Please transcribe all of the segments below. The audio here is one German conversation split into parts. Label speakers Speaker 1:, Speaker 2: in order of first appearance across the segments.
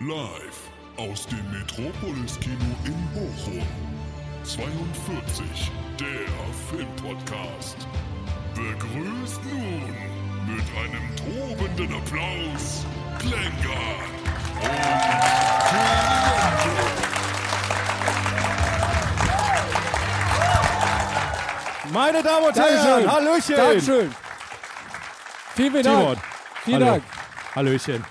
Speaker 1: Live aus dem Metropolis Kino in Bochum. 42, der Filmpodcast. Begrüßt nun mit einem tobenden Applaus Klänger und Kulento.
Speaker 2: Meine Damen und Herren,
Speaker 3: Dankeschön.
Speaker 2: Hallöchen.
Speaker 3: Dankeschön. Vielen, vielen Dank.
Speaker 2: Timon.
Speaker 3: Vielen
Speaker 2: Hallo.
Speaker 3: Dank.
Speaker 2: Hallöchen.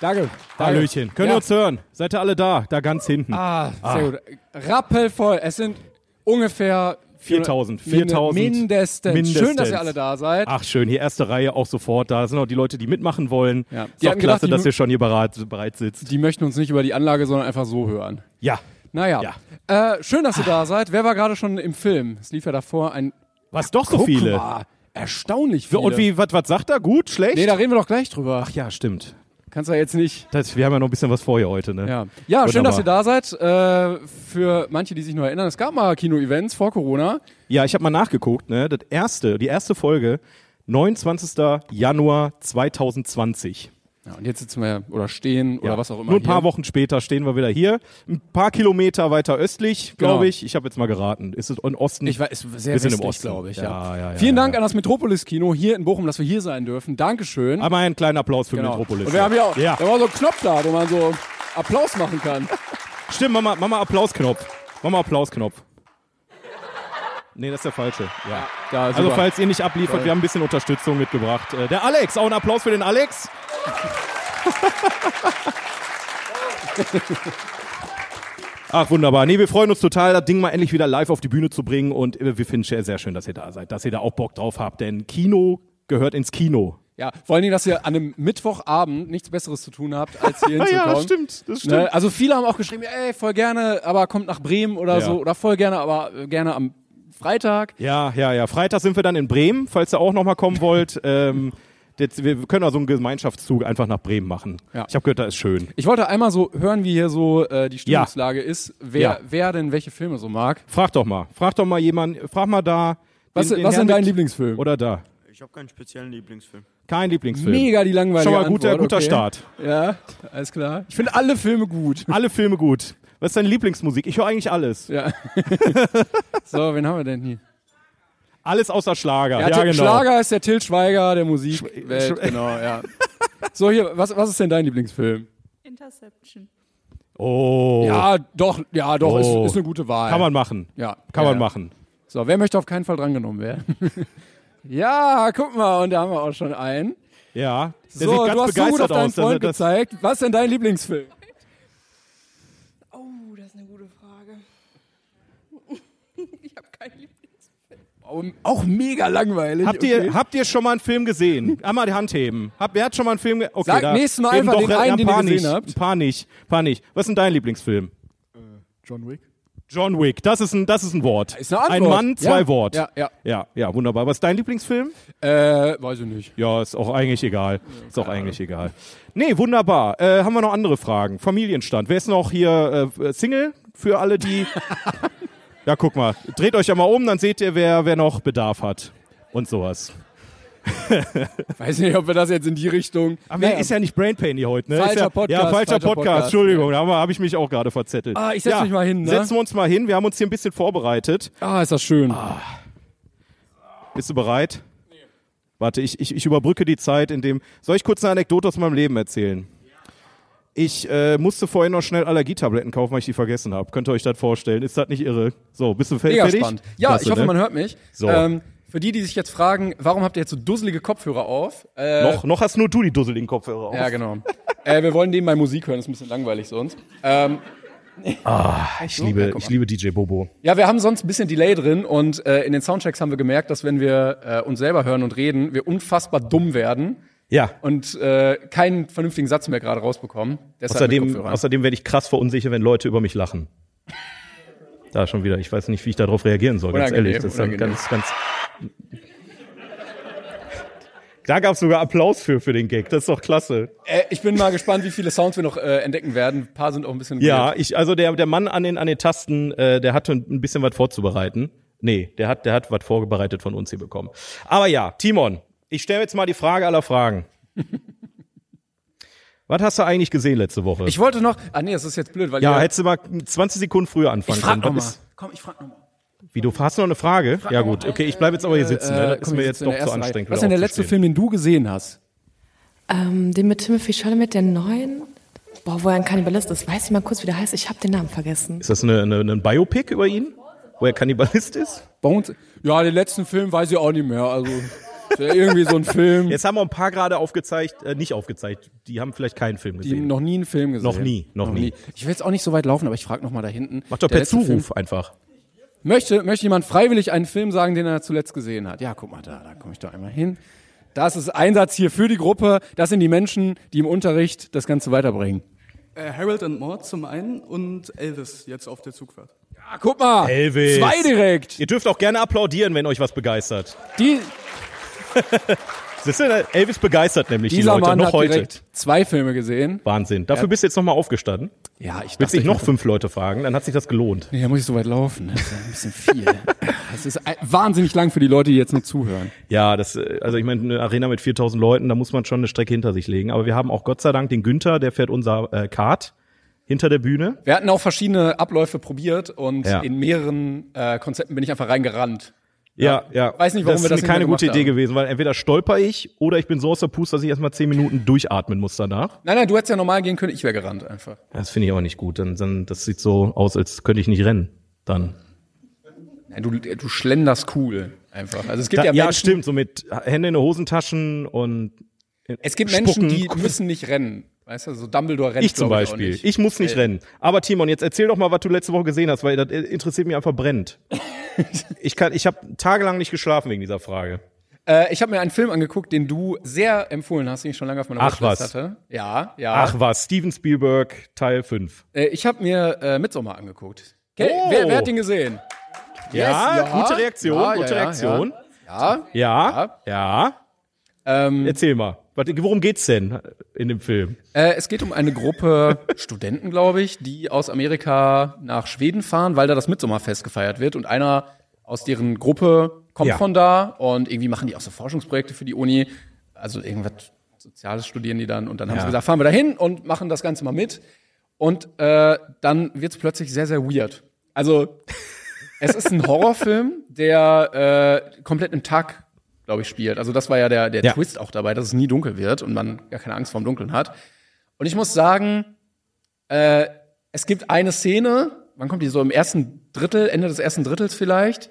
Speaker 3: Danke. Danke.
Speaker 2: Hallöchen. Können
Speaker 3: ja.
Speaker 2: wir uns hören? Seid ihr alle da? Da ganz hinten.
Speaker 3: Ah, sehr gut. Rappelvoll. Es sind ungefähr
Speaker 2: 4000,
Speaker 3: 400
Speaker 2: 4000.
Speaker 3: Mindestens. Schön, dass
Speaker 2: Mindestens.
Speaker 3: ihr alle da seid.
Speaker 2: Ach schön, hier erste Reihe auch sofort da. Das sind auch die Leute, die mitmachen wollen.
Speaker 3: Ja. Die
Speaker 2: Ist auch
Speaker 3: hatten
Speaker 2: klasse,
Speaker 3: gedacht,
Speaker 2: dass
Speaker 3: die mü-
Speaker 2: ihr schon hier bereit, bereit sitzt.
Speaker 3: Die möchten uns nicht über die Anlage, sondern einfach so hören.
Speaker 2: Ja.
Speaker 3: Naja. Äh, schön, dass ihr da seid. Wer war gerade schon im Film? Es lief ja davor ein.
Speaker 2: Was doch so
Speaker 3: Guck
Speaker 2: viele.
Speaker 3: Mal, erstaunlich
Speaker 2: So,
Speaker 3: viele.
Speaker 2: Und wie, was was sagt er? Gut? Schlecht?
Speaker 3: Nee, da reden wir doch gleich drüber.
Speaker 2: Ach ja, stimmt.
Speaker 3: Kannst du ja jetzt nicht.
Speaker 2: Das, wir haben ja noch ein bisschen was vor hier heute, ne?
Speaker 3: Ja, ja schön,
Speaker 2: Wunderbar.
Speaker 3: dass ihr da seid. Äh, für manche, die sich noch erinnern, es gab mal Kino-Events vor Corona.
Speaker 2: Ja, ich habe mal nachgeguckt, ne? Das erste, die erste Folge, 29. Januar 2020.
Speaker 3: Ja, und jetzt sitzen wir oder stehen oder
Speaker 2: Ja.
Speaker 3: was auch immer.
Speaker 2: Nur ein paar
Speaker 3: hier.
Speaker 2: Wochen später stehen wir wieder hier. Ein paar Kilometer weiter östlich, glaube
Speaker 3: Genau.
Speaker 2: ich. Ich habe jetzt mal geraten. Ist es im Osten?
Speaker 3: Ich weiß, sehr
Speaker 2: Wir sind im
Speaker 3: westlich,
Speaker 2: Osten.
Speaker 3: glaube ich.
Speaker 2: Ja,
Speaker 3: Ja.
Speaker 2: ja, ja,
Speaker 3: Vielen
Speaker 2: ja,
Speaker 3: Dank
Speaker 2: ja.
Speaker 3: an das Metropolis-Kino hier in Bochum, dass wir hier sein dürfen. Dankeschön.
Speaker 2: Einmal einen kleinen Ah, Applaus für
Speaker 3: Genau.
Speaker 2: Metropolis.
Speaker 3: Und wir haben ja auch
Speaker 2: Ja.
Speaker 3: da war so ein Knopf da, wo man so Applaus machen kann.
Speaker 2: Stimmt, mach mal, mach mal Applausknopf. Mach mal Applausknopf. Nee, das ist der falsche. Ja.
Speaker 3: Ja,
Speaker 2: Also
Speaker 3: super.
Speaker 2: falls ihr nicht abliefert,
Speaker 3: Toll.
Speaker 2: wir haben ein bisschen Unterstützung mitgebracht. Äh, Der Alex, auch ein Applaus für den Alex. Ach, wunderbar. Nee, wir freuen uns total, das Ding mal endlich wieder live auf die Bühne zu bringen. Und äh, wir finden es sehr schön, dass ihr da seid, dass ihr da auch Bock drauf habt. Denn Kino gehört ins Kino.
Speaker 3: Ja, vor allen Dingen, dass ihr an einem Mittwochabend nichts Besseres zu tun habt, als hier hinzukommen.
Speaker 2: Ah das
Speaker 3: Ne? Also viele haben auch geschrieben, ey, voll gerne, aber kommt nach Bremen oder
Speaker 2: Ja.
Speaker 3: so. Oder voll gerne, aber äh, gerne am Freitag.
Speaker 2: Ja, ja, ja. Freitag sind wir dann in Bremen, falls ihr auch nochmal kommen wollt. ähm, jetzt, wir können also einen Gemeinschaftszug einfach nach Bremen machen.
Speaker 3: Ja.
Speaker 2: Ich habe gehört, da ist schön.
Speaker 3: Ich wollte einmal so hören, wie hier so äh, die
Speaker 2: Ja.
Speaker 3: Stimmungslage ist, wer,
Speaker 2: Ja.
Speaker 3: wer denn welche Filme so mag.
Speaker 2: Frag doch mal. Frag doch mal jemanden. Frag mal da.
Speaker 3: Was,
Speaker 2: den- den
Speaker 3: was ist
Speaker 2: Herrn
Speaker 3: denn dein
Speaker 2: mit-
Speaker 3: Lieblingsfilm?
Speaker 2: Oder da.
Speaker 4: Ich habe keinen speziellen Lieblingsfilm.
Speaker 2: Kein Lieblingsfilm.
Speaker 3: Mega die langweilige
Speaker 2: Schon mal guter,
Speaker 3: Antwort,
Speaker 2: guter
Speaker 3: okay.
Speaker 2: Start.
Speaker 3: Ja, alles klar. Ich finde alle Filme gut.
Speaker 2: Alle Filme gut. Was ist deine Lieblingsmusik? Ich höre eigentlich alles.
Speaker 3: Ja. so, wen haben wir denn hier?
Speaker 2: Alles außer Schlager. Ja,
Speaker 3: Til-
Speaker 2: genau.
Speaker 3: Schlager ist der Till Schweiger der Musikwelt.
Speaker 2: Sch-
Speaker 3: genau, ja. So, hier, was, was ist denn dein Lieblingsfilm?
Speaker 5: Interception.
Speaker 2: Oh.
Speaker 3: Ja, doch, ja, doch,
Speaker 2: Oh.
Speaker 3: ist, ist eine gute Wahl.
Speaker 2: Kann man machen.
Speaker 3: Ja.
Speaker 2: Kann
Speaker 3: ja,
Speaker 2: man
Speaker 3: ja.
Speaker 2: machen.
Speaker 3: So, wer möchte auf keinen Fall drangenommen werden? ja, guck mal, und da haben wir auch schon einen.
Speaker 2: Ja. Der
Speaker 3: so,
Speaker 2: sieht ganz
Speaker 3: du hast so gut auf
Speaker 2: begeistert
Speaker 3: deinen
Speaker 2: aus.
Speaker 3: Freund
Speaker 2: dass er das,
Speaker 3: gezeigt. Was ist denn dein Lieblingsfilm?
Speaker 5: Oh, das ist eine gute Frage. ich habe keinen Lieblings.
Speaker 3: Auch, auch mega langweilig.
Speaker 2: Habt ihr, habt ihr schon mal einen Film gesehen? Einmal die Hand heben. Hab, wer hat schon mal einen Film gesehen? Okay,
Speaker 3: Sagt
Speaker 2: da,
Speaker 3: nächstes Mal
Speaker 2: eben
Speaker 3: einfach den einen,
Speaker 2: ja, ein
Speaker 3: den ihr
Speaker 2: paar
Speaker 3: gesehen
Speaker 2: nicht,
Speaker 3: habt.
Speaker 2: Ein paar nicht, ein paar nicht. Was ist denn dein Lieblingsfilm?
Speaker 6: John Wick.
Speaker 2: John Wick, das ist ein, das ist ein Wort.
Speaker 3: Ist eine Antwort.
Speaker 2: Ein Mann, zwei
Speaker 3: Ja,
Speaker 2: Wort.
Speaker 3: ja, ja.
Speaker 2: ja, ja, wunderbar. Was ist dein Lieblingsfilm?
Speaker 3: Äh, weiß ich nicht.
Speaker 2: Ja, ist auch eigentlich egal. Ist auch eigentlich egal. Nee, wunderbar. Äh, haben wir noch andere Fragen? Familienstand. Wer ist noch hier äh, Single für alle, die. ja, guck mal. Dreht euch ja mal um, dann seht ihr, wer, wer noch Bedarf hat. Und sowas.
Speaker 3: Weiß nicht, ob wir das jetzt in die Richtung.
Speaker 2: Aber
Speaker 3: Naja.
Speaker 2: ist ja nicht Brain Pain hier heute, ne?
Speaker 3: Falscher
Speaker 2: ist ja,
Speaker 3: Podcast,
Speaker 2: Ja, falscher,
Speaker 3: falscher
Speaker 2: Podcast.
Speaker 3: Podcast.
Speaker 2: Entschuldigung, da habe hab ich mich auch gerade verzettelt.
Speaker 3: Ah, ich setz mich mal hin, ne?
Speaker 2: Setzen wir uns mal hin. Wir haben uns hier ein bisschen vorbereitet.
Speaker 3: Ah, ist das schön.
Speaker 2: Bist du bereit? Warte, ich, ich, ich überbrücke die Zeit, indem. Soll ich kurz eine Anekdote aus meinem Leben erzählen? Ich äh, musste vorhin noch schnell Allergietabletten kaufen, weil ich die vergessen habe. Könnt ihr euch das vorstellen? Ist das nicht irre? So, bist du fer-
Speaker 3: Mega
Speaker 2: fertig?
Speaker 3: spannend. Ja,
Speaker 2: Klasse,
Speaker 3: ich hoffe,
Speaker 2: ne?
Speaker 3: man hört mich.
Speaker 2: So.
Speaker 3: Ähm, für die, die sich jetzt fragen, warum habt ihr jetzt so dusselige Kopfhörer auf? Äh,
Speaker 2: Noch, noch hast nur du die dusseligen Kopfhörer auf.
Speaker 3: Ja, genau. äh, wir wollen nebenbei Musik hören, das ist ein bisschen langweilig sonst. Ähm,
Speaker 2: ich, liebe, ich liebe DJ Bobo.
Speaker 3: ja, wir haben sonst ein bisschen Delay drin und äh, in den Soundchecks haben wir gemerkt, dass wenn wir äh, uns selber hören und reden, wir unfassbar dumm werden.
Speaker 2: Ja.
Speaker 3: und äh, keinen vernünftigen Satz mehr gerade rausbekommen. Deshalb mit
Speaker 2: Außerdem,
Speaker 3: Kopfhörern.
Speaker 2: außerdem werde ich krass verunsichert, wenn Leute über mich lachen. Da schon wieder. Ich weiß nicht, wie ich darauf reagieren soll, ganz
Speaker 3: Unangenehm,
Speaker 2: ehrlich. Das ist dann
Speaker 3: unangenehm.
Speaker 2: ganz, ganz. Da gab es sogar Applaus für, für den Gag. Das ist doch klasse.
Speaker 3: äh, ich bin mal gespannt, wie viele Sounds wir noch äh, entdecken werden. Ein paar sind auch ein bisschen
Speaker 2: Ja,
Speaker 3: weird.
Speaker 2: ich, also der, der Mann an den, an den Tasten, äh, der hatte ein bisschen was vorzubereiten. Nee, der hat, der hat was vorbereitet von uns hier bekommen. Aber ja, Timon, ich stelle jetzt mal die Frage aller Fragen. was hast du eigentlich gesehen letzte Woche?
Speaker 3: Ich wollte noch. Ah nee, das ist jetzt blöd, weil
Speaker 2: ja,
Speaker 3: ihr,
Speaker 2: hättest du mal 20 Sekunden früher anfangen
Speaker 3: ich frag
Speaker 2: können.
Speaker 3: noch mal.
Speaker 2: Was
Speaker 3: Komm, ich frag noch mal.
Speaker 2: ist- Wie, du hast noch eine Frage? ja gut, okay, ich bleibe jetzt aber hier sitzen. ne?
Speaker 3: Äh,
Speaker 2: Das ist
Speaker 3: komm,
Speaker 2: mir
Speaker 3: ich
Speaker 2: jetzt
Speaker 3: sitze in
Speaker 2: doch
Speaker 3: der
Speaker 2: zu
Speaker 3: ersten Reihe.
Speaker 2: anstrengend.
Speaker 3: Was ist
Speaker 2: wieder
Speaker 3: denn der letzte
Speaker 2: aufzustehen.
Speaker 3: Film, den du gesehen hast?
Speaker 7: Ähm, den mit Timothy Chalamet, der neuen. Boah, wo er ein Kannibalist ist. Weiß ich mal kurz, wie der heißt. Ich habe den Namen vergessen.
Speaker 2: Ist das eine, eine, ein Biopic über ihn? Wo er Kannibalist ist?
Speaker 3: Bones? Ja, den letzten Film weiß ich auch nicht mehr. Also ist ja irgendwie so ein Film,
Speaker 2: Jetzt haben wir ein paar gerade aufgezeigt, äh, nicht aufgezeigt. Die haben vielleicht keinen Film
Speaker 3: die
Speaker 2: gesehen.
Speaker 3: noch nie einen Film gesehen.
Speaker 2: Noch nie, noch nie.
Speaker 3: Ich will jetzt auch nicht so weit laufen, aber ich frage noch mal da hinten.
Speaker 2: Mach doch
Speaker 3: Der
Speaker 2: per
Speaker 3: letzte Film-
Speaker 2: Zuruf einfach.
Speaker 3: Möchte, möchte jemand freiwillig einen Film sagen, den er zuletzt gesehen hat? Ja, guck mal da, da komme ich doch einmal hin. Das ist Einsatz hier für die Gruppe. Das sind die Menschen, die im Unterricht das Ganze weiterbringen.
Speaker 4: Äh, Harold and Mort zum einen und Elvis jetzt auf der Zugfahrt.
Speaker 3: Ah, guck mal.
Speaker 2: Elvis.
Speaker 3: Zwei direkt.
Speaker 2: Ihr dürft auch gerne applaudieren, wenn euch was begeistert.
Speaker 3: Die,
Speaker 2: Siehst du, Elvis begeistert nämlich
Speaker 3: dieser
Speaker 2: die Leute
Speaker 3: Mann
Speaker 2: noch
Speaker 3: hat
Speaker 2: heute.
Speaker 3: direkt zwei Filme gesehen.
Speaker 2: Wahnsinn. Dafür bist du jetzt nochmal aufgestanden.
Speaker 3: Ja, ich
Speaker 2: Willst
Speaker 3: dachte,
Speaker 2: dich
Speaker 3: ich
Speaker 2: noch fünf Leute fragen, dann hat sich das gelohnt.
Speaker 3: Nee, da muss ich so weit laufen. ne? Das ist ja ein bisschen viel. Das ist ein- wahnsinnig lang für die Leute, die jetzt nur zuhören.
Speaker 2: Ja, das, äh, also ich meine, eine Arena mit 4000 Leuten, da muss man schon eine Strecke hinter sich legen. Aber wir haben auch Gott sei Dank den Günther, der fährt unser äh, Kart hinter der Bühne.
Speaker 3: Wir hatten auch verschiedene Abläufe probiert und
Speaker 2: Ja.
Speaker 3: in mehreren äh, Konzepten bin ich einfach reingerannt.
Speaker 2: Ja, ja.
Speaker 3: Weiß nicht, warum
Speaker 2: das
Speaker 3: wir das
Speaker 2: ist
Speaker 3: nicht
Speaker 2: keine
Speaker 3: mehr
Speaker 2: gute
Speaker 3: gemacht
Speaker 2: Idee
Speaker 3: haben.
Speaker 2: gewesen, weil entweder stolper ich oder ich bin so aus der Puste, dass ich erstmal zehn Minuten durchatmen muss danach.
Speaker 3: Nein, nein, du hättest ja normal gehen können, ich wäre gerannt einfach.
Speaker 2: Das finde ich auch nicht gut. Dann, dann, das sieht so aus, als könnte ich nicht rennen. Dann.
Speaker 3: Nein, du, du schlenderst cool einfach. Also es gibt
Speaker 2: Da, ja,
Speaker 3: ja Menschen,
Speaker 2: stimmt, so mit Hände in den Hosentaschen und
Speaker 3: es gibt Menschen, die
Speaker 2: Spucken.
Speaker 3: müssen nicht rennen. Weißt du, so Dumbledore rennt
Speaker 2: ich zum
Speaker 3: glaub auch
Speaker 2: Beispiel. Ich,
Speaker 3: nicht. Äh.
Speaker 2: muss nicht rennen. Aber Timon, jetzt erzähl doch mal, was du letzte Woche gesehen hast, weil das äh, interessiert mich einfach brennend. ich kann, ich habe tagelang nicht geschlafen wegen dieser Frage.
Speaker 3: Äh, ich habe mir einen Film angeguckt, den du sehr empfohlen hast, den ich schon lange auf meiner
Speaker 2: Ach,
Speaker 3: Watchlist
Speaker 2: was.
Speaker 3: hatte. Ja, ja.
Speaker 2: Ach was, Steven Spielberg, Teil 5.
Speaker 3: Äh, ich habe mir äh, Midsommar angeguckt. Ge-
Speaker 2: Oh.
Speaker 3: Wer, wer hat den gesehen?
Speaker 2: Ja,
Speaker 3: ja.
Speaker 2: gute Reaktion,
Speaker 3: Ja, ja,
Speaker 2: gute
Speaker 3: ja, ja.
Speaker 2: Reaktion.
Speaker 3: Ja.
Speaker 2: Ja, ja.
Speaker 3: Ähm,
Speaker 2: Erzähl mal. Was- Worum geht's denn in dem Film?
Speaker 3: Äh, es geht um eine Gruppe Studenten, glaube ich, die aus Amerika nach Schweden fahren, weil da das Mitsommerfest gefeiert wird. Und einer aus deren Gruppe kommt
Speaker 2: Ja.
Speaker 3: von da und irgendwie machen die auch so Forschungsprojekte für die Uni. Also irgendwas Soziales studieren die dann. Und dann haben
Speaker 2: Ja.
Speaker 3: sie gesagt, fahren wir da hin und machen das Ganze mal mit. Und äh, dann wird es plötzlich sehr, sehr weird. Also es ist ein Horrorfim, der äh, komplett im Tag, glaube ich, spielt. Also das war ja der, der
Speaker 2: Ja.
Speaker 3: Twist auch dabei, dass es nie dunkel wird und man gar keine Angst vorm Dunkeln hat. Und ich muss sagen, äh, es gibt eine Szene, wann kommt die so im ersten Drittel, Ende des ersten Drittels vielleicht,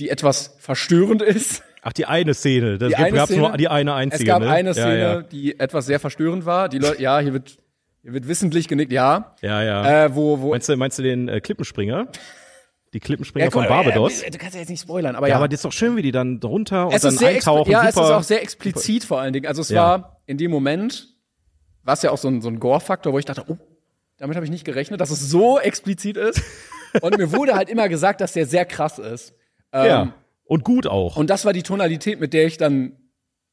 Speaker 3: die etwas verstörend ist.
Speaker 2: Ach, die eine Szene. Das
Speaker 3: Die
Speaker 2: gab,
Speaker 3: eine
Speaker 2: gab's
Speaker 3: Szene-
Speaker 2: nur die eine einzige.
Speaker 3: es gab
Speaker 2: ne?
Speaker 3: eine
Speaker 2: Ja,
Speaker 3: Szene,
Speaker 2: ja.
Speaker 3: die etwas sehr verstörend war. Die Leute, ja, hier wird, hier wird wissentlich genickt, ja.
Speaker 2: Ja, ja.
Speaker 3: Äh, wo, wo,
Speaker 2: meinst, du, meinst du den äh, Klippenspringer? Die Klippenspringer
Speaker 3: Ja,
Speaker 2: von
Speaker 3: guck mal,
Speaker 2: Barbados?
Speaker 3: äh, Du kannst ja jetzt nicht spoilern, aber
Speaker 2: ja,
Speaker 3: ja.
Speaker 2: aber das ist doch schön, wie die dann drunter und
Speaker 3: es
Speaker 2: dann
Speaker 3: ist sehr
Speaker 2: eintauchen.
Speaker 3: expli- ja,
Speaker 2: super.
Speaker 3: es ist auch sehr explizit vor allen Dingen. Also es
Speaker 2: Ja.
Speaker 3: war in dem Moment, war es ja auch so ein, so ein Gore-Faktor, wo ich dachte, oh, damit habe ich nicht gerechnet, dass es so explizit ist. Und mir wurde halt immer gesagt, dass der sehr krass ist.
Speaker 2: ja. Und gut auch.
Speaker 3: Ähm, Und das war die Tonalität, mit der ich dann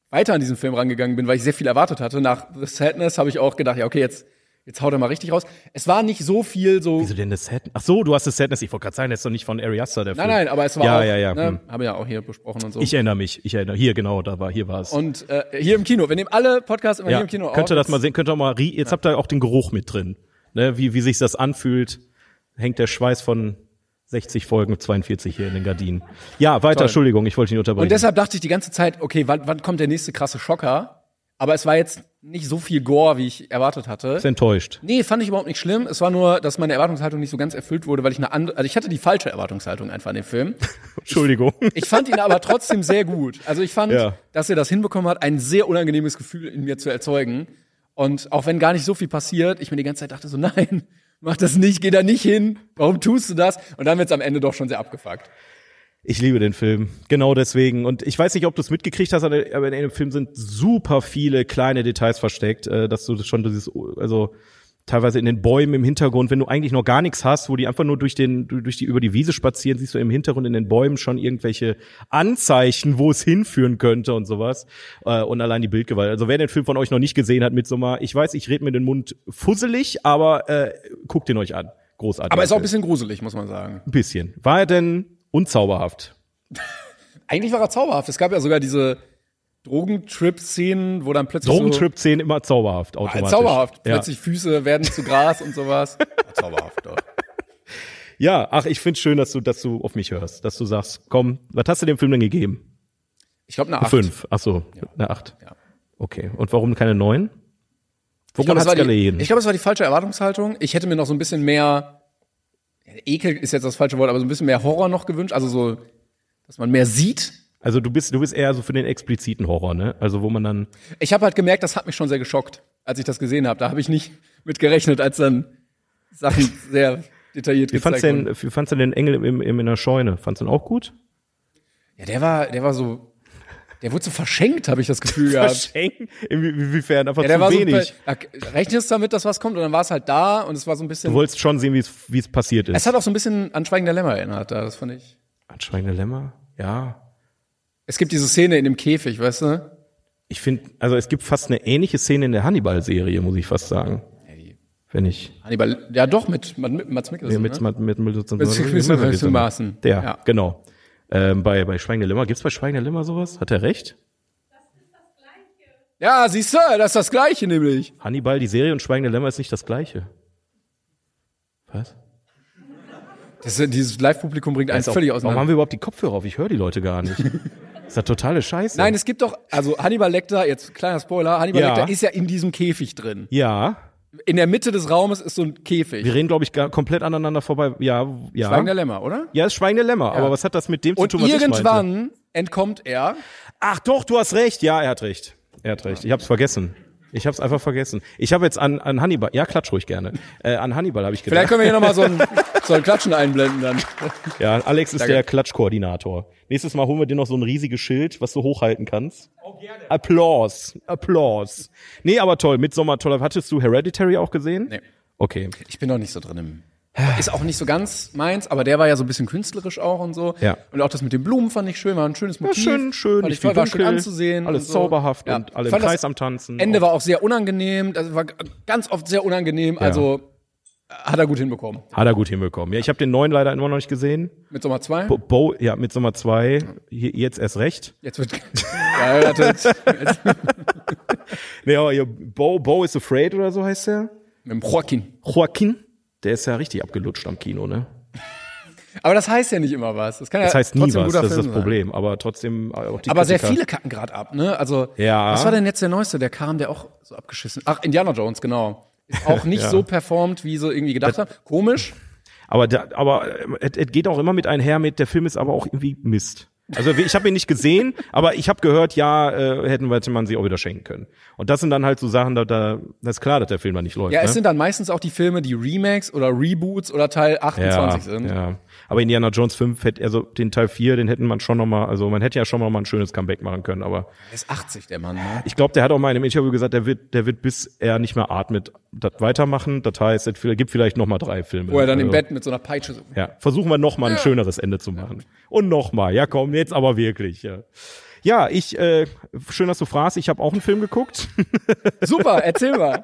Speaker 3: weiter an diesen Film rangegangen bin, weil ich sehr viel erwartet hatte. Nach The Sadness habe ich auch gedacht, ja, okay, jetzt, jetzt haut er mal richtig raus. Es war nicht so viel so.
Speaker 2: Wieso denn das Sadness? Ach so, du hast das Sadness. Ich wollte gerade sagen, das ist doch nicht von Ari Aster, der
Speaker 3: Nein,
Speaker 2: Film.
Speaker 3: nein, aber es war
Speaker 2: Ja,
Speaker 3: auch,
Speaker 2: ja, ja.
Speaker 3: ne,
Speaker 2: hm.
Speaker 3: haben wir ja auch hier besprochen und so.
Speaker 2: Ich erinnere mich. Ich erinnere. Hier, genau, da war, hier war es.
Speaker 3: und äh, hier im Kino, wir nehmen alle Podcasts immer
Speaker 2: ja.
Speaker 3: hier im Kino auf.
Speaker 2: könnt ihr das
Speaker 3: Jetzt-
Speaker 2: mal sehen? Könnt ihr auch mal, rie- jetzt habt ihr auch den Geruch mit drin. Ne? Wie, wie sich das anfühlt. Hängt der Schweiß von 60 Folgen 42 hier in den Gardinen. Ja, weiter. Entschuldigung, ich wollte ihn unterbrechen.
Speaker 3: Und deshalb dachte ich die ganze Zeit, okay, wann, wann kommt der nächste krasse Schocker? Aber es war jetzt nicht so viel Gore, wie ich erwartet hatte.
Speaker 2: ist enttäuscht.
Speaker 3: Nee, fand ich überhaupt nicht schlimm. Es war nur, dass meine Erwartungshaltung nicht so ganz erfüllt wurde, weil ich eine andere, also ich hatte die falsche Erwartungshaltung einfach an den Film.
Speaker 2: Entschuldigung.
Speaker 3: Ich fand ihn aber trotzdem sehr gut. Also ich fand,
Speaker 2: Ja.
Speaker 3: dass er das hinbekommen hat, ein sehr unangenehmes Gefühl in mir zu erzeugen. Und auch wenn gar nicht so viel passiert, ich mir die ganze Zeit dachte so, nein, mach das nicht, geh da nicht hin, warum tust du das? Und dann wird's am Ende doch schon sehr abgefuckt.
Speaker 2: Ich liebe den Film. Genau deswegen. Und ich weiß nicht, ob du es mitgekriegt hast, aber in dem Film sind super viele kleine Details versteckt, äh, dass du das schon dieses, also teilweise in den Bäumen im Hintergrund, wenn du eigentlich noch gar nichts hast, wo die einfach nur durch den, du- durch die, über die Wiese spazieren, siehst du im Hintergrund in den Bäumen schon irgendwelche Anzeichen, wo es hinführen könnte und sowas. Äh, und allein die Bildgewalt. Also wer den Film von euch noch nicht gesehen hat mit so mal, ich weiß, ich rede mir den Mund fusselig, aber äh, guckt ihn euch an. Großartig.
Speaker 3: Aber ist auch ein bisschen gruselig, muss man sagen.
Speaker 2: Ein bisschen. War er denn unzauberhaft?
Speaker 3: Eigentlich war er zauberhaft. Es gab ja sogar diese Drogentrip-Szenen, wo dann plötzlich
Speaker 2: Drogentrip-Szenen immer zauberhaft,
Speaker 3: so
Speaker 2: automatisch.
Speaker 3: Ah, zauberhaft.
Speaker 2: Ja.
Speaker 3: Plötzlich Füße werden zu Gras und sowas. Ah, zauberhaft, doch.
Speaker 2: ja, ach, ich find's schön, dass du, dass du auf mich hörst, dass du sagst, komm, was hast du dem Film denn gegeben?
Speaker 3: Ich glaube, eine
Speaker 2: Eine
Speaker 3: Acht.
Speaker 2: Fünf. Ach so, eine acht. Okay. Und warum keine neun?
Speaker 3: Ich glaube,
Speaker 2: Woran
Speaker 3: es,
Speaker 2: hat's
Speaker 3: war die-
Speaker 2: gelegen?
Speaker 3: ich glaube, es war die falsche Erwartungshaltung. Ich hätte mir noch so ein bisschen mehr Ekel ist jetzt das falsche Wort, aber so ein bisschen mehr Horror noch gewünscht. Also so, dass man mehr sieht.
Speaker 2: also du bist, du bist eher so für den expliziten Horror, ne? Also wo man dann,
Speaker 3: Ich habe halt gemerkt, das hat mich schon sehr geschockt, als ich das gesehen habe. Da habe ich nicht mit gerechnet, als dann Sachen sehr detailliert
Speaker 2: wie
Speaker 3: gezeigt
Speaker 2: fandst du denn, wie fandst du den Engel im, im, in der Scheune? Fandst du ihn auch gut?
Speaker 3: Ja, der war, der war so, der wurde so verschenkt, habe ich das Gefühl gehabt.
Speaker 2: Verschenken? Inwie- Inwiefern? Einfach
Speaker 3: Ja, der
Speaker 2: zu
Speaker 3: war
Speaker 2: wenig.
Speaker 3: so, ja, rechnest damit, dass was kommt und dann war es halt da und es war so ein
Speaker 2: du
Speaker 3: bisschen,
Speaker 2: wolltest schon sehen, wie es wie es passiert ist.
Speaker 3: es hat auch so ein bisschen an Schweigen der Lämmer erinnert, da, das fand ich.
Speaker 2: Anschweigende Lämmer? Ja.
Speaker 3: Es gibt diese Szene in dem Käfig, weißt du?
Speaker 2: Ich finde, also es gibt fast eine ähnliche Szene in der Hannibal-Serie, muss ich fast sagen. Wenn ich
Speaker 3: Hannibal, ja doch, mit, mit Mats
Speaker 2: nee,
Speaker 3: Mikkelsen,
Speaker 2: mit,
Speaker 3: ne?
Speaker 2: mit, mit, mit,
Speaker 3: Mit- mit- mit- Maßen.
Speaker 2: Der,
Speaker 3: Ja.
Speaker 2: genau. Ähm, bei, bei Schweigende Lämmer, gibt's bei Schweigende Lämmer sowas? Hat er recht?
Speaker 3: Ja, siehst du, das ist das Gleiche nämlich.
Speaker 2: Hannibal, die Serie und Schweigende Lämmer ist nicht das gleiche. Was?
Speaker 3: Das, dieses Live-Publikum bringt einen
Speaker 2: Ist auch-
Speaker 3: völlig
Speaker 2: Warum haben
Speaker 3: auseinander.
Speaker 2: wir überhaupt die Kopfhörer auf? Ich höre die Leute gar nicht. ist das totale Scheiße.
Speaker 3: Nein, es gibt doch, also Hannibal Lecter, jetzt kleiner Spoiler, Hannibal
Speaker 2: Ja.
Speaker 3: Lecter ist ja in diesem Käfig drin.
Speaker 2: ja,
Speaker 3: In der Mitte des Raumes ist so ein Käfig.
Speaker 2: wir reden, glaube ich, gar komplett aneinander vorbei. Ja, ja.
Speaker 3: Schweigen der Lämmer, oder?
Speaker 2: ja, ist Schweigende Lämmer, aber was hat das mit dem
Speaker 3: Und
Speaker 2: zu tun, was ich meinte?
Speaker 3: irgendwann entkommt er.
Speaker 2: Ach doch, du hast recht. Ja, er hat recht. Er hat recht. Ich hab's vergessen. Ich hab's einfach vergessen. Ich habe jetzt an, an Hannibal, ja, klatsch ruhig gerne. Äh, an Hannibal habe ich gedacht.
Speaker 3: Vielleicht können wir hier nochmal so ein, so ein Klatschen einblenden dann.
Speaker 2: Ja, Alex ist
Speaker 3: Danke.
Speaker 2: der Klatschkoordinator. Nächstes Mal holen wir dir noch so ein riesiges Schild, was du hochhalten kannst. Applaus. Applaus. Nee, aber toll. Midsommar, toll. Hattest du Hereditary auch gesehen?
Speaker 3: Nee.
Speaker 2: Okay.
Speaker 3: Ich bin noch nicht so drin im. Ist auch nicht so ganz meins, aber der war ja so ein bisschen künstlerisch auch und so.
Speaker 2: Ja.
Speaker 3: Und auch das mit den Blumen fand ich schön, war ein schönes
Speaker 2: Ja,
Speaker 3: Motiv.
Speaker 2: schön, schön.
Speaker 3: Fand ich
Speaker 2: nicht
Speaker 3: voll,
Speaker 2: viel
Speaker 3: war schön
Speaker 2: dunkel,
Speaker 3: anzusehen.
Speaker 2: Alles
Speaker 3: und so.
Speaker 2: zauberhaft
Speaker 3: Ja.
Speaker 2: und alle im
Speaker 3: Fand das
Speaker 2: Kreis am Tanzen.
Speaker 3: Ende
Speaker 2: Auch-
Speaker 3: war auch sehr unangenehm, das war g- ganz oft sehr unangenehm, also hat er gut hinbekommen.
Speaker 2: Hat er gut hinbekommen. Ja, ich habe den neuen leider immer noch nicht gesehen.
Speaker 3: Mit Sommer 2.
Speaker 2: Bo, Bo ja, Midsommar 2, hier, jetzt erst recht.
Speaker 3: Jetzt wird geheiratet. Jetzt-
Speaker 2: Nee, aber hier, Bo, Bo is Afraid oder so heißt der.
Speaker 3: mit dem Joaquin.
Speaker 2: Joaquin, der ist ja richtig abgelutscht am Kino, ne?
Speaker 3: Aber das heißt ja nicht immer was. Das kann ja
Speaker 2: Das heißt nie
Speaker 3: trotzdem ein
Speaker 2: was,
Speaker 3: guter
Speaker 2: das ist das
Speaker 3: Film sein.
Speaker 2: Problem. Aber trotzdem äh, auch die
Speaker 3: Aber sehr
Speaker 2: Kritiker-
Speaker 3: viele kacken gerade ab, ne? Also,
Speaker 2: Ja.
Speaker 3: was war denn jetzt der neueste, der kam, der auch so abgeschissen? Ach, Indiana Jones, genau. Ist auch nicht
Speaker 2: Ja.
Speaker 3: so performt, wie so irgendwie gedacht haben. Komisch.
Speaker 2: Aber, da, aber äh, es es geht auch immer mit einher mit, der Film ist aber auch irgendwie Mist. Also ich habe ihn nicht gesehen, aber ich habe gehört, ja, äh, hätten wir hätte man sie auch wieder schenken können. Und das sind dann halt so Sachen, da, da das ist klar, dass der Film dann nicht läuft.
Speaker 3: Ja, es
Speaker 2: ne?
Speaker 3: sind dann meistens auch die Filme, die Remakes oder Reboots oder Teil 28 sind.
Speaker 2: Ja. Aber Indiana Jones 5 hätte, also den Teil 4, den hätten man schon noch mal, also man hätte ja schon noch mal ein schönes Comeback machen können, aber
Speaker 3: Er ist 80, der Mann, ne?
Speaker 2: Ich glaube, der hat auch mal in einem Interview gesagt, der wird, der wird bis er nicht mehr atmet, das weitermachen. Das heißt, es gibt vielleicht noch mal drei Filme.
Speaker 3: Wo er dann im
Speaker 2: Also,
Speaker 3: Bett mit so einer Peitsche so.
Speaker 2: Ja, versuchen wir noch mal ein schöneres Ende zu machen. Und noch mal. Ja, komm, jetzt aber wirklich. Ja, ja ich, äh, schön, dass du fragst. Ich habe auch einen Film geguckt.
Speaker 3: Super, erzähl mal.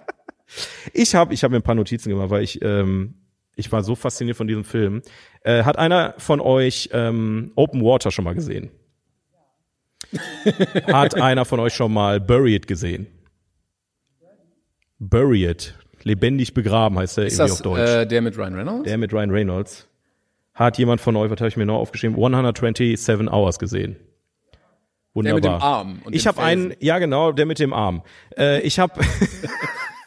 Speaker 2: Ich habe, ich habe mir ein paar Notizen gemacht, weil ich, ähm, ich war so fasziniert von diesem Film. Äh, hat einer von euch ähm, Open Water schon mal gesehen? hat einer von euch schon mal Buried gesehen? Buried, lebendig begraben heißt er
Speaker 3: Ist
Speaker 2: irgendwie
Speaker 3: das
Speaker 2: auf Deutsch.
Speaker 3: äh, der mit Ryan Reynolds?
Speaker 2: der mit Ryan Reynolds. Hat jemand von euch, was habe ich mir noch aufgeschrieben? 127 Hours gesehen.
Speaker 3: Der
Speaker 2: Wunderbar.
Speaker 3: mit dem Arm und
Speaker 2: ich
Speaker 3: dem
Speaker 2: habe einen, ja genau, der mit dem Arm. Äh, ich habe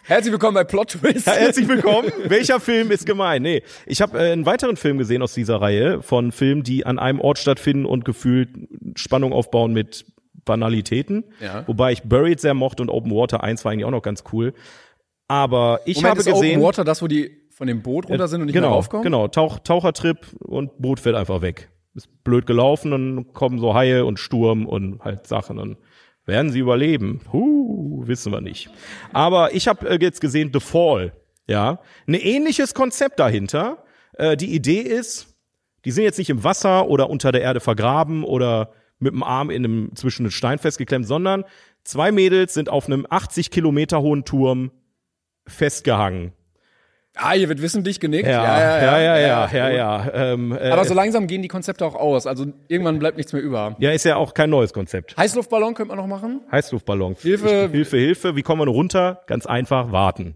Speaker 3: Herzlich willkommen bei Plot Twist.
Speaker 2: Ja, herzlich willkommen. Welcher Film ist gemein? Nee, ich habe äh, einen weiteren Film gesehen aus dieser Reihe von Filmen, die an einem Ort stattfinden und gefühlt Spannung aufbauen mit Banalitäten.
Speaker 3: Ja.
Speaker 2: Wobei ich Buried sehr mochte und Open Water 1 war eigentlich auch noch ganz cool. Aber ich
Speaker 3: Moment,
Speaker 2: habe
Speaker 3: ist
Speaker 2: gesehen,
Speaker 3: Open Water das, wo die von dem Boot runter sind und nicht
Speaker 2: genau,
Speaker 3: mehr raufkommen?
Speaker 2: genau, Tauch, Tauchertrip und Boot fällt einfach weg. ist blöd gelaufen, dann kommen so Haie und Sturm und halt Sachen und werden sie überleben? Huh, wissen wir nicht. Aber ich habe äh, jetzt gesehen The Fall. Ja, ein ähnliches Konzept dahinter. Äh, die Idee ist, die sind jetzt nicht im Wasser oder unter der Erde vergraben oder mit dem Arm in einem, zwischen einem Stein festgeklemmt, sondern zwei Mädels sind auf einem 80 Kilometer hohen Turm festgehangen.
Speaker 3: Ah, hier wird wissentlich genickt.
Speaker 2: ja, ja, ja, ja, ja. Ähm, äh,
Speaker 3: Aber so langsam gehen die Konzepte auch aus. Also irgendwann bleibt nichts mehr über.
Speaker 2: ja, ist ja auch kein neues Konzept.
Speaker 3: Heißluftballon könnte man noch machen.
Speaker 2: Heißluftballon.
Speaker 3: Hilfe.
Speaker 2: Hilfe, Hilfe. Wie kommen wir nur runter? Ganz einfach, warten.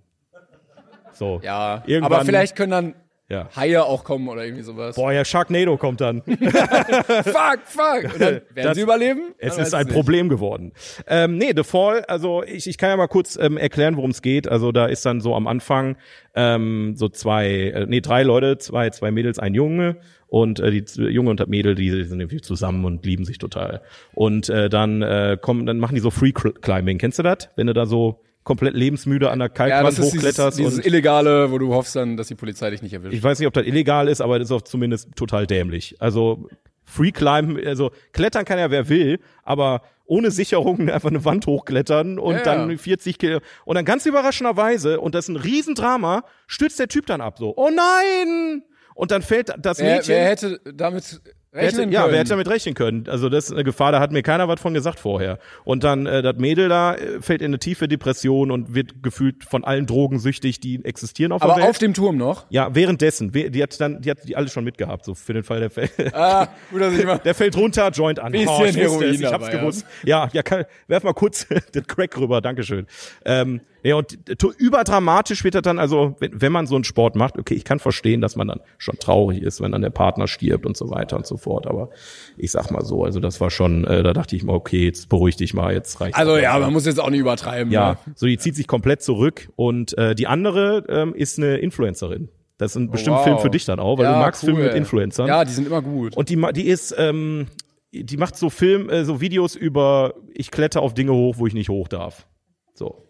Speaker 2: So.
Speaker 3: Ja,
Speaker 2: Irgendwann,
Speaker 3: aber vielleicht können dann
Speaker 2: Ja.
Speaker 3: Haie auch kommen oder irgendwie sowas.
Speaker 2: Boah, ja, Sharknado kommt dann.
Speaker 3: Fuck, fuck. Und dann werden
Speaker 2: Das-
Speaker 3: sie überleben?
Speaker 2: Es
Speaker 3: Man weiß
Speaker 2: ist ein
Speaker 3: nicht.
Speaker 2: Problem geworden. Ähm, nee, The Fall, also ich, ich kann ja mal kurz ähm, erklären, worum es geht. Also da ist dann so am Anfang ähm, so zwei, äh, nee, drei Leute, zwei, zwei Mädels, ein Junge und äh, die Z- Junge und das Mädel, die sind irgendwie zusammen und lieben sich total. Und äh, dann äh, kommen, dann machen die so Free Cl- Climbing. Kennst du das? Wenn du da so komplett lebensmüde an der
Speaker 3: Ja,
Speaker 2: Kalkwand
Speaker 3: das ist dieses,
Speaker 2: hochkletterst
Speaker 3: dieses
Speaker 2: und
Speaker 3: Illegale, wo du hoffst dann, dass die Polizei dich nicht erwischt.
Speaker 2: ich weiß nicht, ob das illegal ist, aber das ist auch zumindest total dämlich. Also Free Climb, also klettern kann ja wer will, aber ohne Sicherung einfach eine Wand hochklettern und
Speaker 3: Ja,
Speaker 2: dann
Speaker 3: ja.
Speaker 2: 40 Kilo. Und dann ganz überraschenderweise, und das ist ein Riesendrama, stürzt der Typ dann ab so. Oh nein! Und dann fällt das
Speaker 3: Wer,
Speaker 2: Mädchen.
Speaker 3: wer hätte damit
Speaker 2: Wer hätte,
Speaker 3: rechnen
Speaker 2: ja,
Speaker 3: können?
Speaker 2: wer hätte damit rechnen können? Also das ist eine Gefahr, da hat mir keiner was von gesagt vorher. Und dann äh, das Mädel da äh, fällt in eine tiefe Depression und wird gefühlt von allen Drogen süchtig, die existieren auf der
Speaker 3: aber
Speaker 2: Welt.
Speaker 3: auf dem Turm noch?
Speaker 2: Ja, währenddessen. We- Die hat dann, die hat die alle schon mitgehabt, so für den Fall der Fälle.
Speaker 3: Ah, gut, dass ich mal.
Speaker 2: Der fällt runter, Joint an. Oh, ich,
Speaker 3: Bisschen
Speaker 2: wusste
Speaker 3: Heroin
Speaker 2: es, ich hab's
Speaker 3: dabei, ja.
Speaker 2: gewusst. Ja, ja, kann, werf mal kurz den Crack rüber, Dankeschön. Ähm, ja, und to- überdramatisch wird er dann, also wenn, wenn man so einen Sport macht, okay, ich kann verstehen, dass man dann schon traurig ist, wenn dann der Partner stirbt und so weiter und so fort, aber ich sag mal so, also das war schon, äh, da dachte ich mal, okay, jetzt beruhig dich mal, jetzt reicht's.
Speaker 3: Also
Speaker 2: aber.
Speaker 3: ja, man muss jetzt auch nicht übertreiben.
Speaker 2: Ja,
Speaker 3: ne?
Speaker 2: so die zieht sich komplett zurück und äh, die andere ähm, ist eine Influencerin. Das ist ein bestimmt
Speaker 3: Oh, wow.
Speaker 2: Film für dich dann auch, weil du
Speaker 3: Ja,
Speaker 2: magst Filme
Speaker 3: cool.
Speaker 2: mit Influencern.
Speaker 3: Ja, die sind immer gut.
Speaker 2: Und die, ma- die ist, ähm, die macht so Film, äh, so Videos über, ich kletter auf Dinge hoch, wo ich nicht hoch darf. So.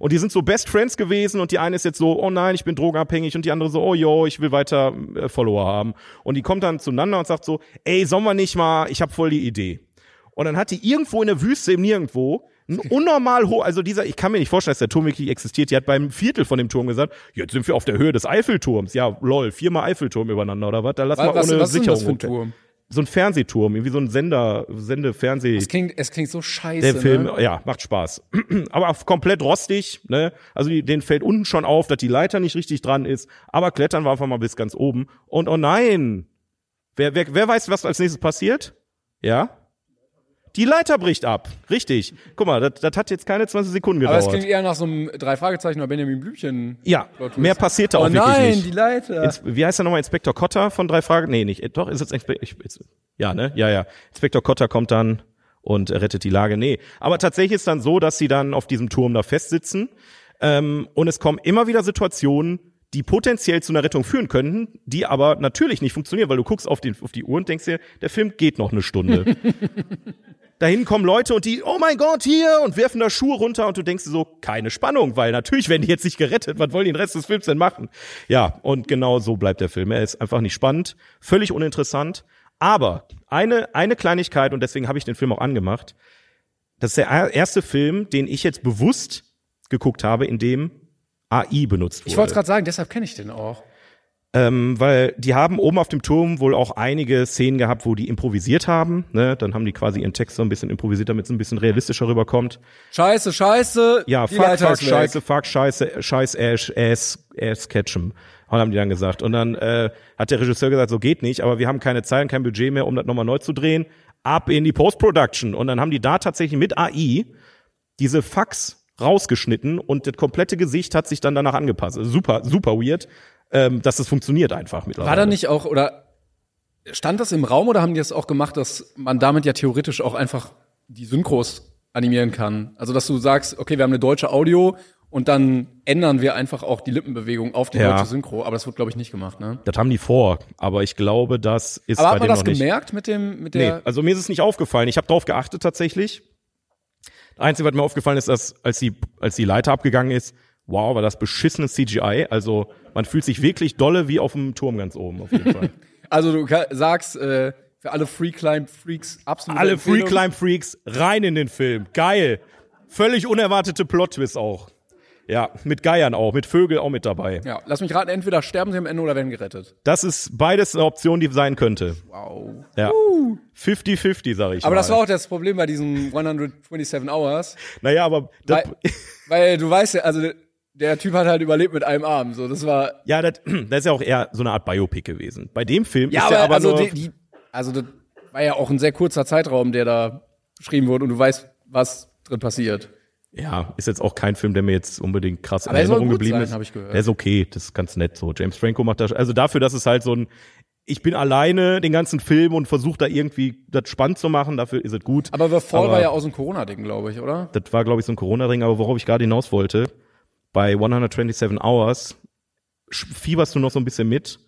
Speaker 2: Und die sind so Best Friends gewesen und die eine ist jetzt so, oh nein, ich bin drogenabhängig und die andere so, oh yo, ich will weiter äh, Follower haben. Und die kommt dann zueinander und sagt so, ey, sollen wir nicht mal, ich hab voll die Idee. Und dann hat die irgendwo in der Wüste im Nirgendwo ein unnormal hoch, also dieser, ich kann mir nicht vorstellen, dass der Turm wirklich existiert. Die hat beim Viertel von dem Turm gesagt, jetzt sind wir auf der Höhe des Eiffelturms. Ja, lol, viermal Eiffelturm übereinander oder was? Da lass mal
Speaker 3: was, was,
Speaker 2: ohne
Speaker 3: was ist denn
Speaker 2: Sicherung
Speaker 3: das für
Speaker 2: runter
Speaker 3: ein Turm?
Speaker 2: so ein Fernsehturm, irgendwie so ein Sender, Sendefernseh.
Speaker 3: Es klingt, es klingt so scheiße.
Speaker 2: Der Film,
Speaker 3: Ne?
Speaker 2: ja, macht Spaß. aber auf- komplett rostig, ne? Also die, denen fällt unten schon auf, dass die Leiter nicht richtig dran ist. Aber klettern wir einfach mal bis ganz oben. Und oh nein! Wer, wer, wer weiß, was als nächstes passiert? Ja? Die Leiter bricht ab. Richtig. Guck mal, das, das hat jetzt keine 20 Sekunden
Speaker 3: Aber
Speaker 2: gedauert.
Speaker 3: es klingt eher nach so einem drei Fragezeichen oder Benjamin Blümchen.
Speaker 2: ja,
Speaker 3: Plot-Twist.
Speaker 2: mehr passiert da
Speaker 3: Oh
Speaker 2: auch wirklich
Speaker 3: nein,
Speaker 2: nicht.
Speaker 3: die Leiter.
Speaker 2: Ins, wie heißt er nochmal? Inspektor Kotter von drei Fragen? Nee, nicht. äh, Doch, ist jetzt Inspektor. Ja, ne? Ja, ja. Inspektor Kotter kommt dann und rettet die Lage. Nee. Aber tatsächlich ist dann so, dass sie dann auf diesem Turm da festsitzen. Ähm, und es kommen immer wieder Situationen, die potenziell zu einer Rettung führen könnten, die aber natürlich nicht funktionieren, weil du guckst auf, den, auf die Uhr und denkst dir, der Film geht noch eine Stunde. Dahin kommen Leute und die, oh mein Gott, hier und werfen da Schuhe runter und du denkst dir so, keine Spannung, weil natürlich werden die jetzt nicht gerettet. Was wollen die den Rest des Films denn machen? Ja, und genau so bleibt der Film. Er ist einfach nicht spannend, völlig uninteressant. Aber eine, eine Kleinigkeit, und deswegen habe ich den Film auch angemacht, das ist der erste Film, den ich jetzt bewusst geguckt habe, in dem AI benutzt wurde.
Speaker 3: Ich wollte es gerade sagen, deshalb kenne ich den auch.
Speaker 2: Ähm, weil die haben oben auf dem Turm wohl auch einige Szenen gehabt, wo die improvisiert haben. Ne? Dann haben die quasi ihren Text so ein bisschen improvisiert, damit es ein bisschen realistischer rüberkommt.
Speaker 3: Scheiße, scheiße.
Speaker 2: Ja,
Speaker 3: die
Speaker 2: fuck,
Speaker 3: Leiter
Speaker 2: fuck,
Speaker 3: ist weg.
Speaker 2: scheiße, fuck, scheiße, äh, scheiß Ash, ass, ass Ketchum. Und haben die dann gesagt. Und dann äh, hat der Regisseur gesagt, so geht nicht, aber wir haben keine Zeit und kein Budget mehr, um das nochmal neu zu drehen. Ab in die Post-Production. Und dann haben die da tatsächlich mit AI diese Fax rausgeschnitten und das komplette Gesicht hat sich dann danach angepasst. Also super, super weird, ähm, dass das funktioniert einfach mittlerweile.
Speaker 3: War da nicht auch, oder stand das im Raum oder haben die das auch gemacht, dass man damit ja theoretisch auch einfach die Synchros animieren kann? Also, dass du sagst, okay, wir haben eine deutsche Audio und dann ändern wir einfach auch die Lippenbewegung auf die
Speaker 2: Ja.
Speaker 3: deutsche Synchro. Aber das wird, glaube ich, nicht gemacht, ne?
Speaker 2: Das haben die vor, aber ich glaube, das ist
Speaker 3: Aber
Speaker 2: bei
Speaker 3: hat man
Speaker 2: denen
Speaker 3: das
Speaker 2: noch nicht.
Speaker 3: gemerkt mit dem, mit
Speaker 2: Nee,
Speaker 3: der,
Speaker 2: also mir ist es nicht aufgefallen. Ich habe drauf geachtet tatsächlich. Das Einzige, was mir aufgefallen ist, dass als die, als die Leiter abgegangen ist, wow, war das beschissenes CGI. Also man fühlt sich wirklich dolle wie auf dem Turm ganz oben auf jeden Fall.
Speaker 3: also du ka- sagst, äh, für alle Free Climb Freaks absolut.
Speaker 2: Alle Free Climb Freaks rein in den Film. Geil. Völlig unerwartete Plot-Twist auch. Ja, mit Geiern auch, mit Vögel auch mit dabei.
Speaker 3: Ja, lass mich raten, entweder sterben sie am Ende oder werden gerettet.
Speaker 2: Das ist beides eine Option, die sein könnte.
Speaker 3: Wow. Uh.
Speaker 2: Ja. 50-50, sag ich
Speaker 3: Aber
Speaker 2: mal.
Speaker 3: das war auch das Problem bei diesen 127 Hours.
Speaker 2: Naja, aber das,
Speaker 3: Weil, weil du weißt ja, also der Typ hat halt überlebt mit einem Arm. So, das war.
Speaker 2: ja, das, das ist ja auch eher so eine Art Biopic gewesen. Bei dem Film ist ja aber
Speaker 3: also,
Speaker 2: nur,
Speaker 3: die, die, also das war ja auch ein sehr kurzer Zeitraum, der da beschrieben wurde und du weißt, was drin passiert.
Speaker 2: ja, ist jetzt auch kein Film, der mir jetzt unbedingt krass in
Speaker 3: Aber er soll
Speaker 2: Erinnerung
Speaker 3: gut
Speaker 2: geblieben
Speaker 3: sein,
Speaker 2: ist.
Speaker 3: hab ich gehört.
Speaker 2: Der ist okay, das ist ganz nett so. James Franco macht das, also dafür, dass es halt so ein, ich bin alleine den ganzen Film und versuche da irgendwie das spannend zu machen, dafür ist es gut.
Speaker 3: Aber The Fall
Speaker 2: Aber-
Speaker 3: war ja aus dem Corona-Ding, glaube ich, oder?
Speaker 2: das war, glaube ich, so ein Corona-Ring, aber worauf ich gerade hinaus wollte, bei 127 Hours sch- fieberst du noch so ein bisschen mit.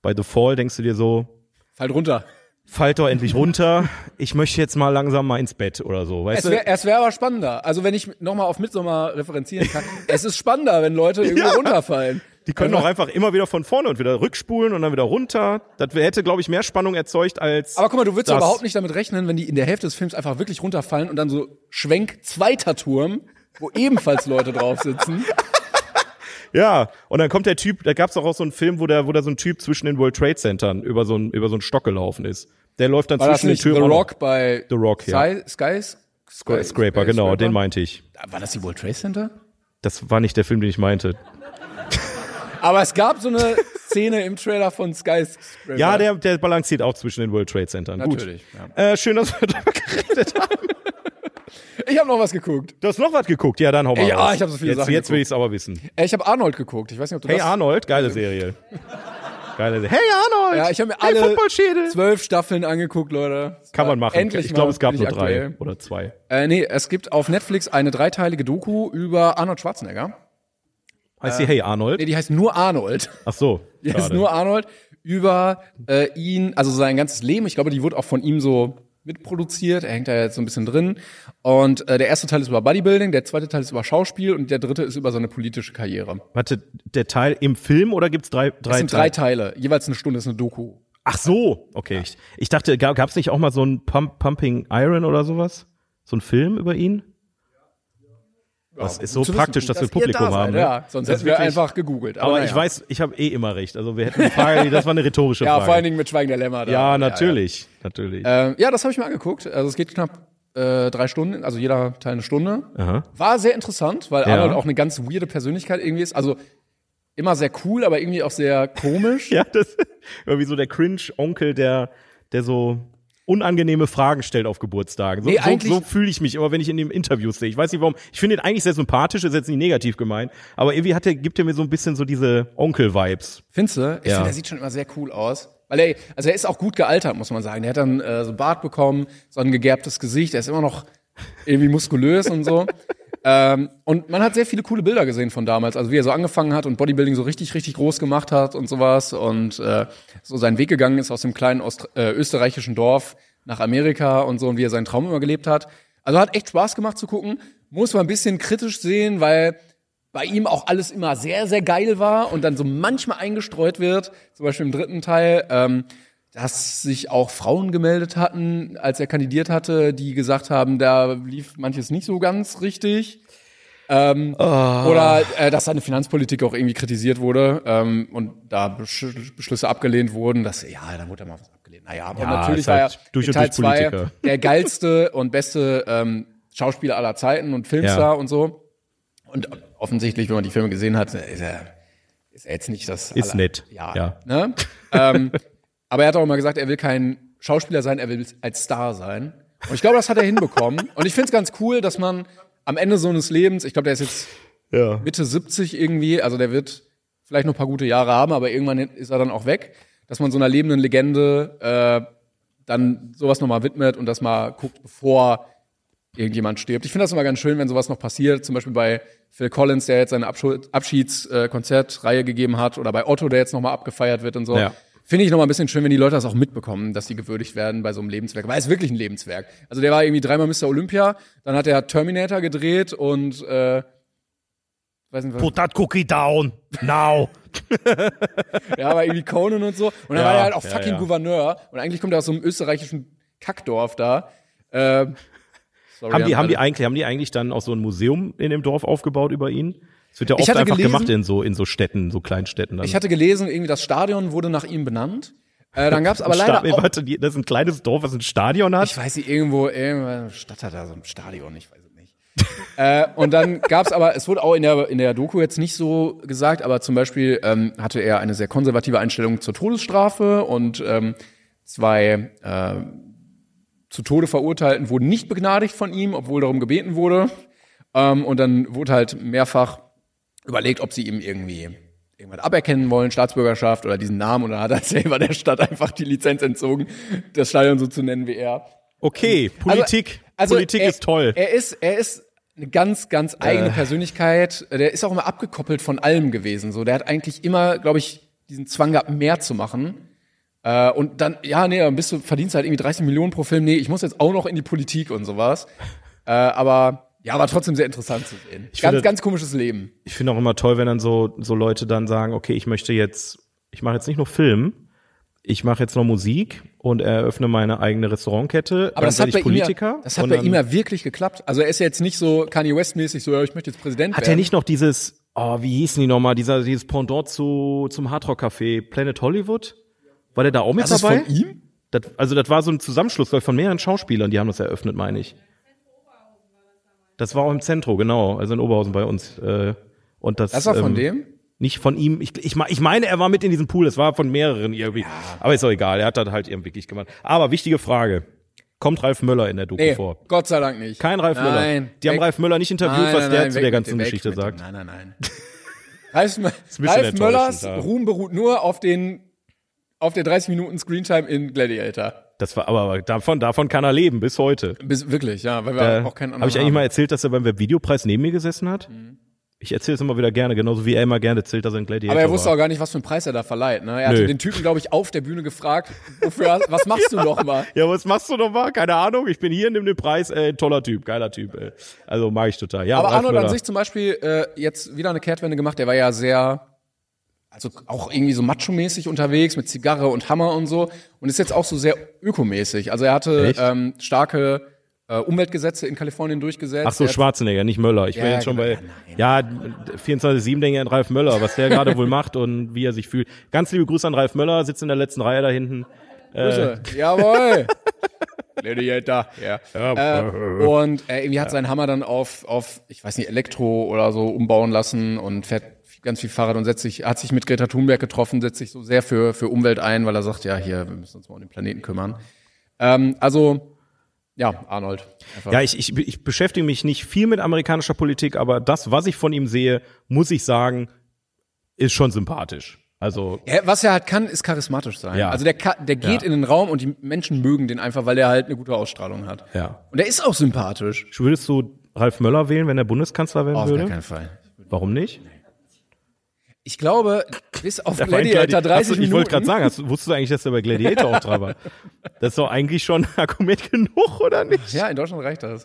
Speaker 2: Bei The Fall denkst du dir so,
Speaker 3: Fall runter.
Speaker 2: fall doch endlich runter, ich möchte jetzt mal langsam mal ins Bett oder so, weißt
Speaker 3: Es
Speaker 2: du?
Speaker 3: wäre es wär aber spannender. Also wenn ich nochmal auf Midsommar referenzieren kann, es ist spannender, wenn Leute irgendwo
Speaker 2: Ja.
Speaker 3: runterfallen.
Speaker 2: Die können
Speaker 3: Also-
Speaker 2: auch einfach immer wieder von vorne und wieder rückspulen und dann wieder runter. Das wär- hätte, glaube ich, mehr Spannung erzeugt als.
Speaker 3: Aber guck mal, du willst ja
Speaker 2: das.
Speaker 3: überhaupt nicht damit rechnen, wenn die in der Hälfte des Films einfach wirklich runterfallen und dann so Schwenk zweiter Turm, wo ebenfalls Leute drauf sitzen.
Speaker 2: Ja, und dann kommt der Typ, da gab's doch auch so einen Film, wo da, wo da so ein Typ zwischen den World Trade Centern über so einen, über so einen Stock gelaufen ist. Der läuft dann
Speaker 3: War das
Speaker 2: zwischen den
Speaker 3: nicht The
Speaker 2: Türen. auch noch-
Speaker 3: Rock Äh, bei
Speaker 2: The Rock, ja.
Speaker 3: Sky, Skies?
Speaker 2: Scraper, genau, den meinte ich.
Speaker 3: War das die World Trade Center?
Speaker 2: Das war nicht der Film, den ich meinte.
Speaker 3: Aber es gab so eine Szene im Trailer von Skies.
Speaker 2: Ja, der, der balanciert auch zwischen den World Trade Centern.
Speaker 3: Natürlich.
Speaker 2: Gut.
Speaker 3: Ja.
Speaker 2: Äh, schön, dass wir darüber geredet haben.
Speaker 3: Ich habe noch was geguckt.
Speaker 2: Du hast noch was geguckt. Ja, dann hau mal
Speaker 3: Ja,
Speaker 2: raus.
Speaker 3: ich hab so viele
Speaker 2: jetzt,
Speaker 3: Sachen
Speaker 2: Jetzt will
Speaker 3: geguckt.
Speaker 2: ich's aber wissen.
Speaker 3: Äh, Ich habe Arnold geguckt. Ich weiß nicht, ob du
Speaker 2: Hey
Speaker 3: das
Speaker 2: Arnold, geile Serie. Geile Serie. Hey Arnold!
Speaker 3: Ja, ich habe mir
Speaker 2: hey,
Speaker 3: alle
Speaker 2: Footballschädel.
Speaker 3: zwölf Staffeln angeguckt, Leute. Es
Speaker 2: Kann
Speaker 3: war
Speaker 2: man machen.
Speaker 3: Endlich
Speaker 2: ich glaube,
Speaker 3: mal
Speaker 2: es gab
Speaker 3: bin
Speaker 2: nur
Speaker 3: ich
Speaker 2: drei
Speaker 3: aktuell.
Speaker 2: oder zwei.
Speaker 3: Äh, nee, es gibt auf Netflix eine dreiteilige Doku über Arnold Schwarzenegger.
Speaker 2: Heißt die Hey Arnold?
Speaker 3: Nee, die heißt nur Arnold.
Speaker 2: Ach so.
Speaker 3: Die heißt
Speaker 2: schade.
Speaker 3: nur Arnold über äh, ihn, also sein ganzes Leben. Ich glaube, die wurde auch von ihm so mitproduziert. Er hängt da jetzt so ein bisschen drin. Und äh, der erste Teil ist über Bodybuilding, der zweite Teil ist über Schauspiel und der dritte ist über seine politische Karriere.
Speaker 2: Warte, der Teil im Film oder gibt's drei,
Speaker 3: Das
Speaker 2: drei
Speaker 3: sind drei Teile. Jeweils eine Stunde ist eine Doku.
Speaker 2: Ach so. Okay. Ich, ich dachte, ga- gab's nicht auch mal so ein Pump, Pumping Iron oder sowas? So ein Film über ihn? Das ist so
Speaker 3: zu wissen,
Speaker 2: praktisch, dass, wir Publikum haben.
Speaker 3: da seid.
Speaker 2: ne?
Speaker 3: Ja, sonst
Speaker 2: Das
Speaker 3: hätten wir
Speaker 2: wirklich-
Speaker 3: einfach gegoogelt.
Speaker 2: Aber
Speaker 3: naja.
Speaker 2: ich weiß, ich habe eh immer recht. Also wir hätten die Frage, das war eine rhetorische
Speaker 3: Ja,
Speaker 2: Frage.
Speaker 3: vor allen Dingen mit Schweigen der Lämmer. Da.
Speaker 2: ja, natürlich, natürlich.
Speaker 3: Ja, ähm, ja das habe ich mir angeguckt. Also es geht knapp äh, drei Stunden, also jeder Teil eine Stunde.
Speaker 2: Aha.
Speaker 3: War sehr interessant, weil
Speaker 2: Ja.
Speaker 3: Arnold auch eine ganz weirde Persönlichkeit irgendwie ist. Also immer sehr cool, aber irgendwie auch sehr komisch.
Speaker 2: Ja, das irgendwie so der Cringe-Onkel, der, der so unangenehme Fragen stellt auf Geburtstagen. So,
Speaker 3: Nee,
Speaker 2: so,
Speaker 3: eigentlich-
Speaker 2: so fühle ich mich immer, wenn ich in dem Interview sehe. Ich weiß nicht warum. Ich finde ihn eigentlich sehr sympathisch, ist jetzt nicht negativ gemeint, aber irgendwie hat er, gibt er mir so ein bisschen so diese Onkel-Vibes.
Speaker 3: Findest du? Ich
Speaker 2: Ja.
Speaker 3: finde, der sieht schon immer sehr cool aus. Weil er, also er ist auch gut gealtert, muss man sagen. Der hat dann äh, so einen Bart bekommen, so ein gegerbtes Gesicht. Er ist immer noch irgendwie muskulös und so. Ähm, und man hat sehr viele coole Bilder gesehen von damals. Also wie er so angefangen hat und Bodybuilding so richtig, richtig groß gemacht hat und sowas. Und äh, so seinen Weg gegangen ist aus dem kleinen Aust äh, österreichischen Dorf nach Amerika und so. Und wie er seinen Traum immer gelebt hat. Also hat echt Spaß gemacht zu gucken. Muss man ein bisschen kritisch sehen, weil bei ihm auch alles immer sehr, sehr geil war und dann so manchmal eingestreut wird, zum Beispiel im dritten Teil, ähm, dass sich auch Frauen gemeldet hatten, als er kandidiert hatte, die gesagt haben, da lief manches nicht so ganz richtig.
Speaker 2: Ah.
Speaker 3: Ähm, Oder äh, dass seine Finanzpolitik auch irgendwie kritisiert wurde ähm, und da Besch Beschlüsse abgelehnt wurden, dass ja, da wurde mal was abgelehnt. Naja, aber
Speaker 2: Ja,
Speaker 3: natürlich
Speaker 2: ist halt
Speaker 3: war er
Speaker 2: durch
Speaker 3: in
Speaker 2: und
Speaker 3: Teil
Speaker 2: durch
Speaker 3: zwei
Speaker 2: Politiker.
Speaker 3: der geilste und beste ähm, Schauspieler aller Zeiten und Filmstar
Speaker 2: Ja.
Speaker 3: und so. Und offensichtlich, wenn man die Filme gesehen hat, ist er, ist er jetzt nicht das.
Speaker 2: Ist nett.
Speaker 3: Ja.
Speaker 2: Ja.
Speaker 3: Ne? ähm, aber er hat auch immer gesagt, er will kein Schauspieler sein, er will als Star sein. Und ich glaube, das hat er hinbekommen. Und ich finde es ganz cool, dass man am Ende so eines Lebens, ich glaube, der ist jetzt
Speaker 2: Ja.
Speaker 3: Mitte 70 irgendwie, also der wird vielleicht noch ein paar gute Jahre haben, aber irgendwann ist er dann auch weg, dass man so einer lebenden Legende äh, dann sowas nochmal widmet und das mal guckt, bevor irgendjemand stirbt. Ich finde das immer ganz schön, wenn sowas noch passiert. Zum Beispiel bei Phil Collins, der jetzt seine Abschiedskonzertreihe gegeben hat, oder bei Otto, der jetzt nochmal abgefeiert wird und so.
Speaker 2: Ja.
Speaker 3: Finde ich nochmal ein bisschen schön, wenn die Leute das auch mitbekommen, dass die gewürdigt werden bei so einem Lebenswerk. Weil es ist wirklich ein Lebenswerk. Also der war irgendwie dreimal Mr. Olympia, dann hat er Terminator gedreht und äh, weiß nicht, was-
Speaker 2: Put that cookie down, now.
Speaker 3: ja, aber irgendwie Conan und so. Und dann
Speaker 2: Ja,
Speaker 3: war er halt auch
Speaker 2: ja,
Speaker 3: fucking
Speaker 2: ja.
Speaker 3: Gouverneur. Und eigentlich kommt er aus so einem österreichischen Kackdorf da. Ähm, sorry,
Speaker 2: Haben die,
Speaker 3: an
Speaker 2: haben die
Speaker 3: alle.
Speaker 2: eigentlich, haben die eigentlich dann auch so ein Museum in dem Dorf aufgebaut über ihn? Das wird ja
Speaker 3: Ich
Speaker 2: oft
Speaker 3: hatte
Speaker 2: einfach
Speaker 3: gelesen-
Speaker 2: gemacht in so, in so Städten, so Kleinstädten. Dann.
Speaker 3: ich hatte gelesen, irgendwie das Stadion wurde nach ihm benannt. Äh, dann gab's aber
Speaker 2: Ein
Speaker 3: leider.
Speaker 2: Stadion,
Speaker 3: auch-
Speaker 2: warte, die- das ist ein kleines Dorf, was ein Stadion hat.
Speaker 3: Ich weiß nicht, irgendwo, irgendwo Stadt hat da so ein Stadion, ich weiß es nicht. äh, und dann gab's aber, es wurde auch in der, in der Doku jetzt nicht so gesagt, aber zum Beispiel ähm, hatte er eine sehr konservative Einstellung zur Todesstrafe und ähm, zwei äh, zu Tode verurteilten wurden nicht begnadigt von ihm, obwohl darum gebeten wurde. Ähm, und dann wurde halt mehrfach überlegt, ob sie ihm irgendwie irgendwas aberkennen wollen, Staatsbürgerschaft oder diesen Namen. Und dann hat er selber der Stadt einfach die Lizenz entzogen, das Stadion so zu nennen wie er.
Speaker 2: okay, Politik.
Speaker 3: Ähm, Also, also
Speaker 2: Politik
Speaker 3: er,
Speaker 2: ist toll. Äh.
Speaker 3: Er ist, er ist eine ganz, ganz eigene Persönlichkeit. Der ist auch immer abgekoppelt von allem gewesen. So, der hat eigentlich immer, glaube ich, diesen Zwang gehabt, mehr zu machen. Äh, und dann, ja, nee, dann bist du, verdienst halt irgendwie 30 Millionen pro Film. Nee, ich muss jetzt auch noch in die Politik und sowas. Äh, aber ja, war trotzdem sehr interessant zu sehen. ganz,
Speaker 2: finde-
Speaker 3: ganz komisches Leben.
Speaker 2: ich finde auch immer toll, wenn dann so, so Leute dann sagen, okay, ich möchte jetzt, ich mache jetzt nicht nur Film, ich mache jetzt noch Musik und eröffne meine eigene Restaurantkette.
Speaker 3: Aber das
Speaker 2: dann
Speaker 3: hat,
Speaker 2: werde
Speaker 3: bei
Speaker 2: ich
Speaker 3: ihm ja,
Speaker 2: Politiker.
Speaker 3: das hat
Speaker 2: und
Speaker 3: bei
Speaker 2: dann-
Speaker 3: ihm ja wirklich geklappt. Also er ist ja jetzt nicht so Kanye West-mäßig, so ja, ich möchte jetzt Präsident
Speaker 2: Hat
Speaker 3: werden.
Speaker 2: er nicht noch dieses, oh, wie hießen die nochmal, dieser, dieses Pendant zu, zum Hardrock Café, Planet Hollywood? War der da auch mit
Speaker 3: das ist
Speaker 2: dabei?
Speaker 3: von ihm?
Speaker 2: Das, also das war so ein Zusammenschluss glaub ich, von mehreren Schauspielern, die haben das eröffnet, meine ich. Das war auch im Zentro, genau, also in Oberhausen bei uns. Äh, und das,
Speaker 3: Das war von
Speaker 2: ähm,
Speaker 3: dem?
Speaker 2: Nicht von ihm. Ich, ich, me- ich meine, er war mit in diesem Pool. Es war von mehreren irgendwie. Aber ist doch egal. Er hat das halt irgendwie wirklich gemacht. Aber wichtige Frage. Kommt Ralf Möller in der Doku
Speaker 3: Nee,
Speaker 2: vor?
Speaker 3: Gott sei Dank nicht.
Speaker 2: Kein Ralf
Speaker 3: nein,
Speaker 2: Möller. Die haben
Speaker 3: weg.
Speaker 2: Ralf Möller nicht interviewt,
Speaker 3: Nein,
Speaker 2: was
Speaker 3: nein,
Speaker 2: der
Speaker 3: nein,
Speaker 2: zu
Speaker 3: weg
Speaker 2: der
Speaker 3: mit
Speaker 2: ganzen
Speaker 3: dem, weg
Speaker 2: Geschichte
Speaker 3: mit dem.
Speaker 2: sagt.
Speaker 3: Nein, nein, nein. Ralf, Mö-
Speaker 2: bisschen
Speaker 3: Ralf
Speaker 2: enttäuschend,
Speaker 3: Möllers
Speaker 2: ja.
Speaker 3: Ruhm beruht nur auf den auf der 30 Minuten Screentime in Gladiator.
Speaker 2: Das war, aber- aber davon, davon kann er leben bis heute.
Speaker 3: Bis, wirklich, ja, weil wir
Speaker 2: Äh,
Speaker 3: auch keinen
Speaker 2: Habe
Speaker 3: anderen
Speaker 2: ich eigentlich
Speaker 3: haben.
Speaker 2: mal erzählt, dass er beim Webvideopreis neben mir gesessen hat?
Speaker 3: Mhm.
Speaker 2: Ich erzähle es immer wieder gerne, genauso wie er immer gerne erzählt, dass er ein Gladiator
Speaker 3: aber er wusste
Speaker 2: war.
Speaker 3: auch gar nicht, was für einen Preis er da verleiht. Ne? Er hatte
Speaker 2: Nö.
Speaker 3: den Typen, glaube ich, auf der Bühne gefragt, wofür, was machst du noch mal?
Speaker 2: Ja, was machst du nochmal? Keine Ahnung. Ich bin hier, nimm den Preis. Äh, toller Typ, geiler Typ. Äh. Also mag ich total. Ja,
Speaker 3: Aber
Speaker 2: Ralf
Speaker 3: Arnold
Speaker 2: Möller.
Speaker 3: an sich zum Beispiel äh, jetzt wieder eine Kehrtwende gemacht. Der war ja sehr, also auch irgendwie so macho-mäßig unterwegs mit Zigarre und Hammer und so. Und ist jetzt auch so sehr ökomäßig. Also er hatte
Speaker 2: Echt?
Speaker 3: ähm, starke äh, Umweltgesetze in Kalifornien durchgesetzt.
Speaker 2: Ach so,
Speaker 3: Er hat-
Speaker 2: Schwarzenegger, nicht Möller. Ich bin
Speaker 3: Ja,
Speaker 2: jetzt schon
Speaker 3: genau.
Speaker 2: bei, ja, 24-7 denke ich an Ralf Möller, was der gerade wohl macht und wie er sich fühlt. Ganz liebe Grüße an Ralf Möller, sitzt in der letzten Reihe da hinten.
Speaker 3: Grüße. Jawohl. Gladiator. Ja. Äh, und äh, irgendwie hat sein Hammer dann auf, auf, ich weiß nicht, Elektro oder so umbauen lassen und fährt ganz viel Fahrrad und setzt sich, hat sich mit Greta Thunberg getroffen, setzt sich so sehr für, für Umwelt ein, weil er sagt, ja, hier, wir müssen uns mal um den Planeten kümmern. Ähm, also, ja, Arnold. Einfach.
Speaker 2: Ja, ich, ich, ich beschäftige mich nicht viel mit amerikanischer Politik, aber das, was ich von ihm sehe, muss ich sagen, ist schon sympathisch. Also,
Speaker 3: Ja, was er halt kann, ist charismatisch sein.
Speaker 2: Ja.
Speaker 3: Also der, ka- der
Speaker 2: Ja.
Speaker 3: geht in den Raum und die Menschen mögen den einfach, weil er halt eine gute Ausstrahlung hat.
Speaker 2: ja.
Speaker 3: Und er ist auch sympathisch.
Speaker 2: Würdest du Ralf Möller wählen, wenn er Bundeskanzler werden
Speaker 3: Auf gar
Speaker 2: würde?
Speaker 3: keinen Fall.
Speaker 2: Warum nicht?
Speaker 3: Ich glaube, bis auf
Speaker 2: Da war ein
Speaker 3: Gladiator
Speaker 2: Gladi- hast
Speaker 3: 30
Speaker 2: du,
Speaker 3: Minuten.
Speaker 2: Ich wollte gerade sagen, hast, du- wusstest du eigentlich, dass der bei Gladiator auch dran war? Das ist doch eigentlich schon Argument genug, oder nicht?
Speaker 3: Ja, in Deutschland reicht das.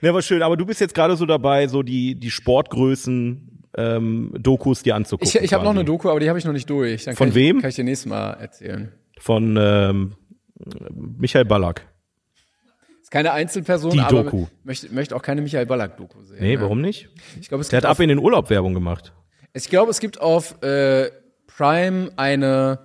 Speaker 2: Ja, war schön. Aber du bist jetzt gerade so dabei, so die, die Sportgrößen, ähm, Dokus dir anzugucken.
Speaker 3: Ich, ich habe noch
Speaker 2: quasi.
Speaker 3: eine Doku, aber die habe ich noch nicht durch. Dann
Speaker 2: Von
Speaker 3: kann
Speaker 2: wem?
Speaker 3: Ich, kann ich dir nächstes Mal erzählen.
Speaker 2: Von ähm, Michael Ballack.
Speaker 3: Ist keine Einzelperson,
Speaker 2: Die
Speaker 3: aber
Speaker 2: Doku.
Speaker 3: möchte möchte auch keine Michael Ballack Doku sehen.
Speaker 2: Nee,
Speaker 3: ne?
Speaker 2: warum nicht?
Speaker 3: Ich glaube, es,
Speaker 2: Der
Speaker 3: gibt
Speaker 2: hat ab
Speaker 3: auf-
Speaker 2: in den Urlaub Werbung gemacht.
Speaker 3: ich glaube, es gibt auf äh, Prime eine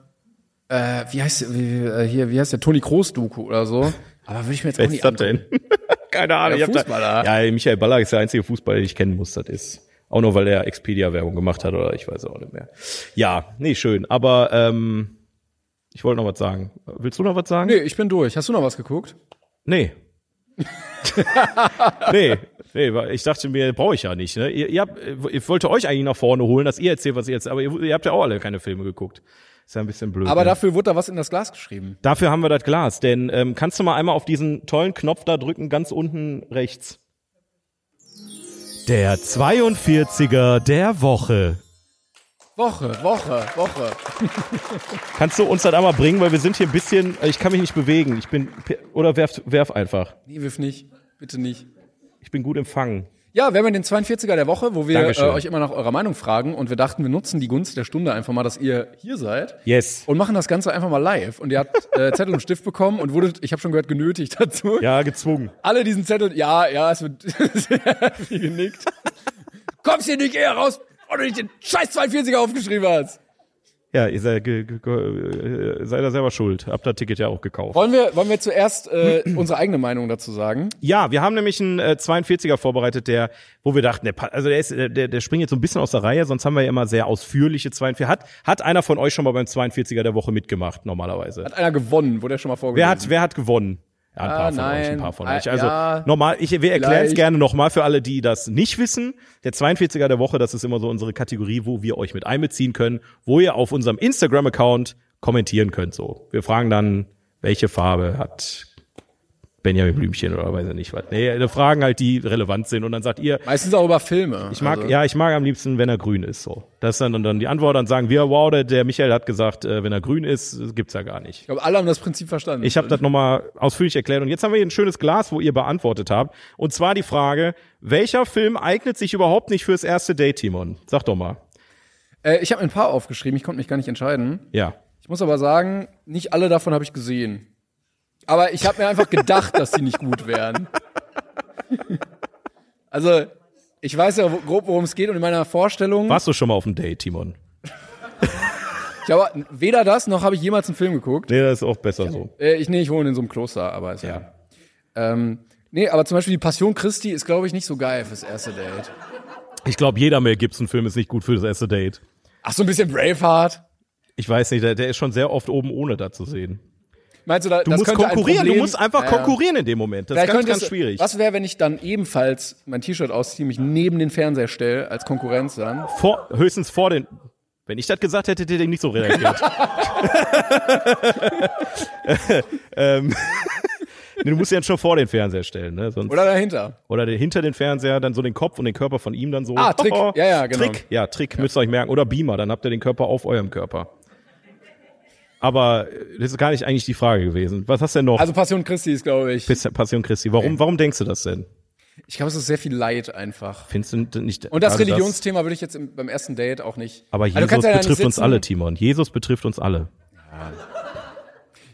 Speaker 3: äh, wie heißt wie, äh, hier, wie heißt der Toni Kroos Doku oder so, aber würde ich mir jetzt auch
Speaker 2: Wer
Speaker 3: nicht
Speaker 2: ist das denn? Keine Ahnung. ich
Speaker 3: Der
Speaker 2: hab Da,
Speaker 3: Fußballer.
Speaker 2: ja, Michael Ballack ist der einzige Fußballer, den ich kennen muss, das ist. Auch nur, weil er Expedia-Werbung gemacht hat oder ich weiß auch nicht mehr. Ja, nee, schön. Aber ähm, ich wollte noch was sagen. Willst du noch was sagen?
Speaker 3: Nee, ich bin durch. Hast du noch was geguckt?
Speaker 2: Nee. nee, nee, weil ich dachte mir, brauche ich ja nicht. Ne? Ihr, ihr, habt, ich wollte euch eigentlich nach vorne holen, dass ihr erzählt, was ihr jetzt, aber ihr, ihr habt ja auch alle keine Filme geguckt. Ist ja ein bisschen blöd.
Speaker 3: Aber
Speaker 2: ne?
Speaker 3: dafür wurde da was in das Glas geschrieben.
Speaker 2: dafür haben wir das Glas, denn ähm, kannst du mal einmal auf diesen tollen Knopf da drücken, ganz unten rechts. Der 42er der Woche.
Speaker 3: Woche, Woche, Woche.
Speaker 2: Kannst du uns das einmal bringen, weil wir sind hier ein bisschen, äh, ich kann mich nicht bewegen. Ich bin, oder werf, werf einfach.
Speaker 3: Nee, wirf nicht. Bitte nicht.
Speaker 2: Ich bin gut empfangen.
Speaker 3: Ja, wir haben ja den 42er der Woche, wo wir äh,
Speaker 2: Dankeschön.
Speaker 3: euch immer nach eurer Meinung fragen und wir dachten, wir nutzen die Gunst der Stunde einfach mal, dass ihr hier seid
Speaker 2: Yes.
Speaker 3: und machen das Ganze einfach mal live. Und ihr habt äh, Zettel und Stift bekommen und wurdet, ich habe schon gehört, genötigt dazu.
Speaker 2: Ja, gezwungen.
Speaker 3: Alle diesen Zettel, ja, ja, es wird wie genickt. Kommst hier nicht eher raus, weil du nicht den scheiß 42er aufgeschrieben hast.
Speaker 2: Ja, ihr seid, ge, ge, ge, äh, seid da selber schuld. Habt das Ticket ja auch gekauft.
Speaker 3: Wollen wir, wollen wir zuerst äh, unsere eigene Meinung dazu sagen?
Speaker 2: Ja, wir haben nämlich einen äh, 42er vorbereitet, der, wo wir dachten, der, pa- also der, ist, äh, der, der springt jetzt so ein bisschen aus der Reihe, sonst haben wir ja immer sehr ausführliche 42. Hat, hat einer von euch schon mal beim 42er der Woche mitgemacht, normalerweise?
Speaker 3: Hat einer gewonnen, wurde er schon mal vorgelesen.
Speaker 2: Wer hat, wer hat gewonnen? Ja, ein
Speaker 3: Ah,
Speaker 2: paar von
Speaker 3: nein.
Speaker 2: euch, ein paar von
Speaker 3: Ah,
Speaker 2: euch. Also
Speaker 3: ja.
Speaker 2: nochmal, ich, wir erklären es
Speaker 3: Vielleicht.
Speaker 2: gerne nochmal für alle, die das nicht wissen. Der 42er der Woche, das ist immer so unsere Kategorie, wo wir euch mit einbeziehen können, wo ihr auf unserem Instagram-Account kommentieren könnt. So, wir fragen dann, welche Farbe hat Benjamin Blümchen oder weiß ich nicht was. Nee, wir fragen halt, die relevant sind und dann sagt ihr,
Speaker 3: Meistens auch über Filme. Also,
Speaker 2: ich mag, ja, ich mag am liebsten, wenn er grün ist. So, das ist dann und dann die Antwort. Dann sagen wir, wow, der, der Michael hat gesagt, äh, wenn er grün ist, gibt's ja gar nicht.
Speaker 3: Ich glaube, alle haben das Prinzip verstanden.
Speaker 2: Äh, Ich habe das nochmal ausführlich erklärt. Und jetzt haben wir hier ein schönes Glas, wo ihr beantwortet habt. Und zwar die Frage, welcher Film eignet sich überhaupt nicht fürs erste Date, Timon? Sag doch mal.
Speaker 3: äh, ich habe ein paar aufgeschrieben, ich konnte mich gar nicht entscheiden.
Speaker 2: Ja.
Speaker 3: Ich muss aber sagen, nicht alle davon habe ich gesehen. Aber ich habe mir einfach gedacht, dass die nicht gut wären. Also, ich weiß ja wo- grob, worum es geht und in meiner Vorstellung.
Speaker 2: Warst du schon mal auf dem Date, Timon?
Speaker 3: Ich habe weder das noch habe ich jemals einen Film geguckt.
Speaker 2: Nee, das ist auch besser so.
Speaker 3: Äh, ich, nee, ich wohne in so einem Kloster, aber ist ja. Ähm, nee, aber zum Beispiel die Passion Christi ist, glaube ich, nicht so geil fürs erste Date.
Speaker 2: Ich glaube, jeder Mel Gibson-Film ist nicht gut für das erste Date.
Speaker 3: Ach, so ein bisschen Braveheart.
Speaker 2: Ich weiß nicht, der, der ist schon sehr oft oben ohne da zu sehen.
Speaker 3: Meinst du, da,
Speaker 2: Du
Speaker 3: das
Speaker 2: musst
Speaker 3: könnte ein
Speaker 2: konkurrieren, du
Speaker 3: Problem-
Speaker 2: musst einfach
Speaker 3: Ja, ja.
Speaker 2: konkurrieren in dem Moment. Das ist
Speaker 3: Vielleicht
Speaker 2: ganz,
Speaker 3: könntest
Speaker 2: ganz
Speaker 3: du-
Speaker 2: schwierig.
Speaker 3: Was wäre, wenn ich dann ebenfalls mein T-Shirt ausziehe, mich neben den Fernseher stelle, als Konkurrenz dann?
Speaker 2: Vor, höchstens vor den. Wenn ich das gesagt hätte, hätte ihr nicht so reagiert. ähm, nee, du musst ja schon vor den Fernseher stellen, ne? Sonst,
Speaker 3: Oder dahinter?
Speaker 2: oder den, hinter den Fernseher, dann so den Kopf und den Körper von ihm dann so.
Speaker 3: Ah, Trick. Ja, ja, genau.
Speaker 2: Trick, ja, Trick müsst ihr euch merken. Oder Beamer, dann habt ihr den Körper auf eurem Körper. Aber äh, das ist gar nicht eigentlich die Frage gewesen. Was hast du denn noch?
Speaker 3: Also Passion Christi ist, glaube ich.
Speaker 2: Bis- Passion Christi. Warum, warum denkst du das denn?
Speaker 3: Ich glaube, es ist sehr viel Leid einfach.
Speaker 2: Findest du nicht.
Speaker 3: Und das
Speaker 2: gerade
Speaker 3: Religionsthema würde ich jetzt im, beim ersten Date auch nicht.
Speaker 2: Aber
Speaker 3: Also du
Speaker 2: Jesus
Speaker 3: kannst ja da nicht
Speaker 2: betrifft uns
Speaker 3: sitzen.
Speaker 2: alle, Timon. Jesus betrifft uns alle.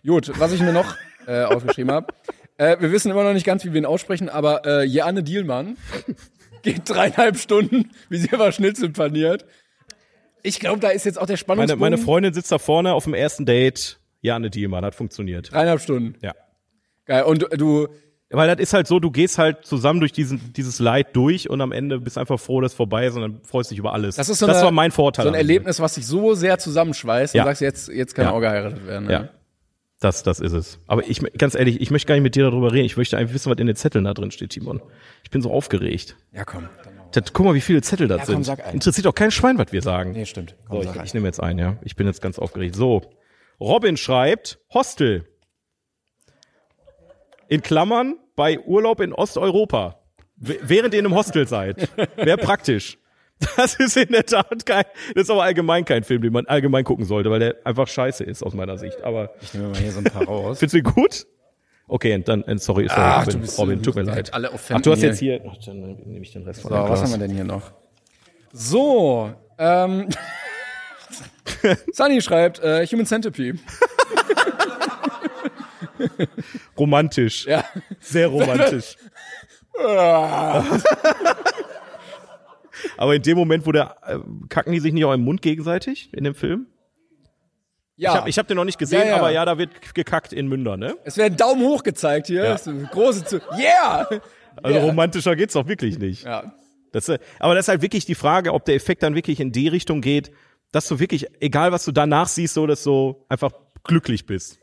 Speaker 3: Gut, was ich mir noch äh, aufgeschrieben habe. Äh, wir wissen immer noch nicht ganz, wie wir ihn aussprechen, aber äh, Janne Dielmann geht dreieinhalb Stunden, wie sie aber Schnitzel paniert. Ich glaube, da ist jetzt auch der
Speaker 2: Meine,
Speaker 3: Spannungsbogen.
Speaker 2: meine Freundin sitzt da vorne auf dem ersten Date. Ja, eine Dielmann, hat funktioniert.
Speaker 3: Dreieinhalb Stunden.
Speaker 2: Ja.
Speaker 3: Geil. Und äh, du,
Speaker 2: Weil das ist halt so, du gehst halt zusammen durch diesen, dieses Leid durch und am Ende bist einfach froh, dass es vorbei ist und dann freust dich über alles.
Speaker 3: das ist so
Speaker 2: das
Speaker 3: eine,
Speaker 2: war mein Vorteil.
Speaker 3: So ein
Speaker 2: am Ende.
Speaker 3: Erlebnis, was dich so sehr zusammenschweißt
Speaker 2: Ja.
Speaker 3: und sagst, jetzt, jetzt kann
Speaker 2: Ja.
Speaker 3: auch geheiratet werden. ne?
Speaker 2: Ja. Das, das ist es. Aber ich, ganz ehrlich, ich möchte gar nicht mit dir darüber reden. Ich möchte einfach wissen, was in den Zetteln da drin steht, Timon. Ich bin so aufgeregt.
Speaker 3: Ja, komm. Dann machen wir.
Speaker 2: Das, guck mal, wie viele Zettel das
Speaker 3: Ja,
Speaker 2: sind.
Speaker 3: komm, sag einen.
Speaker 2: Interessiert doch kein Schwein, was wir sagen.
Speaker 3: Nee, stimmt.
Speaker 2: so,
Speaker 3: Komm,
Speaker 2: ich,
Speaker 3: sag rein.
Speaker 2: ich nehme jetzt einen, ja. Ich bin jetzt ganz aufgeregt. So. Robin schreibt, Hostel. In Klammern, bei Urlaub in Osteuropa. W- Während ihr in einem Hostel seid. Wäre praktisch. Das ist in der Tat kein, das ist aber allgemein kein Film, den man allgemein gucken sollte, weil der einfach scheiße ist aus meiner Sicht. Aber
Speaker 3: Ich nehme mal hier so ein paar raus.
Speaker 2: Findest du ihn gut? Okay, und dann, äh, sorry, sorry,
Speaker 3: Ach,
Speaker 2: Robin,
Speaker 3: du bist-
Speaker 2: Robin, tut mir
Speaker 3: du-
Speaker 2: leid.
Speaker 3: alle
Speaker 2: Ach, du hast
Speaker 3: hier.
Speaker 2: jetzt hier, ach, dann nehme ich den Rest von
Speaker 3: So,
Speaker 2: dem
Speaker 3: was haben
Speaker 2: Glas.
Speaker 3: wir denn hier noch? So, ähm. Sunny schreibt, äh, Human Centipede.
Speaker 2: Romantisch,
Speaker 3: Ja.
Speaker 2: sehr romantisch. Aber in dem Moment, wo der, äh, kacken die sich nicht auch im Mund gegenseitig in dem Film?
Speaker 3: Ja,
Speaker 2: Ich habe ich hab den noch nicht gesehen,
Speaker 3: Ja, ja.
Speaker 2: aber ja, da wird gekackt in Münder, ne?
Speaker 3: es werden Daumen hoch gezeigt hier. Das ist eine große zu. Yeah!
Speaker 2: Also
Speaker 3: Ja.
Speaker 2: romantischer geht's doch wirklich nicht.
Speaker 3: Ja.
Speaker 2: Das, äh, aber das ist halt wirklich die Frage, ob der Effekt dann wirklich in die Richtung geht, dass du wirklich, egal was du danach siehst, so, dass du einfach glücklich bist.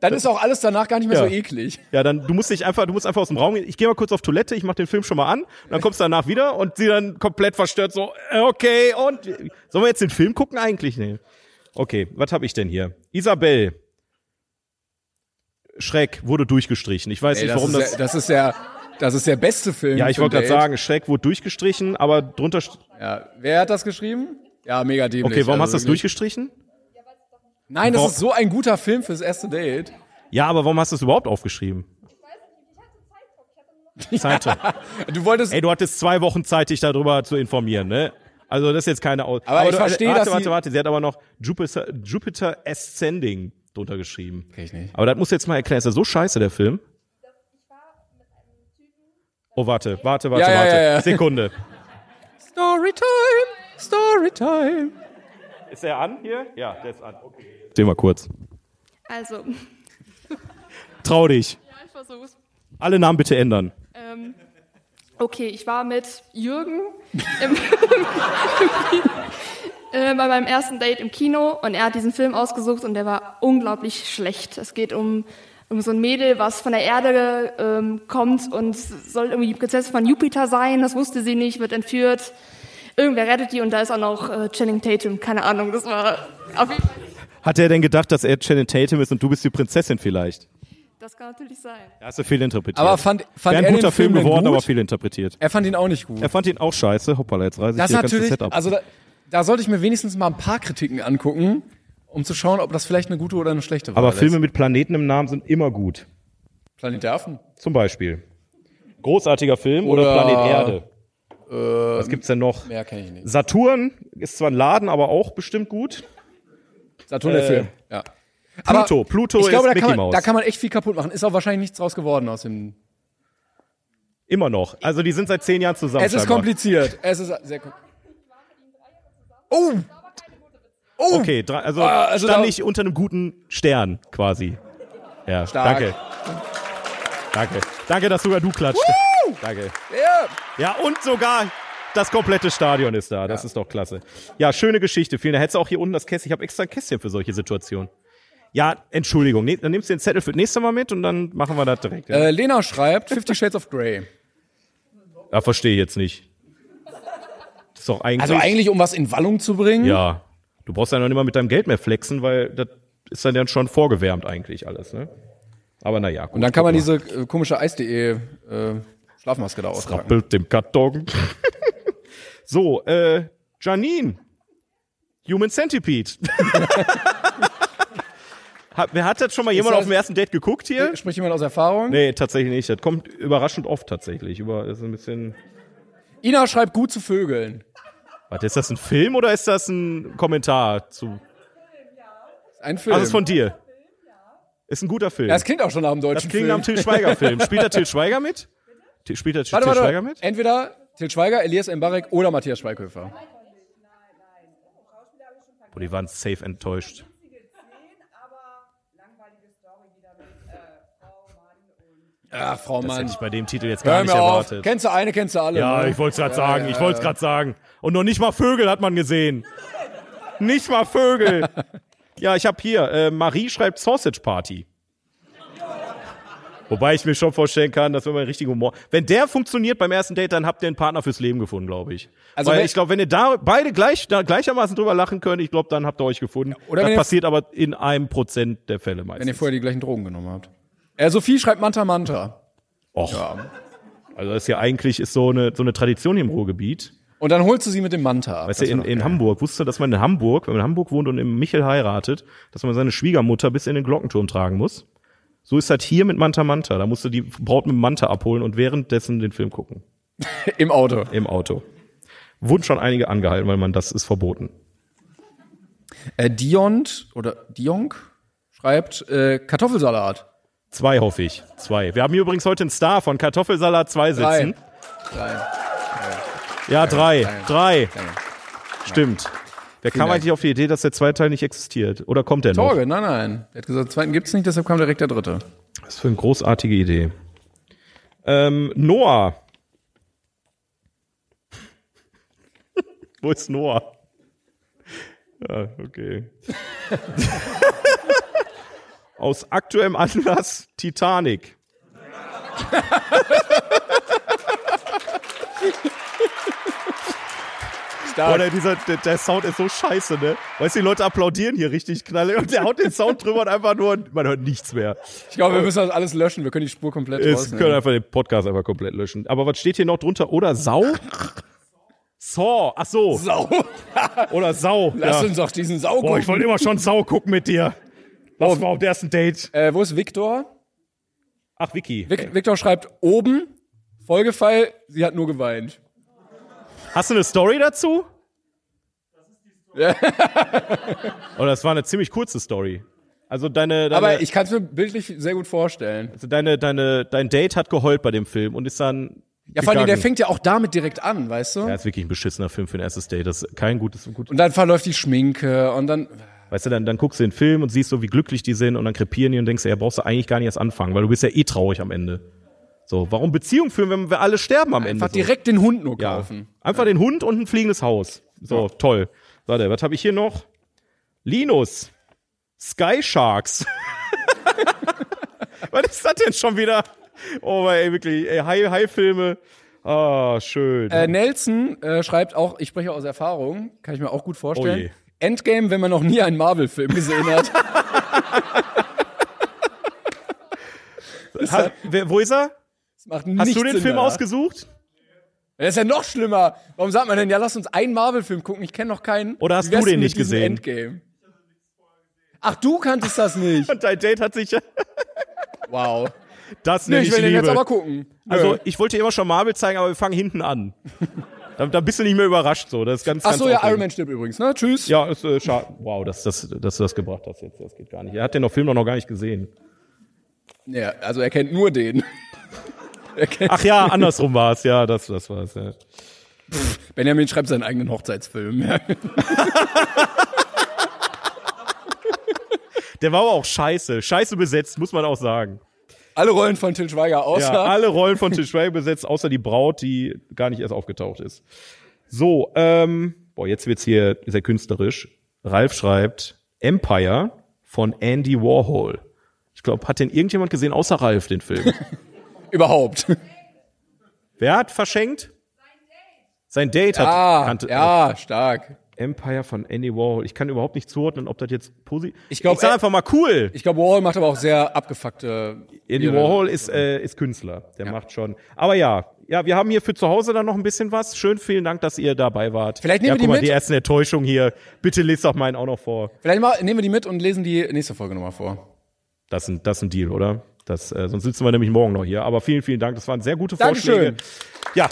Speaker 3: Dann ist auch alles danach gar nicht mehr
Speaker 2: Ja.
Speaker 3: so eklig.
Speaker 2: Ja, dann du musst dich einfach, du musst einfach aus dem Raum gehen. Ich gehe mal kurz auf Toilette, ich mach den Film schon mal an, und dann kommst du danach wieder und sie dann komplett verstört so, äh, okay, und sollen wir jetzt den Film gucken eigentlich? Nee. Okay, was habe ich denn hier? Isabel Schreck wurde durchgestrichen. Ich weiß
Speaker 3: Ey,
Speaker 2: nicht,
Speaker 3: das,
Speaker 2: warum das.
Speaker 3: ist ja, das ist ja, das ist der beste Film.
Speaker 2: ja, ich
Speaker 3: für
Speaker 2: wollte
Speaker 3: ein
Speaker 2: gerade
Speaker 3: Date.
Speaker 2: sagen, Schreck wurde durchgestrichen, aber drunter. st-
Speaker 3: Ja. Wer hat das geschrieben? Ja, mega dämlich.
Speaker 2: Okay, warum hast
Speaker 3: Also
Speaker 2: du das
Speaker 3: wirklich-
Speaker 2: durchgestrichen?
Speaker 3: Nein, das
Speaker 2: Warum-
Speaker 3: ist so ein guter Film fürs erste Date.
Speaker 2: Ja, aber warum hast du es überhaupt aufgeschrieben? Zeitung.
Speaker 3: Du wolltest.
Speaker 2: Ey, du hattest zwei Wochen Zeit, dich darüber zu informieren, ne? Also das ist jetzt keine Aus
Speaker 3: Aber ich
Speaker 2: du- äh,
Speaker 3: verstehe,
Speaker 2: warte,
Speaker 3: dass
Speaker 2: Warte,
Speaker 3: sie-
Speaker 2: warte, sie hat aber noch Jupiter, Jupiter Ascending drunter geschrieben.
Speaker 3: Kenn ich nicht.
Speaker 2: Aber das muss jetzt mal erklären. Ist das so scheiße, der Film? Oh, warte, warte, warte,
Speaker 3: Ja, ja,
Speaker 2: warte.
Speaker 3: ja, ja.
Speaker 2: Sekunde.
Speaker 3: Storytime, Storytime.
Speaker 2: Ist er an hier? Ja, der ist an. Okay. Steh mal kurz.
Speaker 5: Also,
Speaker 2: Trau dich.
Speaker 5: ja, ich versuch's.
Speaker 2: Alle Namen bitte ändern.
Speaker 5: Ähm, okay, ich war mit Jürgen im, äh, bei meinem ersten Date im Kino und er hat diesen Film ausgesucht und der war unglaublich schlecht. Es geht um, um so ein Mädel, was von der Erde ähm, kommt und soll irgendwie die Prinzessin von Jupiter sein. Das wusste sie nicht, wird entführt. Irgendwer rettet die und da ist auch noch äh, Channing Tatum. Keine Ahnung, das war auf jeden Fall.
Speaker 2: Hat er denn gedacht, dass er Channing Tatum ist und du bist die Prinzessin vielleicht?
Speaker 5: Das kann natürlich sein.
Speaker 2: Da hast du viel interpretiert.
Speaker 3: Aber fand, fand
Speaker 2: Wäre
Speaker 3: er
Speaker 2: ein guter
Speaker 3: den Film,
Speaker 2: Film,
Speaker 3: denn
Speaker 2: geworden,
Speaker 3: gut?
Speaker 2: aber viel interpretiert.
Speaker 3: Er fand ihn auch nicht gut.
Speaker 2: Er fand ihn auch scheiße. Hoppala, jetzt reiße ich
Speaker 3: das
Speaker 2: hier das ganze
Speaker 3: natürlich,
Speaker 2: Setup.
Speaker 3: also da, da sollte ich mir wenigstens mal ein paar Kritiken angucken, um zu schauen, ob das vielleicht eine gute oder eine schlechte war.
Speaker 2: aber Filme mit Planeten im Namen sind immer gut.
Speaker 3: Planet der Affen.
Speaker 2: Zum Beispiel. Großartiger Film oder,
Speaker 3: Oder-
Speaker 2: Planet Erde. Was gibt's denn noch?
Speaker 3: Mehr kenne ich nicht.
Speaker 2: Saturn ist zwar ein Laden, aber auch bestimmt gut.
Speaker 3: Saturn der
Speaker 2: Äh,
Speaker 3: Film. Ja.
Speaker 2: Pluto. Pluto
Speaker 3: ich
Speaker 2: ist
Speaker 3: glaube, da kann,
Speaker 2: Mickey
Speaker 3: man,
Speaker 2: Mouse.
Speaker 3: da kann man echt viel kaputt machen. Ist auch wahrscheinlich nichts draus geworden aus dem.
Speaker 2: Immer noch. Also die sind seit zehn Jahren zusammen.
Speaker 3: Es ist
Speaker 2: scheinbar.
Speaker 3: kompliziert. Es ist sehr kom- Oh! Oh!
Speaker 2: Okay, drei, also,
Speaker 3: Ah, also
Speaker 2: stand
Speaker 3: da-
Speaker 2: ich unter einem guten Stern quasi. Ja,
Speaker 3: Stark.
Speaker 2: danke. Danke. Danke, dass sogar du klatscht. Danke.
Speaker 3: Ja.
Speaker 2: Ja, und sogar das komplette Stadion ist da. Das ist doch klasse. Ja, schöne Geschichte. Vielen Dank. Hättest du auch hier unten das Kästchen. Ich habe extra ein Kästchen für solche Situationen. Ja, Entschuldigung. Ne, dann nimmst du den Zettel für das nächste Mal mit und dann machen wir das direkt. Ja,
Speaker 3: Äh, Lena schreibt Fifty Shades of Grey.
Speaker 2: ja Ah, verstehe ich jetzt nicht. Das ist doch eigentlich.
Speaker 3: Also eigentlich, um was in Wallung zu bringen.
Speaker 2: Ja. Du brauchst ja noch nicht mal mit deinem Geld mehr flexen, weil das ist dann ja schon vorgewärmt eigentlich alles, ne? Aber naja, gut.
Speaker 3: Und dann kann man diese äh, komische Eis.de äh, Schlafmaske da auspacken.
Speaker 2: Rappelt dem Karton. so, äh, Janine. Human Centipede. hat, wer hat das schon mal jemand
Speaker 3: das-
Speaker 2: auf dem ersten Date geguckt hier?
Speaker 3: Spricht jemand aus Erfahrung?
Speaker 2: Nee, tatsächlich nicht. Das kommt überraschend oft tatsächlich. Über, das ist ein bisschen.
Speaker 3: Ina schreibt gut zu Vögeln.
Speaker 2: Warte, ist das ein Film oder ist das ein Kommentar zu.
Speaker 3: Ein Film.
Speaker 2: Also ist von dir. Ist ein guter Film.
Speaker 3: ja, das klingt auch schon nach einem
Speaker 2: Das
Speaker 3: deutschen
Speaker 2: klingt
Speaker 3: Film.
Speaker 2: am Till Schweiger Film. Spielt da Till Schweiger mit? Til- Spielt da
Speaker 3: warte,
Speaker 2: Till
Speaker 3: warte,
Speaker 2: Schweiger
Speaker 3: warte.
Speaker 2: mit?
Speaker 3: Entweder Til Schweiger, Elias Mbarek oder Matthias Schweighöfer.
Speaker 2: Boah, die waren safe enttäuscht.
Speaker 3: Ach, Frau
Speaker 2: Das hätte
Speaker 3: Mann.
Speaker 2: ich bei dem Titel jetzt
Speaker 3: Hör
Speaker 2: gar nicht
Speaker 3: mir auf.
Speaker 2: erwartet.
Speaker 3: Kennst du eine, kennst du alle.
Speaker 2: Ja,
Speaker 3: ne?
Speaker 2: ich wollte es gerade sagen. Ich wollte es gerade sagen. Und noch nicht mal Vögel hat man gesehen. Nicht mal Vögel. Ja, ich habe hier. Äh, Marie schreibt Sausage Party. Wobei ich mir schon vorstellen kann, dass wenn man richtig Humor. Wenn der funktioniert beim ersten Date, dann habt ihr einen Partner fürs Leben gefunden, glaube ich.
Speaker 3: Also
Speaker 2: Also Weil
Speaker 3: wenn-
Speaker 2: ich glaube, wenn ihr da beide gleich, da gleichermaßen drüber lachen könnt, ich glaube, dann habt ihr euch gefunden.
Speaker 3: oder wenn
Speaker 2: das
Speaker 3: ihr-
Speaker 2: passiert aber in einem Prozent der Fälle meistens.
Speaker 3: Wenn ihr vorher die gleichen Drogen genommen habt. Äh, Sophie schreibt Manta Manta.
Speaker 2: Och. Also das ist ja eigentlich ist so eine, so eine Tradition hier im Ruhrgebiet.
Speaker 3: Und dann holst du sie mit dem Manta ab.
Speaker 2: Weißt du,
Speaker 3: Das
Speaker 2: in,
Speaker 3: wär doch
Speaker 2: in
Speaker 3: geil.
Speaker 2: Hamburg, wusste, dass man in Hamburg, wenn man in Hamburg wohnt und im Michel heiratet, dass man seine Schwiegermutter bis in den Glockenturm tragen muss. So ist das hier mit Manta Manta. Da musst du die Braut mit dem Manta abholen und währenddessen den Film gucken.
Speaker 3: Im Auto.
Speaker 2: Im Auto. Wurden schon einige angehalten, weil man das ist verboten.
Speaker 3: Äh, Diont oder Dionk schreibt äh, Kartoffelsalat.
Speaker 2: Zwei hoffe ich. Zwei. Wir haben hier übrigens heute einen Star von Kartoffelsalat 2 sitzen.
Speaker 3: Drei.
Speaker 2: Ja, drei. Drei.
Speaker 3: Danke.
Speaker 2: Stimmt. Wer kam
Speaker 3: Dank.
Speaker 2: eigentlich auf die Idee, dass der zweite Teil nicht existiert? Oder kommt der noch?
Speaker 3: Torge, nein, nein. Er hat gesagt, den zweiten gibt's nicht, deshalb kam direkt der dritte.
Speaker 2: Was für eine großartige Idee. Ähm, Noah. Wo ist Noah? Ja, okay. Aus aktuellem Anlass Titanic.
Speaker 3: Stark.
Speaker 2: Oder dieser, der, der Sound ist so scheiße, ne? Weißt du, die Leute applaudieren hier richtig knalle und der haut den Sound drüber und einfach nur, man hört nichts mehr.
Speaker 3: Ich glaube, wir müssen das alles löschen. Wir können die Spur komplett
Speaker 2: Es können
Speaker 3: rausnehmen.
Speaker 2: einfach den Podcast einfach komplett löschen. Aber was steht hier noch drunter? Oder Sau? Saw, ach so.
Speaker 3: Sau.
Speaker 2: Oder Sau.
Speaker 3: Lass
Speaker 2: ja.
Speaker 3: uns doch diesen Sau
Speaker 2: Boah, ich wollte immer schon Sau gucken mit dir. Lass
Speaker 3: Oh.
Speaker 2: mal auf dem ersten Date.
Speaker 3: äh, wo ist Viktor?
Speaker 2: Ach, Vicky.
Speaker 3: Vic Viktor schreibt oben Folgefall, sie hat nur geweint.
Speaker 2: Hast du eine Story dazu?
Speaker 3: Ja.
Speaker 2: Oh, das war eine ziemlich kurze Story. Also deine, deine
Speaker 3: Aber ich kann es mir bildlich sehr gut vorstellen.
Speaker 2: also deine, deine, dein Date hat geheult bei dem Film und ist dann.
Speaker 3: Ja, vor allem, der
Speaker 2: gegangen.
Speaker 3: fängt ja auch damit direkt an, weißt du?
Speaker 2: Ja, ist wirklich ein beschissener Film für ein erstes Date. Das ist kein gutes, gut.
Speaker 3: Und dann verläuft die Schminke und dann.
Speaker 2: Weißt du, dann, dann guckst du den Film und siehst so, wie glücklich die sind und dann krepieren die und denkst, ja, brauchst du eigentlich gar nicht erst anfangen, weil du bist ja eh traurig am Ende. So, warum Beziehung führen, wenn wir alle sterben am Ende?
Speaker 3: Einfach
Speaker 2: so?
Speaker 3: direkt den Hund nur
Speaker 2: Ja.
Speaker 3: kaufen.
Speaker 2: Einfach den Hund und ein fliegendes Haus. So, toll. Warte, was habe ich hier noch? Linus. Sky Sharks. was ist das denn schon wieder? Oh, ey, wirklich. Ey, High, High Filme. Ah, schön.
Speaker 3: Äh, Nelson äh, schreibt auch, ich spreche aus Erfahrung, kann ich mir auch
Speaker 2: Oh
Speaker 3: gut
Speaker 2: je.
Speaker 3: vorstellen. Endgame, wenn man noch nie einen Marvel-Film gesehen hat.
Speaker 2: ha, wer, wo ist er?
Speaker 3: Das macht
Speaker 2: Hast
Speaker 3: nichts
Speaker 2: du den
Speaker 3: Sinn
Speaker 2: Film
Speaker 3: danach.
Speaker 2: ausgesucht?
Speaker 3: Das ist ja noch schlimmer. Warum sagt man denn, ja, lass uns einen Marvel-Film gucken, ich kenne noch keinen.
Speaker 2: Oder hast
Speaker 3: Wie wär's
Speaker 2: du den
Speaker 3: denn mit
Speaker 2: nicht gesehen?
Speaker 3: diesem Endgame. Ach, du kanntest das nicht.
Speaker 2: Und dein Date hat sich
Speaker 3: Wow.
Speaker 2: das
Speaker 3: Nee,
Speaker 2: nenn
Speaker 3: ich
Speaker 2: ich
Speaker 3: will den
Speaker 2: Liebe.
Speaker 3: jetzt aber gucken. Nö.
Speaker 2: also, ich wollte immer schon Marvel zeigen, aber wir fangen hinten an. da, da bist du nicht mehr überrascht so, das ist ganz
Speaker 3: Ach
Speaker 2: ganz
Speaker 3: so, ja,
Speaker 2: aufregend.
Speaker 3: Iron Man stirbt übrigens, ne? Tschüss.
Speaker 2: Ja, ist äh, schade. Wow, dass, dass, dass du das gebracht hast jetzt. Das geht gar nicht. Er hat den noch Film doch noch gar nicht gesehen.
Speaker 3: Ja, also er kennt nur den. er kennt
Speaker 2: Ach ja, andersrum war es. Ja, das, das war es. Ja.
Speaker 3: Benjamin schreibt seinen eigenen Hochzeitsfilm. Ja.
Speaker 2: Der war aber auch scheiße. Scheiße besetzt, muss man auch sagen.
Speaker 3: Alle Rollen von Till Schweiger außer.
Speaker 2: Ja, alle Rollen von Til Schweiger besetzt, außer die Braut, die gar nicht erst aufgetaucht ist. So, ähm, boah, jetzt wird's hier sehr künstlerisch. Ralf schreibt Empire von Andy Warhol. Ich glaube, hat den irgendjemand gesehen außer Ralf den Film?
Speaker 3: Überhaupt.
Speaker 2: Wer hat verschenkt? Sein Date hat
Speaker 3: Ah,
Speaker 2: kannte,
Speaker 3: ja, stark.
Speaker 2: Empire von Andy Warhol. Ich kann überhaupt nicht zuordnen, ob das jetzt positiv.
Speaker 3: Ich glaub,
Speaker 2: ich sag
Speaker 3: äh,
Speaker 2: einfach mal cool.
Speaker 3: Ich glaube, Warhol macht aber auch sehr abgefuckte.
Speaker 2: Andy
Speaker 3: ihre-
Speaker 2: Warhol ist äh, ist Künstler. Der macht schon. Aber ja, ja, wir haben hier für zu Hause dann noch ein bisschen was. Schön, vielen Dank, dass ihr dabei wart.
Speaker 3: Vielleicht nehmen
Speaker 2: ja,
Speaker 3: wir die
Speaker 2: guck mal,
Speaker 3: mit.
Speaker 2: die ersten Enttäuschungen hier. Bitte lest doch meinen auch noch vor.
Speaker 3: Vielleicht mal, nehmen wir die mit und lesen die nächste Folge nochmal vor.
Speaker 2: Das ist ein, das ist ein Deal, oder? Das, äh, sonst sitzen wir nämlich morgen noch hier. Aber vielen, vielen Dank. Das waren sehr gute Vorschläge.
Speaker 3: Dankeschön.
Speaker 2: Ja.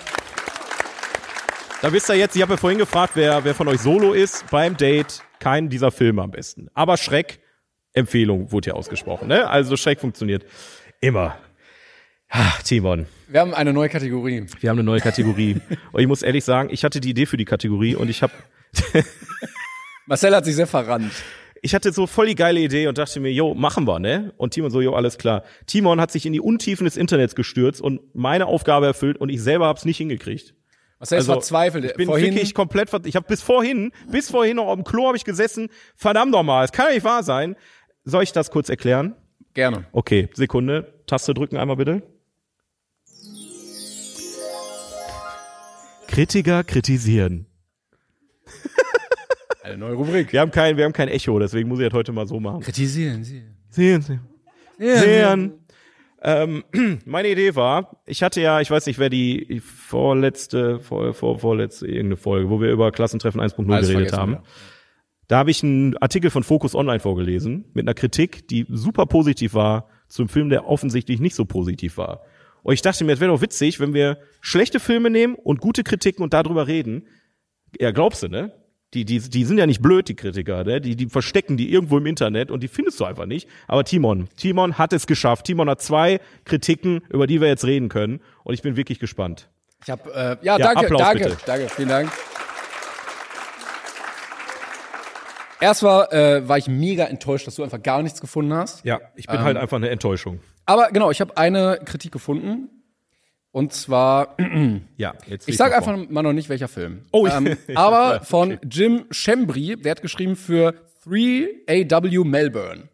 Speaker 2: Da wisst ihr jetzt, ich habe ja vorhin gefragt, wer, wer von euch solo ist beim Date. Kein dieser Filme am besten. Aber Schreck, Empfehlung wurde hier ausgesprochen. Ne? Also Schreck funktioniert immer. Ach, Timon,
Speaker 3: Wir haben eine neue Kategorie.
Speaker 2: wir haben eine neue Kategorie. Und ich muss ehrlich sagen, ich hatte die Idee für die Kategorie und ich habe
Speaker 3: Marcel hat sich sehr verrannt.
Speaker 2: ich hatte so voll die geile Idee und dachte mir, jo, machen wir, ne? Und Timon so, jo, alles klar. Timon hat sich in die Untiefen des Internets gestürzt und meine Aufgabe erfüllt und ich selber hab's nicht hingekriegt.
Speaker 3: Marcel ist verzweifelt.
Speaker 2: Also, Ich bin
Speaker 3: Vorhin,
Speaker 2: wirklich komplett ver Ich habe bis vorhin, bis vorhin noch auf dem Klo habe ich gesessen. Verdammt nochmal, es kann ja nicht wahr sein. Soll ich das kurz erklären?
Speaker 3: gerne.
Speaker 2: Okay, Sekunde. Taste drücken einmal bitte. Kritiker kritisieren.
Speaker 3: Eine neue Rubrik.
Speaker 2: Wir haben kein, wir haben kein Echo, deswegen muss ich das heute mal so machen.
Speaker 3: Kritisieren Sie.
Speaker 2: Sehen Sie. Sehen. Ähm, meine Idee war, ich hatte ja, ich weiß nicht, wer die vorletzte, vor, vor, vorletzte, irgendeine Folge, wo wir über Klassentreffen 1.0
Speaker 3: Alles
Speaker 2: geredet
Speaker 3: vergessen
Speaker 2: haben.
Speaker 3: wieder.
Speaker 2: Da habe ich einen Artikel von Focus Online vorgelesen mit einer Kritik, die super positiv war zum Film, der offensichtlich nicht so positiv war. Und ich dachte mir, es wäre doch witzig, wenn wir schlechte Filme nehmen und gute Kritiken und darüber reden. Ja, glaubst du, ne? Die, die, die sind ja nicht blöd, die Kritiker, ne? Die, die verstecken die irgendwo im Internet und die findest du einfach nicht. Aber Timon, Timon hat es geschafft. Timon hat zwei Kritiken, über die wir jetzt reden können. Und ich bin wirklich gespannt.
Speaker 3: Ich hab, äh, ja,
Speaker 2: Ja,
Speaker 3: danke,
Speaker 2: Applaus
Speaker 3: danke,
Speaker 2: bitte.
Speaker 3: danke, vielen Dank. Erstmal äh, war ich mega enttäuscht, dass du einfach gar nichts gefunden hast.
Speaker 2: Ja, ich
Speaker 3: Ähm,
Speaker 2: bin halt einfach eine Enttäuschung.
Speaker 3: Aber genau, ich habe eine Kritik gefunden. Und zwar,
Speaker 2: Ja, jetzt
Speaker 3: ich
Speaker 2: lies
Speaker 3: sage
Speaker 2: mal vor.
Speaker 3: einfach mal noch nicht, welcher Film.
Speaker 2: Oh, ja.
Speaker 3: ähm, aber von Jim Shembri, der hat geschrieben für 3AW Melbourne.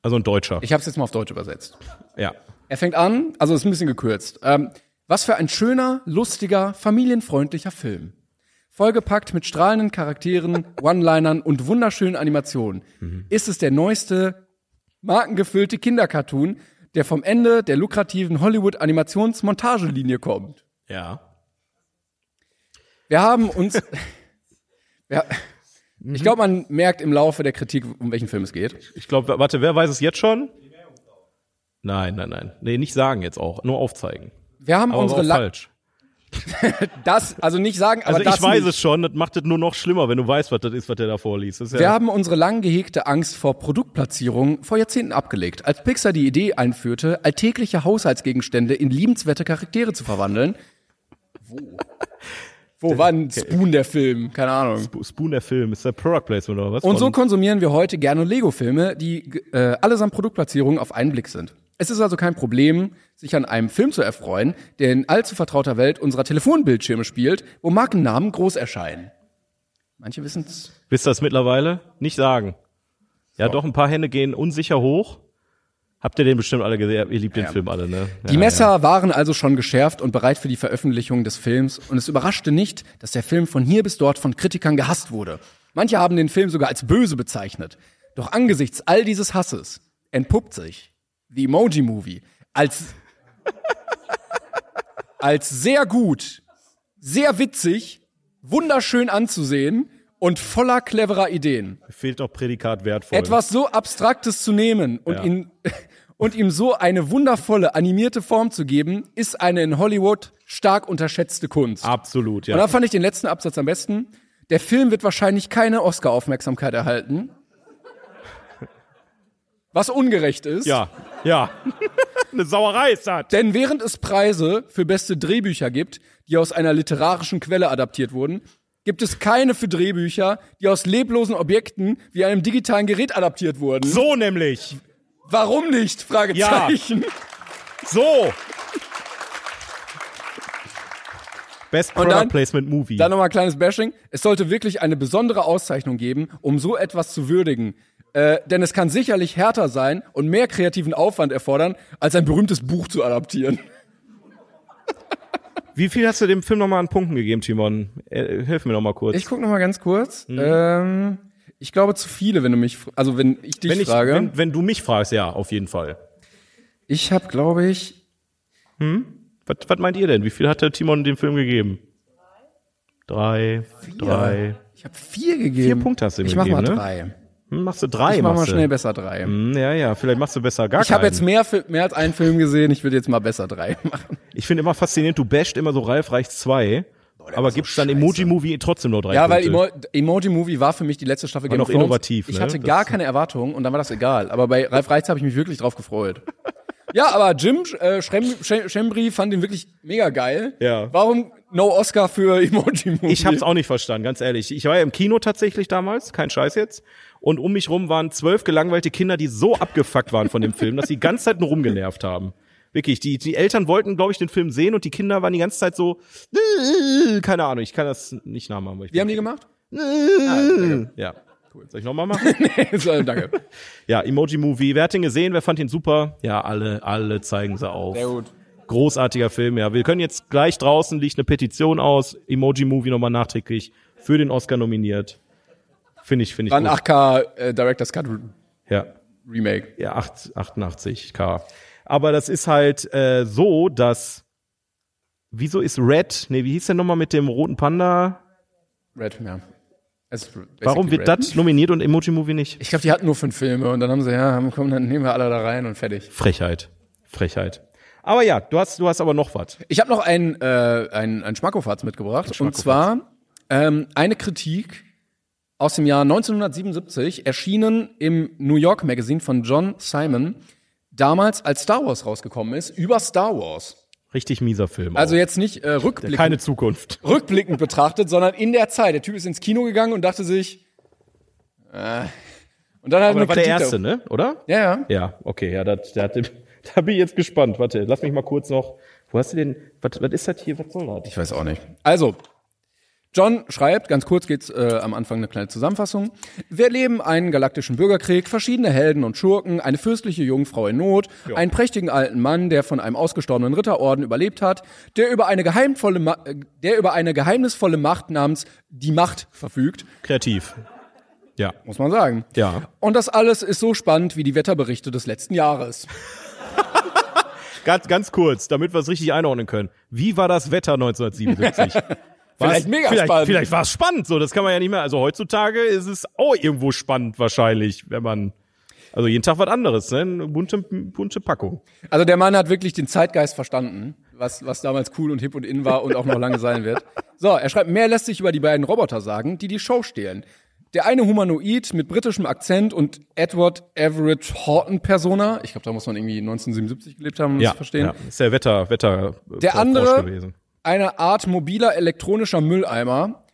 Speaker 2: Also ein Deutscher.
Speaker 3: Ich habe es jetzt mal auf Deutsch übersetzt.
Speaker 2: ja.
Speaker 3: Er fängt an, also ist ein bisschen gekürzt. Ähm, was für ein schöner, lustiger, familienfreundlicher Film. Vollgepackt mit strahlenden Charakteren, One-Linern und wunderschönen Animationen.
Speaker 2: Mhm.
Speaker 3: Ist es der neueste, markengefüllte Kindercartoon, der vom Ende der lukrativen Hollywood-Animationsmontagelinie kommt?
Speaker 2: Ja.
Speaker 3: Wir haben uns. ja,
Speaker 2: Mhm.
Speaker 3: ich glaube, man merkt im Laufe der Kritik, um welchen Film es geht.
Speaker 2: Ich glaube, warte, wer weiß es jetzt schon? Nein, nein, nein. Nee, nicht sagen jetzt auch, nur aufzeigen.
Speaker 3: Wir haben
Speaker 2: aber
Speaker 3: unsere
Speaker 2: auch
Speaker 3: La-
Speaker 2: falsch.
Speaker 3: das, also nicht sagen, aber
Speaker 2: Also
Speaker 3: das
Speaker 2: ich weiß
Speaker 3: nicht.
Speaker 2: es schon, das macht es nur noch schlimmer, wenn du weißt, was das ist, was der da vorliest. Das ist
Speaker 3: Wir
Speaker 2: ja,
Speaker 3: haben unsere lang gehegte Angst vor Produktplatzierungen vor Jahrzehnten abgelegt. Als Pixar die Idee einführte, alltägliche Haushaltsgegenstände in liebenswerte Charaktere zu verwandeln. Wo? Wo war ein Spoon der Film? Keine Ahnung.
Speaker 2: Spoon der Film, ist der Product Placement oder was?
Speaker 3: Und so
Speaker 2: Von-
Speaker 3: konsumieren wir heute gerne Lego-Filme, die g- äh, allesamt Produktplatzierungen auf einen Blick sind. Es ist also kein Problem, sich an einem Film zu erfreuen, der in allzu vertrauter Welt unserer Telefonbildschirme spielt, wo Markennamen groß erscheinen. Manche wissen's.
Speaker 2: Wisst ihr das mittlerweile? Nicht sagen. Ja, doch, ein paar Hände gehen unsicher hoch. Habt ihr den bestimmt alle gesehen? Ihr liebt den Film alle, ne?
Speaker 3: Die Messer waren also schon geschärft und bereit für die Veröffentlichung des Films und es überraschte nicht, dass der Film von hier bis dort von Kritikern gehasst wurde. Manche haben den Film sogar als böse bezeichnet. Doch angesichts all dieses Hasses entpuppt sich The Emoji Movie als als sehr gut, sehr witzig, wunderschön anzusehen und voller cleverer Ideen.
Speaker 2: Fehlt noch Prädikat wertvoll.
Speaker 3: Etwas so Abstraktes zu nehmen und, ihn, und ihm so eine wundervolle animierte Form zu geben, ist eine in Hollywood stark unterschätzte Kunst.
Speaker 2: Absolut,
Speaker 3: Und
Speaker 2: ja.
Speaker 3: da fand ich den letzten Absatz am besten. Der Film wird wahrscheinlich keine Oscar-Aufmerksamkeit erhalten. Was ungerecht ist.
Speaker 2: Ja, ja. Eine Sauerei ist das.
Speaker 3: Denn während es Preise für beste Drehbücher gibt, die aus einer literarischen Quelle adaptiert wurden, gibt es keine für Drehbücher, die aus leblosen Objekten wie einem digitalen Gerät adaptiert wurden.
Speaker 2: So nämlich.
Speaker 3: Warum nicht? Fragezeichen.
Speaker 2: So. Best Product
Speaker 3: dann-
Speaker 2: Placement Movie.
Speaker 3: Dann nochmal ein kleines Bashing. Es sollte wirklich eine besondere Auszeichnung geben, um so etwas zu würdigen. Äh, denn es kann sicherlich härter sein und mehr kreativen Aufwand erfordern, als ein berühmtes Buch zu adaptieren.
Speaker 2: Wie viel hast du dem Film nochmal an Punkten gegeben, Timon? Äh, Hilf mir nochmal kurz.
Speaker 3: Ich guck nochmal ganz kurz. Ähm, ich glaube zu viele, wenn du mich, fr- also wenn ich dich
Speaker 2: wenn, ich
Speaker 3: frage.
Speaker 2: Wenn, wenn du mich fragst, ja, auf jeden Fall.
Speaker 3: ich habe, glaube ich,
Speaker 2: Was, was meint ihr denn? Wie viel hat der Timon dem Film gegeben? Drei, drei.
Speaker 3: ich habe vier gegeben.
Speaker 2: Vier Punkte hast du ihm
Speaker 3: Ich mach mal
Speaker 2: gegeben, ne?
Speaker 3: drei.
Speaker 2: Hm, machst du drei?
Speaker 3: Ich mach mal
Speaker 2: machst du.
Speaker 3: schnell besser drei.
Speaker 2: Hm, Ja, ja, vielleicht machst du besser gar
Speaker 3: Ich habe
Speaker 2: keinen.
Speaker 3: jetzt mehr, Fi- mehr als einen Film gesehen. Ich würde jetzt mal besser drei machen.
Speaker 2: Ich finde immer faszinierend, du basht immer so Ralf reicht zwei, aber gibst dann Emoji-Movie trotzdem nur drei
Speaker 3: Ja, weil
Speaker 2: Punkte.
Speaker 3: Emo Emoji Movie war für mich die letzte Staffel Game
Speaker 2: noch
Speaker 3: of Thrones.
Speaker 2: innovativ,
Speaker 3: Ich
Speaker 2: ne?
Speaker 3: hatte
Speaker 2: Das-
Speaker 3: gar keine Erwartungen und dann war das egal. Aber bei Ralf Reitz habe ich mich wirklich drauf gefreut. ja, aber Jim äh, Schrem Sch- Schembri fand den wirklich mega geil.
Speaker 2: Ja.
Speaker 3: Warum no Oscar für Emoji Movie?
Speaker 2: Ich hab's auch nicht verstanden, ganz ehrlich. Ich war ja im Kino tatsächlich damals, kein Scheiß jetzt. Und um mich rum waren zwölf gelangweilte Kinder, die so abgefuckt waren von dem Film, dass sie die ganze Zeit nur rumgenervt haben. Wirklich, die, die Eltern wollten, glaube ich, den Film sehen und die Kinder waren die ganze Zeit so, keine Ahnung, ich kann das nicht nachmachen. weil Ich
Speaker 3: Wie haben die gemacht?
Speaker 2: ja. Soll ich nochmal machen?
Speaker 3: so, danke.
Speaker 2: ja, Emoji-Movie. Wer hat den gesehen? Wer fand ihn super? Ja, alle, alle zeigen sie auf.
Speaker 3: Sehr gut.
Speaker 2: Großartiger Film, ja. Wir können jetzt gleich draußen liegt eine Petition aus. Emoji-Movie nochmal nachträglich für den Oscar nominiert. Finde ich, finde ich
Speaker 3: Dann
Speaker 2: gut.
Speaker 3: 8K äh, Director's Cut Re-
Speaker 2: Ja,
Speaker 3: Remake.
Speaker 2: ja 8, 88k. Aber das ist halt äh, so, dass Wieso ist Red, nee, wie hieß der nochmal mit dem roten Panda?
Speaker 3: Red, ja. Es ist basically
Speaker 2: Warum wird
Speaker 3: Red.
Speaker 2: das nominiert und Emoji-Movie nicht?
Speaker 3: Ich glaube, die hatten nur fünf Filme und dann haben sie, ja, komm, dann nehmen wir alle da rein und fertig.
Speaker 2: Frechheit. Frechheit. Aber ja, du hast, du hast aber noch was.
Speaker 3: Ich habe noch einen, äh, einen, einen Schmackofatz mitgebracht. und zwar ähm, eine Kritik aus dem Jahr 1977, erschienen im New York Magazine von John Simon, damals als Star Wars rausgekommen ist, über Star Wars.
Speaker 2: Oh. Richtig mieser Film.
Speaker 3: Also
Speaker 2: auch.
Speaker 3: jetzt nicht äh, rückblickend,
Speaker 2: keine Zukunft.
Speaker 3: rückblickend betrachtet, sondern in der Zeit. Der Typ ist ins Kino gegangen und dachte sich, äh, und dann hat
Speaker 2: Aber
Speaker 3: eine
Speaker 2: das war der
Speaker 3: Kritik
Speaker 2: erste, ne? Oder?
Speaker 3: da- Ja, ja.
Speaker 2: Ja, okay, ja, das, der hat, da bin ich jetzt gespannt. Warte, lass mich mal kurz noch. Wo hast du den? Was, was ist das hier? Was soll das?
Speaker 3: Ich weiß auch nicht. Also, John schreibt, ganz kurz geht's äh, am Anfang eine kleine Zusammenfassung. Wir erleben einen galaktischen Bürgerkrieg, verschiedene Helden und Schurken, eine fürstliche Jungfrau in Not, einen prächtigen alten Mann, der von einem ausgestorbenen Ritterorden überlebt hat, der über eine geheimvolle Ma äh, der über eine geheimnisvolle Macht namens die Macht verfügt,
Speaker 2: Kreativ. Ja,
Speaker 3: muss man sagen.
Speaker 2: ja.
Speaker 3: Und das alles ist so spannend wie die Wetterberichte des letzten Jahres.
Speaker 2: Ganz, ganz kurz, damit wir es richtig einordnen können. Wie war das Wetter 1977? War's-
Speaker 3: Vielleicht mega
Speaker 2: vielleicht,
Speaker 3: spannend.
Speaker 2: Vielleicht war es spannend, so, das kann man ja nicht mehr. Also heutzutage ist es auch irgendwo spannend wahrscheinlich, wenn man Also jeden Tag was anderes, ne? Eine bunte, bunte Packung.
Speaker 3: Also der Mann hat wirklich den Zeitgeist verstanden, was, was damals cool und hip und in war und auch noch lange sein wird. So, er schreibt, mehr lässt sich über die beiden Roboter sagen, die die Show stehlen. Der eine Humanoid mit britischem Akzent und Edward Everett Horton Persona. Ich glaube, da muss man irgendwie 1977 gelebt haben, um das zu verstehen.
Speaker 2: Ist der Wetter, Wetter
Speaker 3: Der
Speaker 2: Frosch
Speaker 3: andere-
Speaker 2: gewesen.
Speaker 3: Eine Art mobiler elektronischer Mülleimer.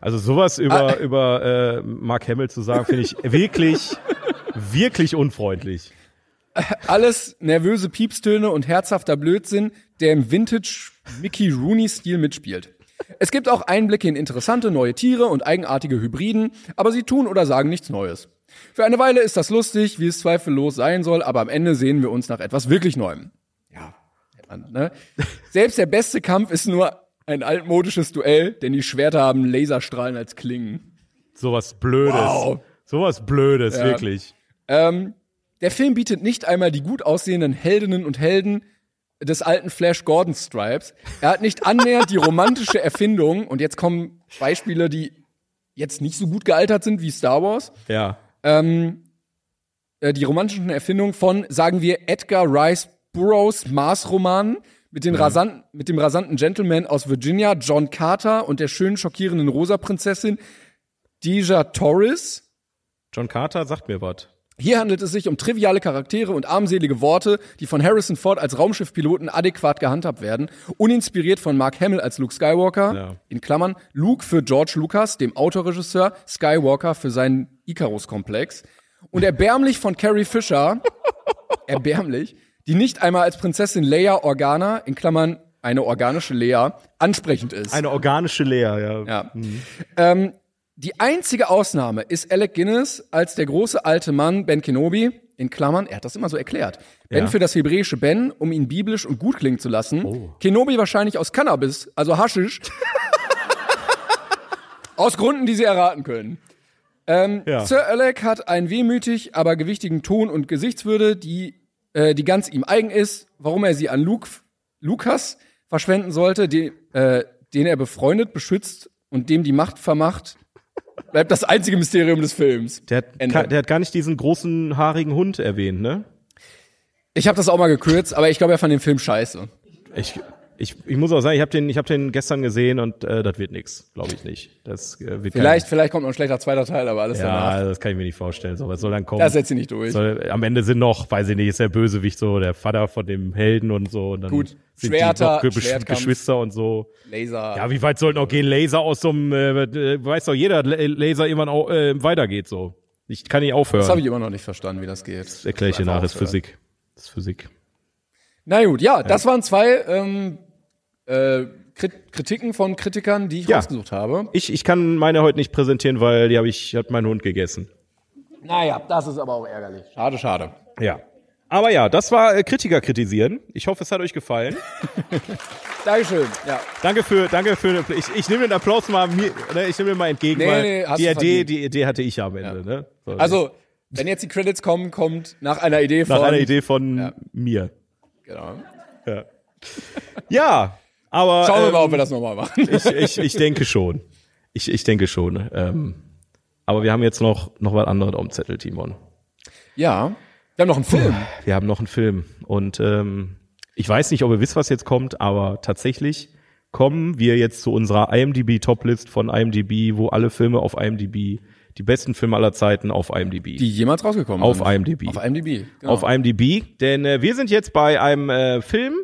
Speaker 2: Also sowas über, über äh, Mark Hamill zu sagen, finde ich wirklich, wirklich unfreundlich.
Speaker 3: Alles nervöse Piepstöne und herzhafter Blödsinn, der im Vintage Mickey Rooney-Stil mitspielt. Es gibt auch Einblicke in interessante neue Tiere und eigenartige Hybriden, aber sie tun oder sagen nichts Neues. Für eine Weile ist das lustig, wie es zweifellos sein soll, aber am Ende sehen wir uns nach etwas wirklich Neuem. Ja, hätte man, ne? Selbst der beste Kampf ist nur ein altmodisches Duell, denn die Schwerter haben Laserstrahlen als Klingen.
Speaker 2: Sowas Blödes.
Speaker 3: Wow.
Speaker 2: Sowas Blödes, wirklich.
Speaker 3: Ähm, der Film bietet nicht einmal die gut aussehenden Heldinnen und Helden des alten Flash Gordon Stripes. Er hat nicht annähernd die romantische Erfindung, und jetzt kommen Beispiele, die jetzt nicht so gut gealtert sind wie Star Wars,
Speaker 2: Ja.
Speaker 3: ähm, äh, die romantischen Erfindungen von, sagen wir, Edgar Rice Burroughs Mars-Roman mit, den rasanten, mit dem rasanten Gentleman aus Virginia, John Carter und der schönen, schockierenden Rosa-Prinzessin Deja Torres.
Speaker 2: John Carter sagt mir was.
Speaker 3: Hier handelt es sich um triviale Charaktere und armselige Worte, die von Harrison Ford als Raumschiffpiloten adäquat gehandhabt werden, uninspiriert von Mark Hamill als Luke Skywalker,
Speaker 2: Ja.
Speaker 3: in Klammern Luke für George Lucas, dem Autorregisseur, Skywalker für seinen Icarus-Komplex und erbärmlich von Carrie Fisher, erbärmlich, die nicht einmal als Prinzessin Leia Organa, in Klammern eine organische Leia, ansprechend ist.
Speaker 2: Eine organische Lea, ja.
Speaker 3: Ja. Ähm, die einzige Ausnahme ist Alec Guinness als der große alte Mann Ben Kenobi, in Klammern, er hat das immer so erklärt. Ben
Speaker 2: Ja.
Speaker 3: für das hebräische Ben, um ihn biblisch und gut klingen zu lassen.
Speaker 2: Oh.
Speaker 3: Kenobi wahrscheinlich aus Cannabis, also Haschisch. aus Gründen, die sie erraten können. Ähm,
Speaker 2: Ja.
Speaker 3: Sir Alec hat einen wehmütig, aber gewichtigen Ton und Gesichtswürde, die, äh, die ganz ihm eigen ist. Warum er sie an Luke, Lukas verschwenden sollte, den, äh, den er befreundet, beschützt und dem die Macht vermacht, bleibt das einzige Mysterium des Films.
Speaker 2: Der, hat,
Speaker 3: Ende.
Speaker 2: ka- der hat gar nicht diesen großen, haarigen Hund erwähnt, ne?
Speaker 3: ich habe das auch mal gekürzt, aber ich glaube, er fand den Film scheiße.
Speaker 2: Ich, ich, ich muss auch sagen, ich habe den, ich hab den gestern gesehen und äh, das wird nix, glaube ich nicht. Das äh, wird kein-
Speaker 3: Vielleicht, vielleicht kommt noch ein schlechter zweiter Teil, aber alles
Speaker 2: Ja,
Speaker 3: danach.
Speaker 2: also das kann ich mir nicht vorstellen. So, was soll dann kommen?
Speaker 3: Das setzt sie nicht durch.
Speaker 2: soll, am Ende sind noch, weiß ich nicht, ist der Bösewicht so, der Vater von dem Helden und so. Und dann
Speaker 3: Gut,
Speaker 2: sind die
Speaker 3: Schwerter,
Speaker 2: noch Ge- Besch-
Speaker 3: Schwertkampf.
Speaker 2: Geschwister und so.
Speaker 3: Laser.
Speaker 2: Ja, wie weit sollten auch gehen Laser aus so einem, äh, äh, weiß doch jeder, dass La- Laser irgendwann auch, äh, weitergeht so. Ich kann nicht aufhören.
Speaker 3: das habe ich immer noch nicht verstanden, wie das geht.
Speaker 2: Das erkläre ich dir nach,
Speaker 3: Einfach
Speaker 2: ist
Speaker 3: aufhören.
Speaker 2: Physik. Das ist Physik.
Speaker 3: Na gut, ja, das waren zwei ähm, äh, Krit Kritiken von Kritikern, die ich
Speaker 2: Ja.
Speaker 3: rausgesucht habe.
Speaker 2: Ich, ich kann meine heute nicht präsentieren, weil die habe ich, hat mein Hund gegessen.
Speaker 3: Naja, das ist aber auch ärgerlich. Schade, schade.
Speaker 2: Ja. Aber ja, das war äh, Kritiker kritisieren. Ich hoffe, es hat euch gefallen.
Speaker 3: Dankeschön. Ja.
Speaker 2: Danke für, danke für den Applaus. Ich, ich nehme den Applaus mal, mir, ne, ich nehme den mal entgegen,
Speaker 3: Nee,
Speaker 2: weil
Speaker 3: nee, hast
Speaker 2: die
Speaker 3: du
Speaker 2: Idee,
Speaker 3: verdient.
Speaker 2: die Idee hatte ich ja am Ende, ne? So,
Speaker 3: Also, wenn jetzt die Credits kommen, kommt nach einer Idee von.
Speaker 2: nach einer Idee von mir.
Speaker 3: Genau.
Speaker 2: Ja, aber
Speaker 3: Schauen wir
Speaker 2: ähm,
Speaker 3: mal, ob wir das nochmal machen.
Speaker 2: ich, ich, ich denke schon. Ich, ich denke schon. Ähm, aber wir haben jetzt noch, noch was anderes auf dem Zettel, Timon.
Speaker 3: ja. Wir haben noch einen Film.
Speaker 2: Wir haben noch einen Film. Und ähm, ich weiß nicht, ob ihr wisst, was jetzt kommt, aber tatsächlich kommen wir jetzt zu unserer IMDb-Toplist von IMDb, wo alle Filme auf IMDb, die besten Filme aller Zeiten auf IMDb.
Speaker 3: Die jemals rausgekommen
Speaker 2: Auf
Speaker 3: sind.
Speaker 2: IMDb.
Speaker 3: Auf IMDb. Genau.
Speaker 2: auf IMDb, denn äh, wir sind jetzt bei einem äh, Film,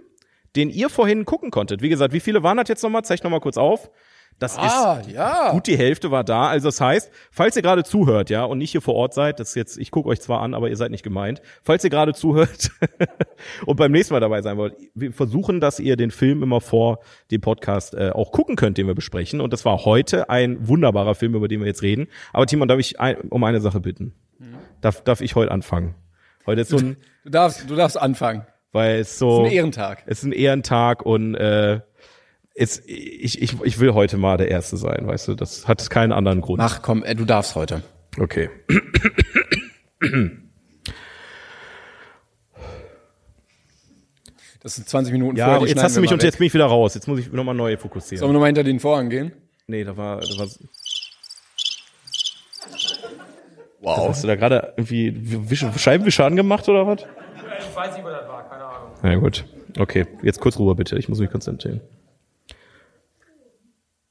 Speaker 2: den ihr vorhin gucken konntet. Wie gesagt, wie viele waren das jetzt nochmal? Zeig nochmal kurz auf. Das
Speaker 3: Ah,
Speaker 2: ist
Speaker 3: ja.
Speaker 2: gut die Hälfte war da. Also das heißt, falls ihr gerade zuhört, ja, und nicht hier vor Ort seid, das ist jetzt, ich gucke euch zwar an, aber ihr seid nicht gemeint. Falls ihr gerade zuhört und beim nächsten Mal dabei sein wollt, wir versuchen, dass ihr den Film immer vor dem Podcast äh, auch gucken könnt, den wir besprechen. Und das war heute ein wunderbarer Film, über den wir jetzt reden. Aber Timon, darf ich ein, um eine Sache bitten?
Speaker 3: Mhm.
Speaker 2: Darf, darf ich heute anfangen? Heute ist so ein,
Speaker 3: Du darfst, du darfst anfangen.
Speaker 2: weil es so
Speaker 3: Ist ein Ehrentag.
Speaker 2: Es ist ein Ehrentag und äh, es, ich, ich, ich will heute mal der Erste sein, weißt du. Das hat keinen anderen Grund.
Speaker 3: Ach komm, äh, du darfst heute.
Speaker 2: Okay.
Speaker 3: Das sind 20 Minuten
Speaker 2: Ja,
Speaker 3: vorher. die
Speaker 2: aber jetzt
Speaker 3: schneiden
Speaker 2: hast du
Speaker 3: wir
Speaker 2: mich
Speaker 3: mal
Speaker 2: und
Speaker 3: weg.
Speaker 2: jetzt bin ich wieder raus. Jetzt muss ich nochmal neu
Speaker 3: Sollen
Speaker 2: fokussieren.
Speaker 3: wir nochmal hinter den Vorhang gehen?
Speaker 2: Nee, da war, da war
Speaker 3: Wow.
Speaker 2: Was hast du da gerade irgendwie Wisch, Scheibenwischer angemacht oder was?
Speaker 8: Ich weiß nicht, wo das war, keine Ahnung.
Speaker 2: Na ja, gut. Okay, jetzt kurz rüber bitte. Ich muss mich konzentrieren.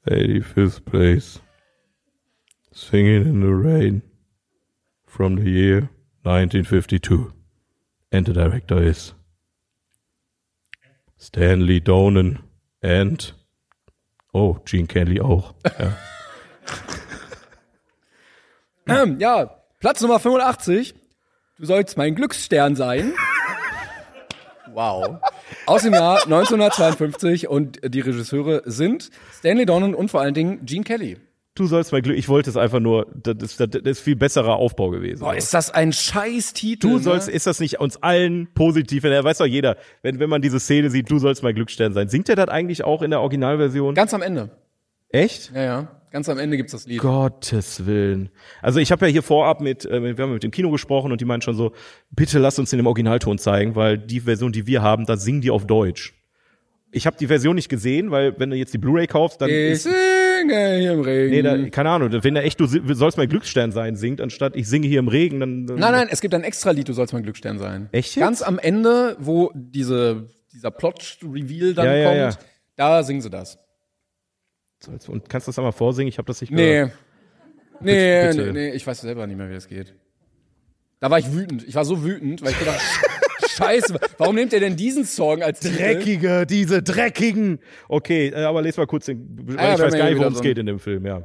Speaker 2: 85th place. Singing in the rain. From the year 1952. And the director is Stanley Donen and oh, Gene Kelly auch. Ja.
Speaker 3: Ähm, ja, Platz Nummer 85. Du sollst mein Glücksstern sein. wow. Aus dem Jahr 1952 und die Regisseure sind Stanley Donen und vor allen Dingen Gene Kelly.
Speaker 2: Du sollst mein Glück. Ich wollte es einfach nur. Das ist, das ist viel besserer Aufbau gewesen.
Speaker 3: Boah, ist das ein scheiß Titel.
Speaker 2: Du
Speaker 3: ne?
Speaker 2: sollst, ist das nicht uns allen positiv? Wenn er weiß doch jeder, wenn, wenn man diese Szene sieht, du sollst mein Glücksstern sein. Singt er das eigentlich auch in der Originalversion?
Speaker 3: Ganz am Ende.
Speaker 2: Echt?
Speaker 3: Ja, ja. Ganz am Ende gibt's das Lied.
Speaker 2: Gottes Willen. Also ich habe ja hier vorab mit, äh, wir haben mit dem Kino gesprochen und die meinen schon so, bitte lasst uns den im Originalton zeigen, weil die Version, die wir haben, da singen die auf Deutsch. Ich habe die Version nicht gesehen, weil wenn du jetzt die Blu-ray kaufst, dann
Speaker 3: Ich
Speaker 2: ist
Speaker 3: singe hier im Regen.
Speaker 2: nee, da, keine Ahnung, wenn er echt du si- sollst mein Glücksstern sein singt, anstatt ich singe hier im Regen, dann dann-
Speaker 3: Nein, nein, es gibt ein extra Lied, du sollst mein Glücksstern sein.
Speaker 2: Echt jetzt?
Speaker 3: Ganz am Ende, wo diese, dieser Plot-Reveal dann
Speaker 2: Ja, ja, ja.
Speaker 3: kommt, da singen sie das.
Speaker 2: Soll's- Und kannst du das einmal vorsingen? Ich habe das nicht
Speaker 3: Nee.
Speaker 2: gehört.
Speaker 3: Nee,
Speaker 2: Bitte.
Speaker 3: nee, nee, ich weiß selber nicht mehr, wie das geht. Da war ich wütend. Ich war so wütend, weil ich gedacht Scheiße, warum nehmt ihr denn diesen Song als Titel?
Speaker 2: Dreckige, diese dreckigen. Okay, äh, aber les mal kurz den, weil
Speaker 3: Ah,
Speaker 2: ich
Speaker 3: wir haben
Speaker 2: weiß
Speaker 3: ja
Speaker 2: gar
Speaker 3: hier
Speaker 2: nicht, worum
Speaker 3: wieder
Speaker 2: es
Speaker 3: so
Speaker 2: geht in dem Film, ja.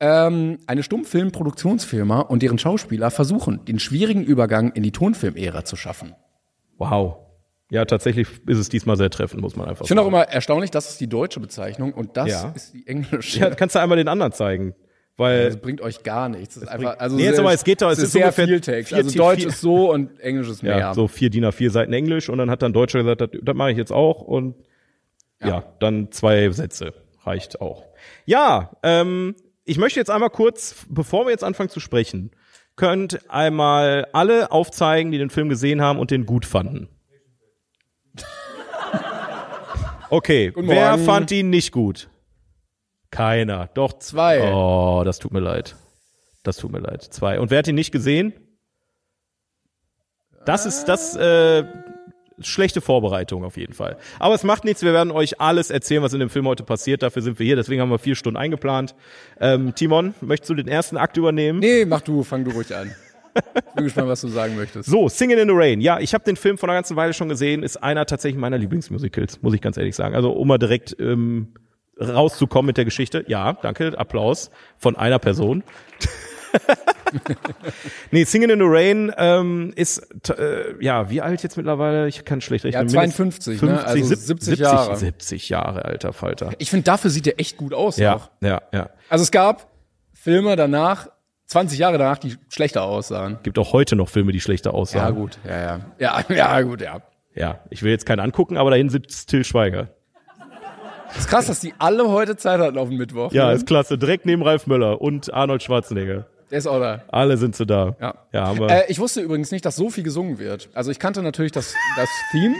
Speaker 3: Ähm, eine Stummfilm-Produktionsfirma und deren Schauspieler versuchen, den schwierigen Übergang in die Tonfilmära zu schaffen.
Speaker 2: Wow. Ja, tatsächlich ist es diesmal sehr treffend, muss man einfach
Speaker 3: Ich finde auch
Speaker 2: sagen.
Speaker 3: immer erstaunlich, das ist die deutsche Bezeichnung und das
Speaker 2: Ja.
Speaker 3: ist die englische.
Speaker 2: ja, kannst du einmal den anderen zeigen? Weil,
Speaker 3: Das bringt euch gar nichts. Das ist einfach,
Speaker 2: bringt-
Speaker 3: also
Speaker 2: Nee, jetzt aber, es geht doch, es ist
Speaker 3: sehr
Speaker 2: ungefähr
Speaker 3: viel Text.
Speaker 2: vier-
Speaker 3: Also
Speaker 2: vier-
Speaker 3: Deutsch
Speaker 2: vier-
Speaker 3: ist so und Englisch ist mehr.
Speaker 2: ja, so vier DIN A4 Seiten Englisch und dann hat dann Deutscher gesagt, das, das mache ich jetzt auch und ja. dann zwei Sätze. Reicht auch. Ja, ähm, ich möchte jetzt einmal kurz, bevor wir jetzt anfangen zu sprechen, könnt einmal alle aufzeigen, die den Film gesehen haben und den gut fanden. Okay,
Speaker 3: Guten
Speaker 2: wer
Speaker 3: Morgen.
Speaker 2: fand ihn nicht gut? Keiner, doch
Speaker 3: Zwei.
Speaker 2: Oh, das tut mir leid. Das tut mir leid. Zwei. Und wer hat ihn nicht gesehen? Das ist das äh, schlechte Vorbereitung auf jeden Fall. Aber es macht nichts. Wir werden euch alles erzählen, was in dem Film heute passiert. Dafür sind wir hier. Deswegen haben wir vier Stunden eingeplant. Ähm, Timon, möchtest du den ersten Akt übernehmen?
Speaker 3: Nee, mach du, fang du ruhig an. Ich bin gespannt, was du sagen möchtest.
Speaker 2: So, Singing in the Rain. Ja, ich habe den Film vor einer ganzen Weile schon gesehen. Ist einer tatsächlich meiner Lieblingsmusicals, muss ich ganz ehrlich sagen. Also um mal direkt ähm, rauszukommen mit der Geschichte. Ja, danke, Applaus von einer Person. nee, Singing in the Rain ähm, ist, t- äh, ja, wie alt jetzt mittlerweile? Ich kann schlecht rechnen.
Speaker 3: Ja,
Speaker 2: Mindest-
Speaker 3: 52, ne? Also
Speaker 2: 70,
Speaker 3: 70 Jahre.
Speaker 2: 70 Jahre, alter Falter.
Speaker 3: Ich finde, dafür sieht er echt gut aus.
Speaker 2: Ja,
Speaker 3: Noch.
Speaker 2: ja, ja.
Speaker 3: Also es gab Filme danach, 20 Jahre danach, die schlechter aussahen.
Speaker 2: Gibt auch heute noch Filme, die schlechter aussahen.
Speaker 3: Ja, gut, ja, ja. Ja, ja, gut, ja.
Speaker 2: Ja, ich will jetzt keinen angucken, aber dahin sitzt Till Schweiger.
Speaker 3: ist krass, dass die alle heute Zeit hatten auf dem Mittwoch.
Speaker 2: Ja,
Speaker 3: ne?
Speaker 2: ist klasse. Direkt neben Ralf Möller und Arnold Schwarzenegger.
Speaker 3: Der ist auch da.
Speaker 2: Alle sind sie da.
Speaker 3: Ja.
Speaker 2: Ja, haben wir.
Speaker 3: Äh, ich wusste übrigens nicht, dass so viel gesungen wird. Also ich kannte natürlich das, das Theme.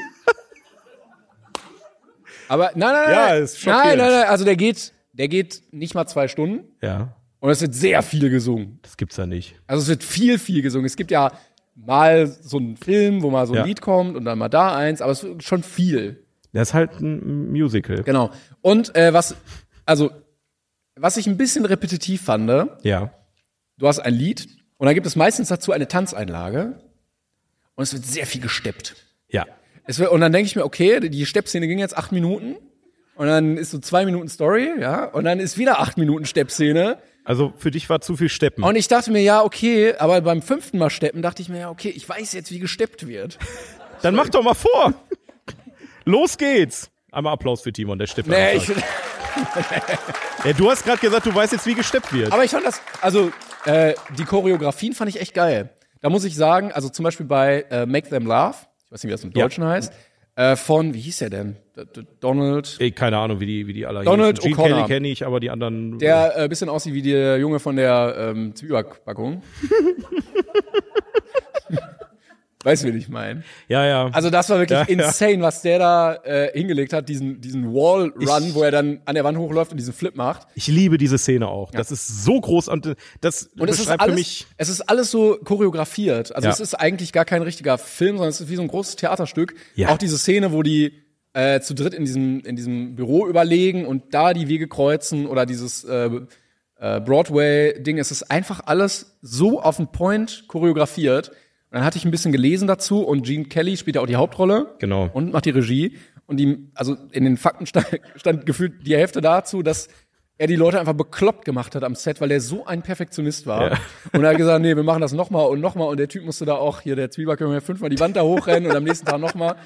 Speaker 3: Aber nein, nein, nein.
Speaker 2: Ja, ist schockierend.
Speaker 3: nein, nein, nein. Also der geht, der geht nicht mal zwei Stunden
Speaker 2: ja,
Speaker 3: und es wird sehr viel gesungen.
Speaker 2: das gibt's ja nicht.
Speaker 3: Also es wird viel, viel gesungen. Es gibt ja mal so einen Film, wo mal so ein
Speaker 2: Ja.
Speaker 3: Lied kommt und dann mal da eins, aber es ist schon viel.
Speaker 2: Das ist halt ein Musical.
Speaker 3: Genau. Und äh, was, also, was ich ein bisschen repetitiv fand, ne?
Speaker 2: Ja.
Speaker 3: du hast ein Lied und dann gibt es meistens dazu eine Tanzeinlage und es wird sehr viel gesteppt.
Speaker 2: Ja.
Speaker 3: Es wird, und dann denke ich mir, okay, die Steppszene ging jetzt acht Minuten und dann ist so zwei Minuten Story, ja, und dann ist wieder acht Minuten Steppszene.
Speaker 2: Also für dich war zu viel Steppen.
Speaker 3: Und ich dachte mir, ja, okay, aber beim fünften Mal steppen dachte ich mir, ja, okay, ich weiß jetzt, wie gesteppt wird.
Speaker 2: Dann mach doch mal vor. Los geht's. Einmal Applaus für Timon, der steppt.
Speaker 3: Nee,
Speaker 2: einfach.
Speaker 3: ich,
Speaker 2: ja, du hast gerade gesagt, du weißt jetzt, wie gesteppt wird.
Speaker 3: aber ich fand das, also äh, die Choreografien fand ich echt geil. Da muss ich sagen, also zum Beispiel bei äh, Make Them Laugh, ich weiß nicht, wie das im
Speaker 2: Ja.
Speaker 3: Deutschen heißt, äh, von, wie hieß der denn? D D Donald.
Speaker 2: Ey, keine Ahnung, wie die, wie die alle
Speaker 3: Donald
Speaker 2: hießen. Gene
Speaker 3: O'Connor.
Speaker 2: Kelly kenne ich, aber die anderen.
Speaker 3: Der äh, bisschen aussieht wie der Junge von der ähm, Zwiebackpackung. Weißt du, wen ich meine?
Speaker 2: Ja, ja.
Speaker 3: Also das war wirklich
Speaker 2: Ja, ja.
Speaker 3: insane, was der da äh, hingelegt hat, diesen, diesen Wall-Run, wo er dann an der Wand hochläuft und diesen Flip macht.
Speaker 2: Ich liebe diese Szene auch. Das ist so groß und äh, das
Speaker 3: Und es ist,
Speaker 2: beschreibt
Speaker 3: alles,
Speaker 2: für mich.
Speaker 3: es ist alles so choreografiert. Also
Speaker 2: Ja.
Speaker 3: es ist eigentlich gar kein richtiger Film, sondern es ist wie so ein großes Theaterstück.
Speaker 2: Ja.
Speaker 3: Auch diese Szene, wo die äh, zu dritt in diesem, in diesem Büro überlegen und da die Wege kreuzen oder dieses äh, äh, Broadway-Ding. Es ist einfach alles so auf den Point choreografiert. Und dann hatte ich ein bisschen gelesen dazu und Gene Kelly spielt ja auch die Hauptrolle.
Speaker 2: Genau.
Speaker 3: Und macht die Regie. Und die, also in den Fakten stand, stand gefühlt die Hälfte dazu, dass er die Leute einfach bekloppt gemacht hat am Set, weil er so ein Perfektionist war.
Speaker 2: Ja.
Speaker 3: Und er hat gesagt, nee, wir machen das nochmal und nochmal. Und der Typ musste da auch, hier, der Zwieback, können wir fünfmal die Wand da hochrennen und am nächsten Tag nochmal.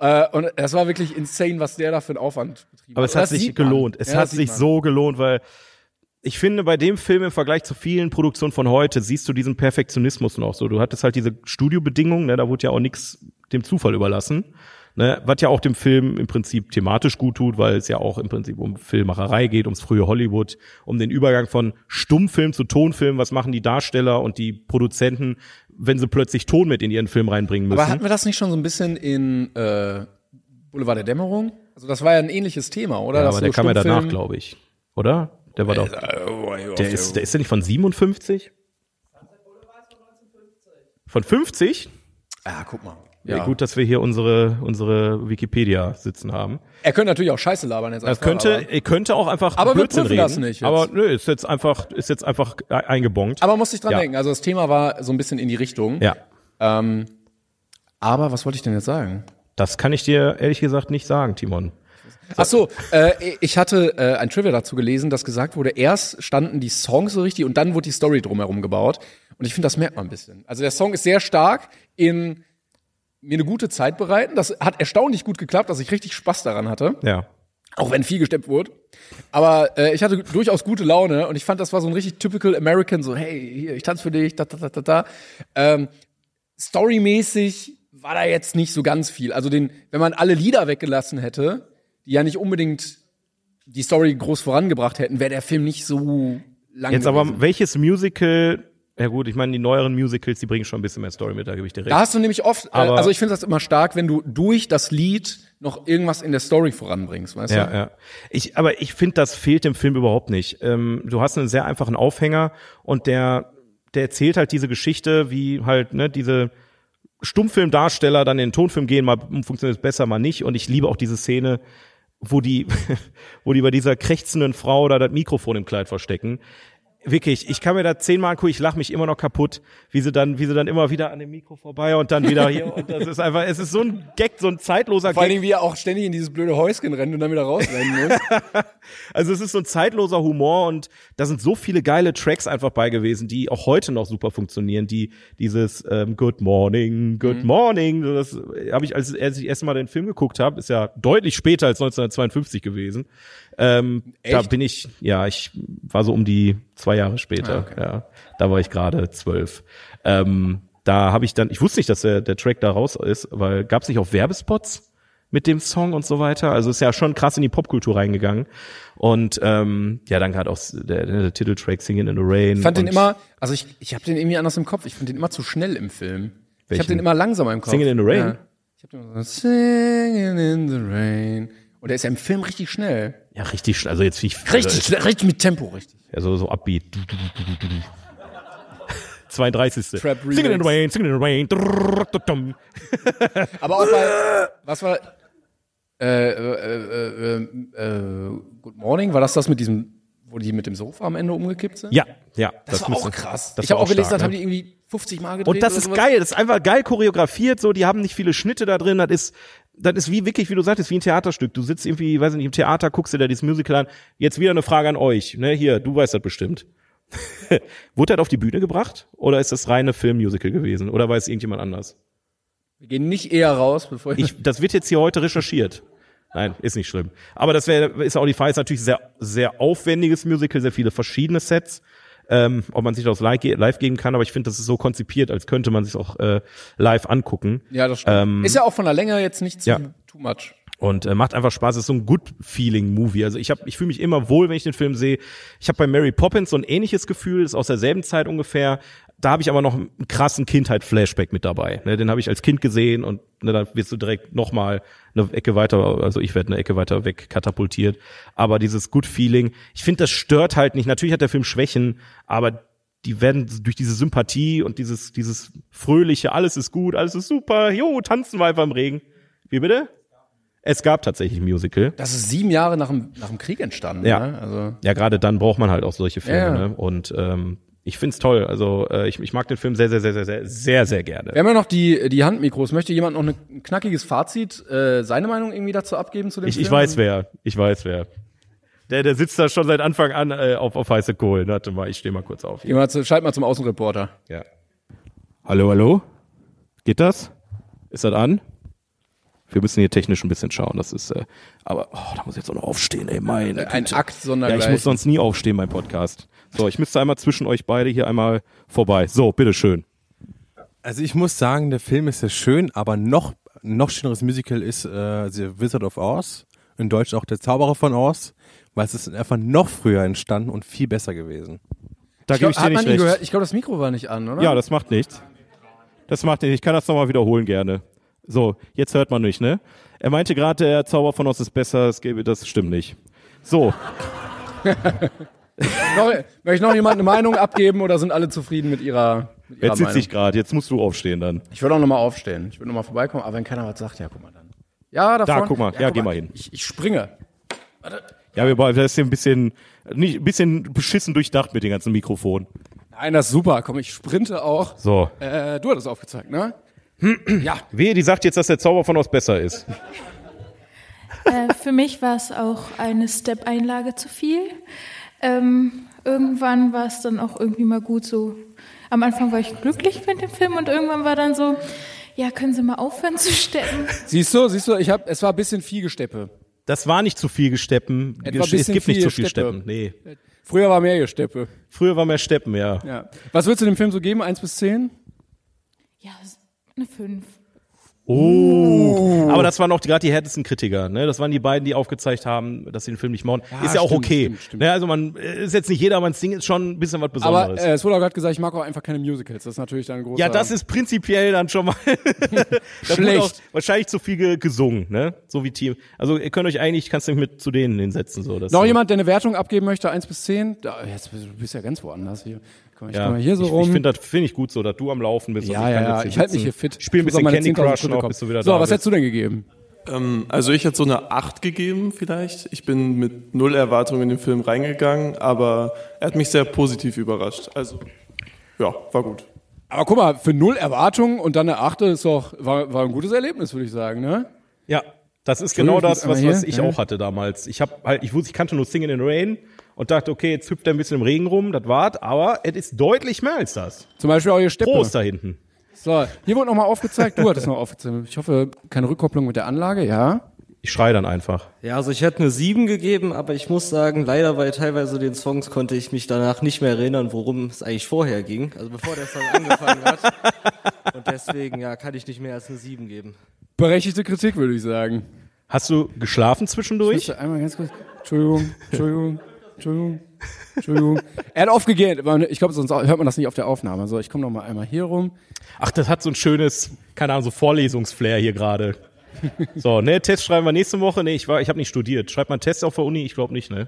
Speaker 3: Äh, und das war wirklich insane, was der da für einen Aufwand betrieben
Speaker 2: Aber es
Speaker 3: Und
Speaker 2: hat
Speaker 3: das
Speaker 2: sich
Speaker 3: sieht man.
Speaker 2: gelohnt. Es
Speaker 3: Ja, das
Speaker 2: hat
Speaker 3: sieht
Speaker 2: sich
Speaker 3: man.
Speaker 2: so gelohnt, weil ich finde, bei dem Film im Vergleich zu vielen Produktionen von heute siehst du diesen Perfektionismus noch so. Du hattest halt diese Studiobedingungen, ne, da wurde ja auch nichts dem Zufall überlassen. Ne, was ja auch dem Film im Prinzip thematisch gut tut, weil es ja auch im Prinzip um Filmmacherei geht, ums frühe Hollywood, um den Übergang von Stummfilm zu Tonfilm, was machen die Darsteller und die Produzenten, wenn sie plötzlich Ton mit in ihren Film reinbringen müssen.
Speaker 3: Aber hatten wir das nicht schon so ein bisschen in äh, Boulevard der Dämmerung? Also das war ja ein ähnliches Thema, oder?
Speaker 2: ja,
Speaker 3: Dass
Speaker 2: aber
Speaker 3: so
Speaker 2: der kam ja danach,
Speaker 3: Stummfilm- Äh, oh
Speaker 2: glaube ich. Oder? Der war doch. Der ist, der ist ja nicht von 57? Von 50?
Speaker 3: Ah, guck mal.
Speaker 2: Ja.
Speaker 3: Ja.
Speaker 2: gut, dass wir hier unsere, unsere Wikipedia sitzen haben.
Speaker 3: Er könnte natürlich auch Scheiße labern jetzt.
Speaker 2: Das könnte, er könnte auch einfach
Speaker 3: Aber wir
Speaker 2: Blödsinn
Speaker 3: prüfen
Speaker 2: reden.
Speaker 3: das nicht jetzt.
Speaker 2: Aber nö, ist jetzt einfach, ist jetzt einfach e- eingebongt.
Speaker 3: Aber muss ich dran
Speaker 2: Ja.
Speaker 3: denken. Also das Thema war so ein bisschen in die Richtung.
Speaker 2: Ja.
Speaker 3: Ähm, aber was wollte ich denn jetzt sagen?
Speaker 2: Das kann ich dir ehrlich gesagt nicht sagen, Timon.
Speaker 3: Ach so, äh, ich hatte äh, ein Trivia dazu gelesen, dass gesagt wurde, erst standen die Songs so richtig und dann wurde die Story drumherum gebaut. Und ich finde, das merkt man ein bisschen. Also der Song ist sehr stark in mir eine gute Zeit bereiten. Das hat erstaunlich gut geklappt, dass ich richtig Spaß daran hatte.
Speaker 2: Ja.
Speaker 3: Auch wenn viel gesteppt wurde. Aber äh, ich hatte durchaus gute Laune und ich fand, das war so ein richtig typical American, so, hey, hier, ich tanze für dich, da, da, da, da, da. Ähm, storymäßig war da jetzt nicht so ganz viel. Also den, wenn man alle Lieder weggelassen hätte, die ja nicht unbedingt die Story groß vorangebracht hätten, wäre der Film nicht so lang
Speaker 2: Jetzt
Speaker 3: gewesen.
Speaker 2: aber, welches Musical, ja gut, ich meine, die neueren Musicals, die bringen schon ein bisschen mehr Story mit, da gebe ich dir recht.
Speaker 3: Da hast du nämlich oft, äh,
Speaker 2: Aber-
Speaker 3: also ich finde das immer stark, wenn du durch das Lied noch irgendwas in der Story voranbringst, weißt
Speaker 2: Ja,
Speaker 3: du?
Speaker 2: ja. Ich, aber ich finde, das fehlt dem Film überhaupt nicht. Ähm, du hast einen sehr einfachen Aufhänger und der, der erzählt halt diese Geschichte, wie halt, ne, diese Stummfilmdarsteller dann in den Tonfilm gehen, mal um, funktioniert es besser, mal nicht. Und ich liebe auch diese Szene, wo die, wo die bei dieser krächzenden Frau da das Mikrofon im Kleid verstecken. Wirklich, ich kann mir da zehnmal angucken, ich lache mich immer noch kaputt, wie sie dann, wie sie dann immer wieder an dem Mikro vorbei und dann wieder hier. Und das ist einfach, es ist so ein Gag, so ein zeitloser
Speaker 3: Vor allen
Speaker 2: Gag.
Speaker 3: Dingen, wie er auch ständig in dieses blöde Häuschen rennt und dann wieder rausrennen muss.
Speaker 2: Also es ist so ein zeitloser Humor und da sind so viele geile Tracks einfach bei gewesen, die auch heute noch super funktionieren. Die dieses ähm, Good Morning, Good Morning, so das habe ich als, als ich erst mal den Film geguckt habe, ist ja deutlich später als 1952 gewesen. Ähm, da
Speaker 3: Echt?
Speaker 2: bin ich, ja, ich war so um die zwei Jahre später.
Speaker 3: Ah, okay.
Speaker 2: Ja, da war ich gerade zwölf. Ähm, da habe ich dann, ich wusste nicht, dass der, der Track da raus ist, weil gab es nicht auch Werbespots mit dem Song und so weiter. Also ist ja schon krass in die Popkultur reingegangen. Und ähm, ja, dann gerade auch der, der Titeltrack Singing in the Rain.
Speaker 3: Ich fand den
Speaker 2: und
Speaker 3: immer, also ich, ich habe den irgendwie anders im Kopf. Ich fand den immer zu schnell im Film. Ich
Speaker 2: Welchen?
Speaker 3: habe den immer langsamer im Kopf.
Speaker 2: Singing in the Rain?
Speaker 3: Ja. Ich hab den immer so, Singing in the Rain. Und der ist ja im Film richtig schnell.
Speaker 2: Ja, richtig, schnell, also jetzt wie
Speaker 3: Richtig schnell, richtig mit Tempo, richtig.
Speaker 2: Also so Upbeat. 32.
Speaker 3: Trap Remix.
Speaker 2: Singing in the Rain, Singing in the Rain. Drrrr, dum.
Speaker 3: Aber auch bei, was war, äh, äh, äh, äh, äh, Good Morning, war das das mit diesem, wo die mit dem Sofa am Ende umgekippt sind?
Speaker 2: Ja, ja.
Speaker 3: Das, war
Speaker 2: müsste-
Speaker 3: auch krass.
Speaker 2: das
Speaker 3: ich habe
Speaker 2: war
Speaker 3: auch gelesen,
Speaker 2: stark,
Speaker 3: dann
Speaker 2: ne?
Speaker 3: haben die irgendwie 50 Mal gedreht.
Speaker 2: Und das
Speaker 3: oder
Speaker 2: ist
Speaker 3: sowas.
Speaker 2: geil, das ist einfach geil choreografiert, so, die haben nicht viele Schnitte da drin, das ist, das ist wie wirklich, wie du sagtest, wie ein Theaterstück. Du sitzt irgendwie, weiß ich nicht, im Theater, guckst dir da dieses Musical an. Jetzt wieder eine Frage an euch, ne, hier, du weißt das bestimmt. Wurde das auf die Bühne gebracht? Oder ist das reine Filmmusical gewesen? Oder weiß irgendjemand anders?
Speaker 3: Wir gehen nicht eher raus, bevor
Speaker 2: Ich, das wird jetzt hier heute recherchiert. Nein, ist nicht schlimm. Aber das wäre, ist auch die Frage, ist natürlich sehr, sehr aufwendiges Musical, sehr viele verschiedene Sets. Ähm, ob man sich das live, ge- live geben kann, aber ich finde, das ist so konzipiert, als könnte man sich auch äh, live angucken.
Speaker 3: Ja, das stimmt.
Speaker 2: Ähm,
Speaker 3: ist ja auch von der Länge jetzt nicht zu,
Speaker 2: Ja.
Speaker 3: too much.
Speaker 2: und äh, macht einfach Spaß. Es ist so ein Good-Feeling-Movie. Also ich hab, ich fühle mich immer wohl, wenn ich den Film sehe. Ich habe bei Mary Poppins so ein ähnliches Gefühl. Ist aus derselben Zeit ungefähr. da habe ich aber noch einen krassen Kindheit-Flashback mit dabei. Ne, den habe ich als Kind gesehen und ne, da wirst du direkt nochmal eine Ecke weiter, also ich werde eine Ecke weiter weg katapultiert. Aber dieses Good Feeling, ich finde, das stört halt nicht. Natürlich hat der Film Schwächen, aber die werden durch diese Sympathie und dieses, dieses fröhliche, alles ist gut, alles ist super, jo, tanzen wir einfach im Regen. Wie bitte? Es gab tatsächlich ein Musical.
Speaker 3: Das ist sieben Jahre nach dem, nach dem Krieg entstanden.
Speaker 2: Ja,
Speaker 3: Ne? Also,
Speaker 2: ja gerade dann braucht man halt auch solche Filme.
Speaker 3: Ja, ja.
Speaker 2: Ne? Und ähm, ich find's toll. Also äh, ich, ich mag den Film sehr, sehr, sehr, sehr, sehr, sehr, sehr gerne.
Speaker 3: wir haben ja noch die, die Handmikros. Möchte jemand noch ne- ein knackiges Fazit, äh, seine Meinung irgendwie dazu abgeben zu dem
Speaker 2: Ich,
Speaker 3: Film?
Speaker 2: ich weiß wer. Ich weiß wer. Der, der sitzt da schon seit Anfang an äh, auf, auf heiße Kohlen. Warte mal, ich stehe mal kurz auf.
Speaker 3: Geh mal zu, schalt mal zum Außenreporter.
Speaker 2: Ja. Hallo, hallo? Geht das? Ist das an? Wir müssen hier technisch ein bisschen schauen. Das ist, äh, aber oh, da muss ich jetzt auch noch aufstehen, ey, meine.
Speaker 3: Ein
Speaker 2: Güte.
Speaker 3: Akt, sondern
Speaker 2: Ja, ich muss sonst nie aufstehen beim Podcast. So, ich müsste einmal zwischen euch beide hier einmal vorbei. So, bitteschön.
Speaker 9: Also ich muss sagen, der Film ist sehr schön, aber noch, noch schöneres Musical ist äh, The Wizard of Oz, in Deutsch auch Der Zauberer von Oz, weil es ist einfach noch früher entstanden und viel besser gewesen.
Speaker 2: Da
Speaker 3: ich glaub,
Speaker 2: gebe ich dir
Speaker 3: hat man
Speaker 2: nicht
Speaker 3: ihn
Speaker 2: recht.
Speaker 3: gehört? Ich glaube, das Mikro war nicht an, oder?
Speaker 2: Ja, das macht nichts. Das macht nichts. Ich kann das nochmal wiederholen gerne. So, jetzt hört man nicht, ne? Er meinte gerade, der Zauber von Oz ist besser, es gäbe, das stimmt nicht. So,
Speaker 3: Noch, möchte noch jemand eine Meinung abgeben oder sind alle zufrieden mit ihrer, mit ihrer
Speaker 2: jetzt
Speaker 3: Meinung?
Speaker 2: sitze ich gerade, jetzt musst du aufstehen dann.
Speaker 3: Ich würde auch nochmal aufstehen. Ich würde nochmal vorbeikommen, aber wenn keiner was sagt, ja, guck mal dann. Ja, da,
Speaker 2: Da,
Speaker 3: vorne-
Speaker 2: guck mal, ja, geh mal hin.
Speaker 3: Ich, ich springe.
Speaker 2: Ja, wir das ist hier ein bisschen, nicht, ein bisschen beschissen durchdacht mit den ganzen Mikrofonen.
Speaker 3: Nein, das ist super. Komm, ich sprinte auch.
Speaker 2: So.
Speaker 3: Äh, du hattest aufgezeigt, ne?
Speaker 2: Wehe, die sagt jetzt, dass der Zauber von Oz besser ist.
Speaker 10: äh, für mich war es auch eine Step-Einlage zu viel. Ähm, irgendwann war es dann auch irgendwie mal gut so. Am Anfang war ich glücklich mit dem Film und irgendwann war dann so, ja, können Sie mal aufhören zu steppen.
Speaker 3: Siehst du, siehst du, ich hab, es war ein bisschen viel Gesteppe.
Speaker 2: Das war nicht zu viel Gesteppen.
Speaker 3: Etwa ein
Speaker 2: es
Speaker 3: bisschen
Speaker 2: gibt nicht
Speaker 3: viel
Speaker 2: zu viel
Speaker 3: Steppe.
Speaker 2: Steppen. Nee.
Speaker 3: Früher war mehr Gesteppe.
Speaker 2: Früher war mehr Steppen, ja.
Speaker 3: Ja. Was würdest du dem Film so geben? Eins bis zehn?
Speaker 10: Ja, eine 5.
Speaker 2: Oh. Aber das waren auch gerade die härtesten Kritiker. Ne? Das waren die beiden, die aufgezeigt haben, dass sie den Film nicht machen. ist ja auch
Speaker 3: stimmt,
Speaker 2: okay.
Speaker 3: stimmt, stimmt.
Speaker 2: Ne? Also man ist jetzt nicht jedermanns Ding, ist schon ein bisschen was
Speaker 3: Aber
Speaker 2: Besonderes.
Speaker 3: äh, es wurde auch gerade gesagt, ich mag auch einfach keine Musicals. Das ist natürlich dann ein großer...
Speaker 2: ja, das ist prinzipiell dann schon mal Da wurde
Speaker 3: Schlecht.
Speaker 2: Auch wahrscheinlich zu viel ge- gesungen, ne? So wie Team. Also ihr könnt euch eigentlich, kannst du mich mit zu denen hinsetzen so. Das
Speaker 3: Noch jemand, der eine Wertung abgeben möchte, eins bis zehn? Da, jetzt bist du bist ja ganz woanders hier. Komm, ich
Speaker 2: ja.
Speaker 3: komm mal hier so
Speaker 2: ich,
Speaker 3: rum.
Speaker 2: Ich finde das finde ich gut so, dass du am Laufen bist.
Speaker 3: Ja, ja, ja, ich halte mich hier fit.
Speaker 2: Spiel ein
Speaker 3: Ich muss
Speaker 2: bisschen
Speaker 3: auf meine
Speaker 2: Candy
Speaker 3: 10.000
Speaker 2: Crush
Speaker 3: Schritte
Speaker 2: noch,
Speaker 3: kommen.
Speaker 2: bis du wieder
Speaker 3: So,
Speaker 2: da
Speaker 3: was
Speaker 2: bist.
Speaker 3: hättest du denn gegeben?
Speaker 11: Ähm, also ich hätte so eine 8 gegeben vielleicht. Ich bin mit null Erwartungen in den Film reingegangen, aber er hat mich sehr positiv überrascht. Also ja, war gut.
Speaker 3: Aber guck mal, für null Erwartungen und dann eine Achte ist doch, war, war ein gutes Erlebnis, würde ich sagen, ne?
Speaker 2: Ja, das ist
Speaker 3: Entschuldigung,
Speaker 2: genau
Speaker 3: ich muss
Speaker 2: das, was,
Speaker 3: einmal
Speaker 2: was
Speaker 3: hier,
Speaker 2: ich
Speaker 3: ja.
Speaker 2: auch hatte damals. Ich habe halt, ich wusste, ich kannte nur Sing in the Rain und dachte, okay, jetzt hüpft er ein bisschen im Regen rum, das wart, aber es ist deutlich mehr als das.
Speaker 3: Zum Beispiel auch hier Steppe.
Speaker 2: Prost da hinten.
Speaker 3: So, hier wurde nochmal aufgezeigt, du hattest noch aufgezeigt. Ich hoffe, keine Rückkopplung mit der Anlage, ja?
Speaker 2: Ich schreie dann einfach.
Speaker 12: Ja, also ich hätte eine 7 gegeben, aber ich muss sagen, leider bei teilweise den Songs konnte ich mich danach nicht mehr erinnern, worum es eigentlich vorher ging. Also bevor der Song angefangen hat. Und deswegen, ja, kann ich nicht mehr als eine 7 geben.
Speaker 3: Berechtigte Kritik, würde ich sagen.
Speaker 2: Hast du geschlafen zwischendurch?
Speaker 3: Ich einmal ganz kurz. Entschuldigung, Entschuldigung, Entschuldigung, Entschuldigung. Er hat aufgegeben, aber ich glaube, sonst hört man das nicht auf der Aufnahme. So, ich komme nochmal einmal hier rum.
Speaker 2: Ach, das hat so ein schönes, keine Ahnung, so Vorlesungsflair hier gerade. So, ne, Test schreiben wir nächste Woche. Ne, ich war, ich habe nicht studiert. Schreibt man Tests auf der Uni? Ich glaube nicht, ne?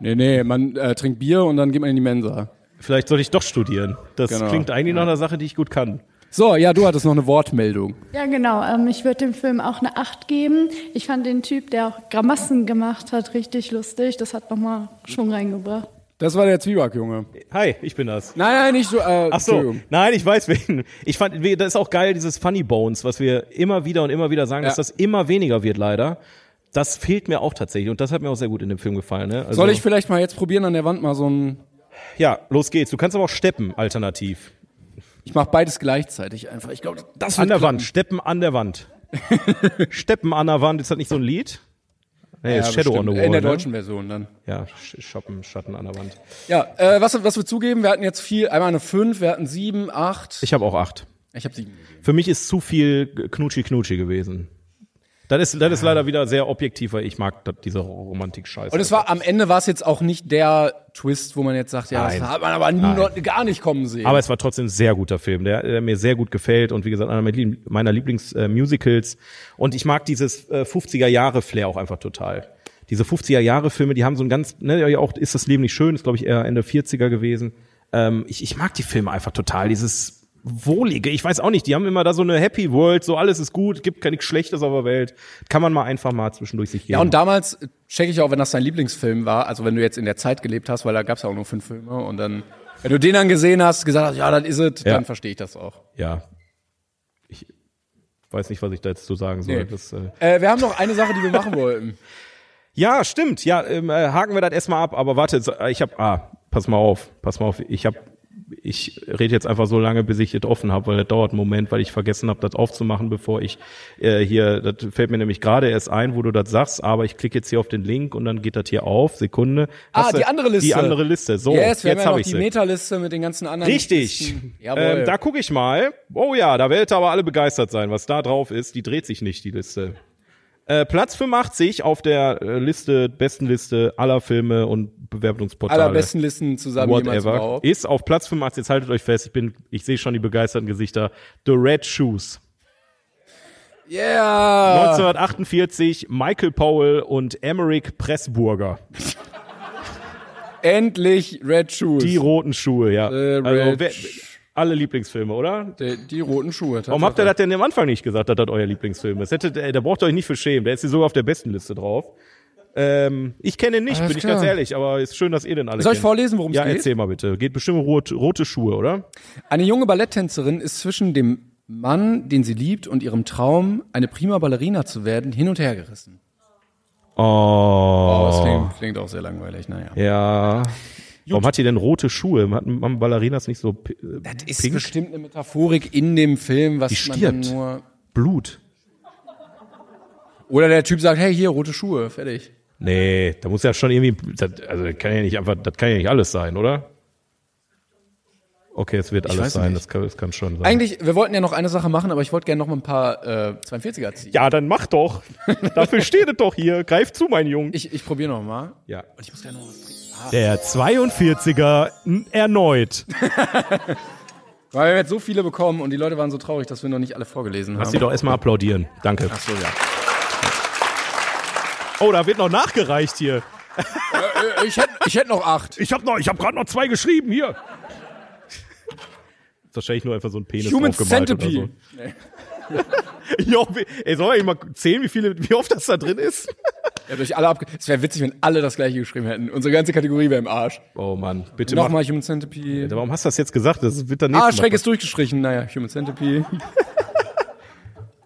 Speaker 3: Nee, nee, man äh, trinkt Bier und dann geht man in die Mensa.
Speaker 2: Vielleicht sollte ich doch studieren. Das
Speaker 3: Genau.
Speaker 2: klingt eigentlich nach einer Sache, die ich gut kann.
Speaker 3: So, ja, du hattest noch eine Wortmeldung.
Speaker 13: Ja, genau. Ähm, ich würde dem Film auch eine 8 geben. Ich fand den Typ, der auch Grimassen gemacht hat, richtig lustig. Das hat nochmal Schwung reingebracht.
Speaker 3: Das war der Zwiebackjunge.
Speaker 2: Hi, ich bin das.
Speaker 3: Nein, nein, nicht so. Äh,
Speaker 2: Ach so,
Speaker 3: Entschuldigung.
Speaker 2: nein, ich weiß wen. Ich fand, we- das ist auch geil, dieses Funny Bones, was wir immer wieder und immer wieder sagen,
Speaker 3: Ja.
Speaker 2: dass das immer weniger wird, leider. Das fehlt mir auch tatsächlich und das hat mir auch sehr gut in dem Film gefallen. Ne? Also-
Speaker 3: Soll ich vielleicht mal jetzt probieren, an der Wand mal so ein.
Speaker 2: Ja, los geht's. Du kannst aber auch steppen, alternativ.
Speaker 3: Ich mach beides gleichzeitig einfach. Ich glaube, das
Speaker 2: An
Speaker 3: wird
Speaker 2: der Wand, steppen an der Wand. steppen an der Wand, ist das nicht so ein Lied? Nee,
Speaker 3: Ja,
Speaker 2: ist Shadow
Speaker 3: bestimmt.
Speaker 2: on the Wall.
Speaker 3: In der
Speaker 2: ne?
Speaker 3: deutschen Version dann.
Speaker 2: Ja, Sch- Schatten, Schatten an der Wand.
Speaker 3: Ja, äh, was, was wir zugeben, wir hatten jetzt viel, einmal eine 5, wir hatten 7, 8.
Speaker 2: Ich habe auch acht.
Speaker 3: Ich habe 7.
Speaker 2: Für mich ist zu viel Knutschi-Knutschi gewesen. Das ist, das ist leider wieder sehr objektiv, weil ich mag das, diese Romantik-Scheiße.
Speaker 3: Ah. Und es war am Ende war es jetzt auch nicht der Twist, wo man jetzt sagt, ja,
Speaker 2: Nein.
Speaker 3: das hat man aber
Speaker 2: Nein.
Speaker 3: noch, gar nicht kommen sehen.
Speaker 2: Aber es war trotzdem ein sehr guter Film, der, der mir sehr gut gefällt und wie gesagt, einer meiner Lieb- meiner Lieblingsmusicals. und ich mag dieses äh, 50er-Jahre-Flair auch einfach total. Diese 50er-Jahre-Filme, die haben so ein ganz, ne, ja, auch ist das Leben nicht schön, ist glaube ich eher Ende 40er gewesen. Ähm, ich, ich mag die Filme einfach total, dieses wohlige, ich weiß auch nicht, die haben immer da so eine Happy World, so alles ist gut, gibt gar nichts Schlechtes auf der Welt. Kann man mal einfach mal zwischendurch sich geben.
Speaker 3: ja, und damals checke ich auch, wenn das dein Lieblingsfilm war, also wenn du jetzt in der Zeit gelebt hast, weil da gab es ja auch nur fünf Filme und dann, wenn du den dann gesehen hast, gesagt hast, ja, das ist es,
Speaker 2: Ja.
Speaker 3: dann verstehe ich das auch.
Speaker 2: ja. Ich weiß nicht, was ich dazu sagen soll.
Speaker 3: Nee.
Speaker 2: Das, äh,
Speaker 3: Äh, wir haben noch eine Sache, die wir machen wollten.
Speaker 2: Ja, stimmt. Ja, ähm, äh, haken wir das erstmal ab. Aber warte, so, äh, ich habe. Ah, pass mal auf. Pass mal auf. Ich habe. Ich rede jetzt einfach so lange, bis ich das offen habe, weil das dauert einen Moment, weil ich vergessen habe, das aufzumachen, bevor ich äh, hier. Das fällt mir nämlich gerade erst ein, wo du das sagst. Aber ich klicke jetzt hier auf den Link und dann geht das hier auf. Sekunde.
Speaker 3: Ah,
Speaker 2: Hast du-
Speaker 3: die andere Liste.
Speaker 2: Die andere Liste. So,
Speaker 3: yes, wir
Speaker 2: jetzt
Speaker 3: haben ja
Speaker 2: habe
Speaker 3: noch
Speaker 2: ich
Speaker 3: die
Speaker 2: sie.
Speaker 3: Meta-Liste mit den ganzen anderen.
Speaker 2: Richtig.
Speaker 3: Listen. Jawohl.
Speaker 2: Ähm, da gucke ich mal. Oh ja, da werdet ihr aber alle begeistert sein, was da drauf ist. Die dreht sich nicht, die Liste. Äh, Platz 85 auf der äh, Liste, besten Liste aller Filme und Bewerbungsportale.
Speaker 3: Allerbesten Listen zusammen jemals
Speaker 2: Whatever.
Speaker 3: überhaupt.
Speaker 2: Ist auf Platz 85, jetzt haltet euch fest, ich bin, ich sehe schon die begeisterten Gesichter. The Red Shoes.
Speaker 3: Yeah.
Speaker 2: 1948, Michael Powell und Emmerich Pressburger.
Speaker 3: Endlich Red Shoes.
Speaker 2: Die roten Schuhe, ja.
Speaker 3: The
Speaker 2: Also,
Speaker 3: Red
Speaker 2: wer, alle Lieblingsfilme, oder?
Speaker 3: die, die roten Schuhe.
Speaker 2: Warum habt ihr
Speaker 3: Tatsache.
Speaker 2: das denn am Anfang nicht gesagt, dass das euer Lieblingsfilm ist? Hättet, äh, da braucht ihr euch nicht für schämen. Der ist hier sogar auf der besten Liste drauf. Ähm, ich kenne ihn nicht,
Speaker 3: Alles
Speaker 2: bin ich
Speaker 3: klar.
Speaker 2: ganz ehrlich, aber ist schön, dass ihr den alle
Speaker 3: Soll ich
Speaker 2: kennt.
Speaker 3: vorlesen, worum es
Speaker 2: ja,
Speaker 3: geht?
Speaker 2: Ja, erzähl mal bitte. Geht bestimmt um rot, rote Schuhe, oder?
Speaker 3: Eine junge Balletttänzerin ist zwischen dem Mann, den sie liebt, und ihrem Traum, eine prima Ballerina zu werden, hin und her gerissen.
Speaker 2: Oh.
Speaker 3: Oh, das klingt, klingt auch sehr langweilig, naja.
Speaker 2: Ja. Warum hat die denn rote Schuhe? Hatten haben Ballerinas nicht so pi- äh,
Speaker 3: Das ist
Speaker 2: pink?
Speaker 3: bestimmt eine Metaphorik in dem Film, was
Speaker 2: Die
Speaker 3: man
Speaker 2: stirbt.
Speaker 3: dann nur.
Speaker 2: Blut.
Speaker 3: Oder der Typ sagt, hey, hier, rote Schuhe, fertig.
Speaker 2: Nee, da muss ja schon irgendwie, das, also das kann ja nicht einfach, das kann ja nicht alles sein, oder? Okay, es wird
Speaker 3: Ich
Speaker 2: alles
Speaker 3: weiß
Speaker 2: sein,
Speaker 3: nicht.
Speaker 2: das kann, das kann schon sein.
Speaker 3: Eigentlich, wir wollten ja noch eine Sache machen, aber ich wollte gerne noch mal ein paar äh, 42er ziehen.
Speaker 2: Ja, dann mach doch. Dafür steht es doch hier. Greif zu, mein Junge.
Speaker 3: Ich, ich probiere noch mal.
Speaker 2: Ja.
Speaker 3: Und ich muss gerne noch was trinken.
Speaker 2: Der 42er n- erneut.
Speaker 3: Weil wir haben jetzt so viele bekommen und die Leute waren so traurig, dass wir noch nicht alle vorgelesen
Speaker 2: Lass sie
Speaker 3: haben.
Speaker 2: doch erstmal applaudieren. Danke.
Speaker 3: Ach so, ja.
Speaker 2: Oh, da wird noch nachgereicht hier.
Speaker 3: Äh, ich hätte ich hätt noch acht.
Speaker 2: Ich hab noch, ich hab gerade noch zwei geschrieben hier. Ist wahrscheinlich nur einfach so ein Penis
Speaker 3: Human
Speaker 2: draufgemalt oder
Speaker 3: Centipede.
Speaker 2: so. Jo, wie- ey, soll ich mal zählen, wie viele, wie oft das da drin ist?
Speaker 3: Ja, durch alle abge es wäre witzig, wenn alle das gleiche geschrieben hätten. Unsere ganze Kategorie wäre im Arsch.
Speaker 2: Oh Mann, bitte mach-
Speaker 3: Nochmal Human Centipede.
Speaker 2: Warum hast du das jetzt gesagt? Das wird dann
Speaker 3: Ah,
Speaker 2: nächstes Mal.
Speaker 3: Schreck ist durchgestrichen. Naja, Human Centipede.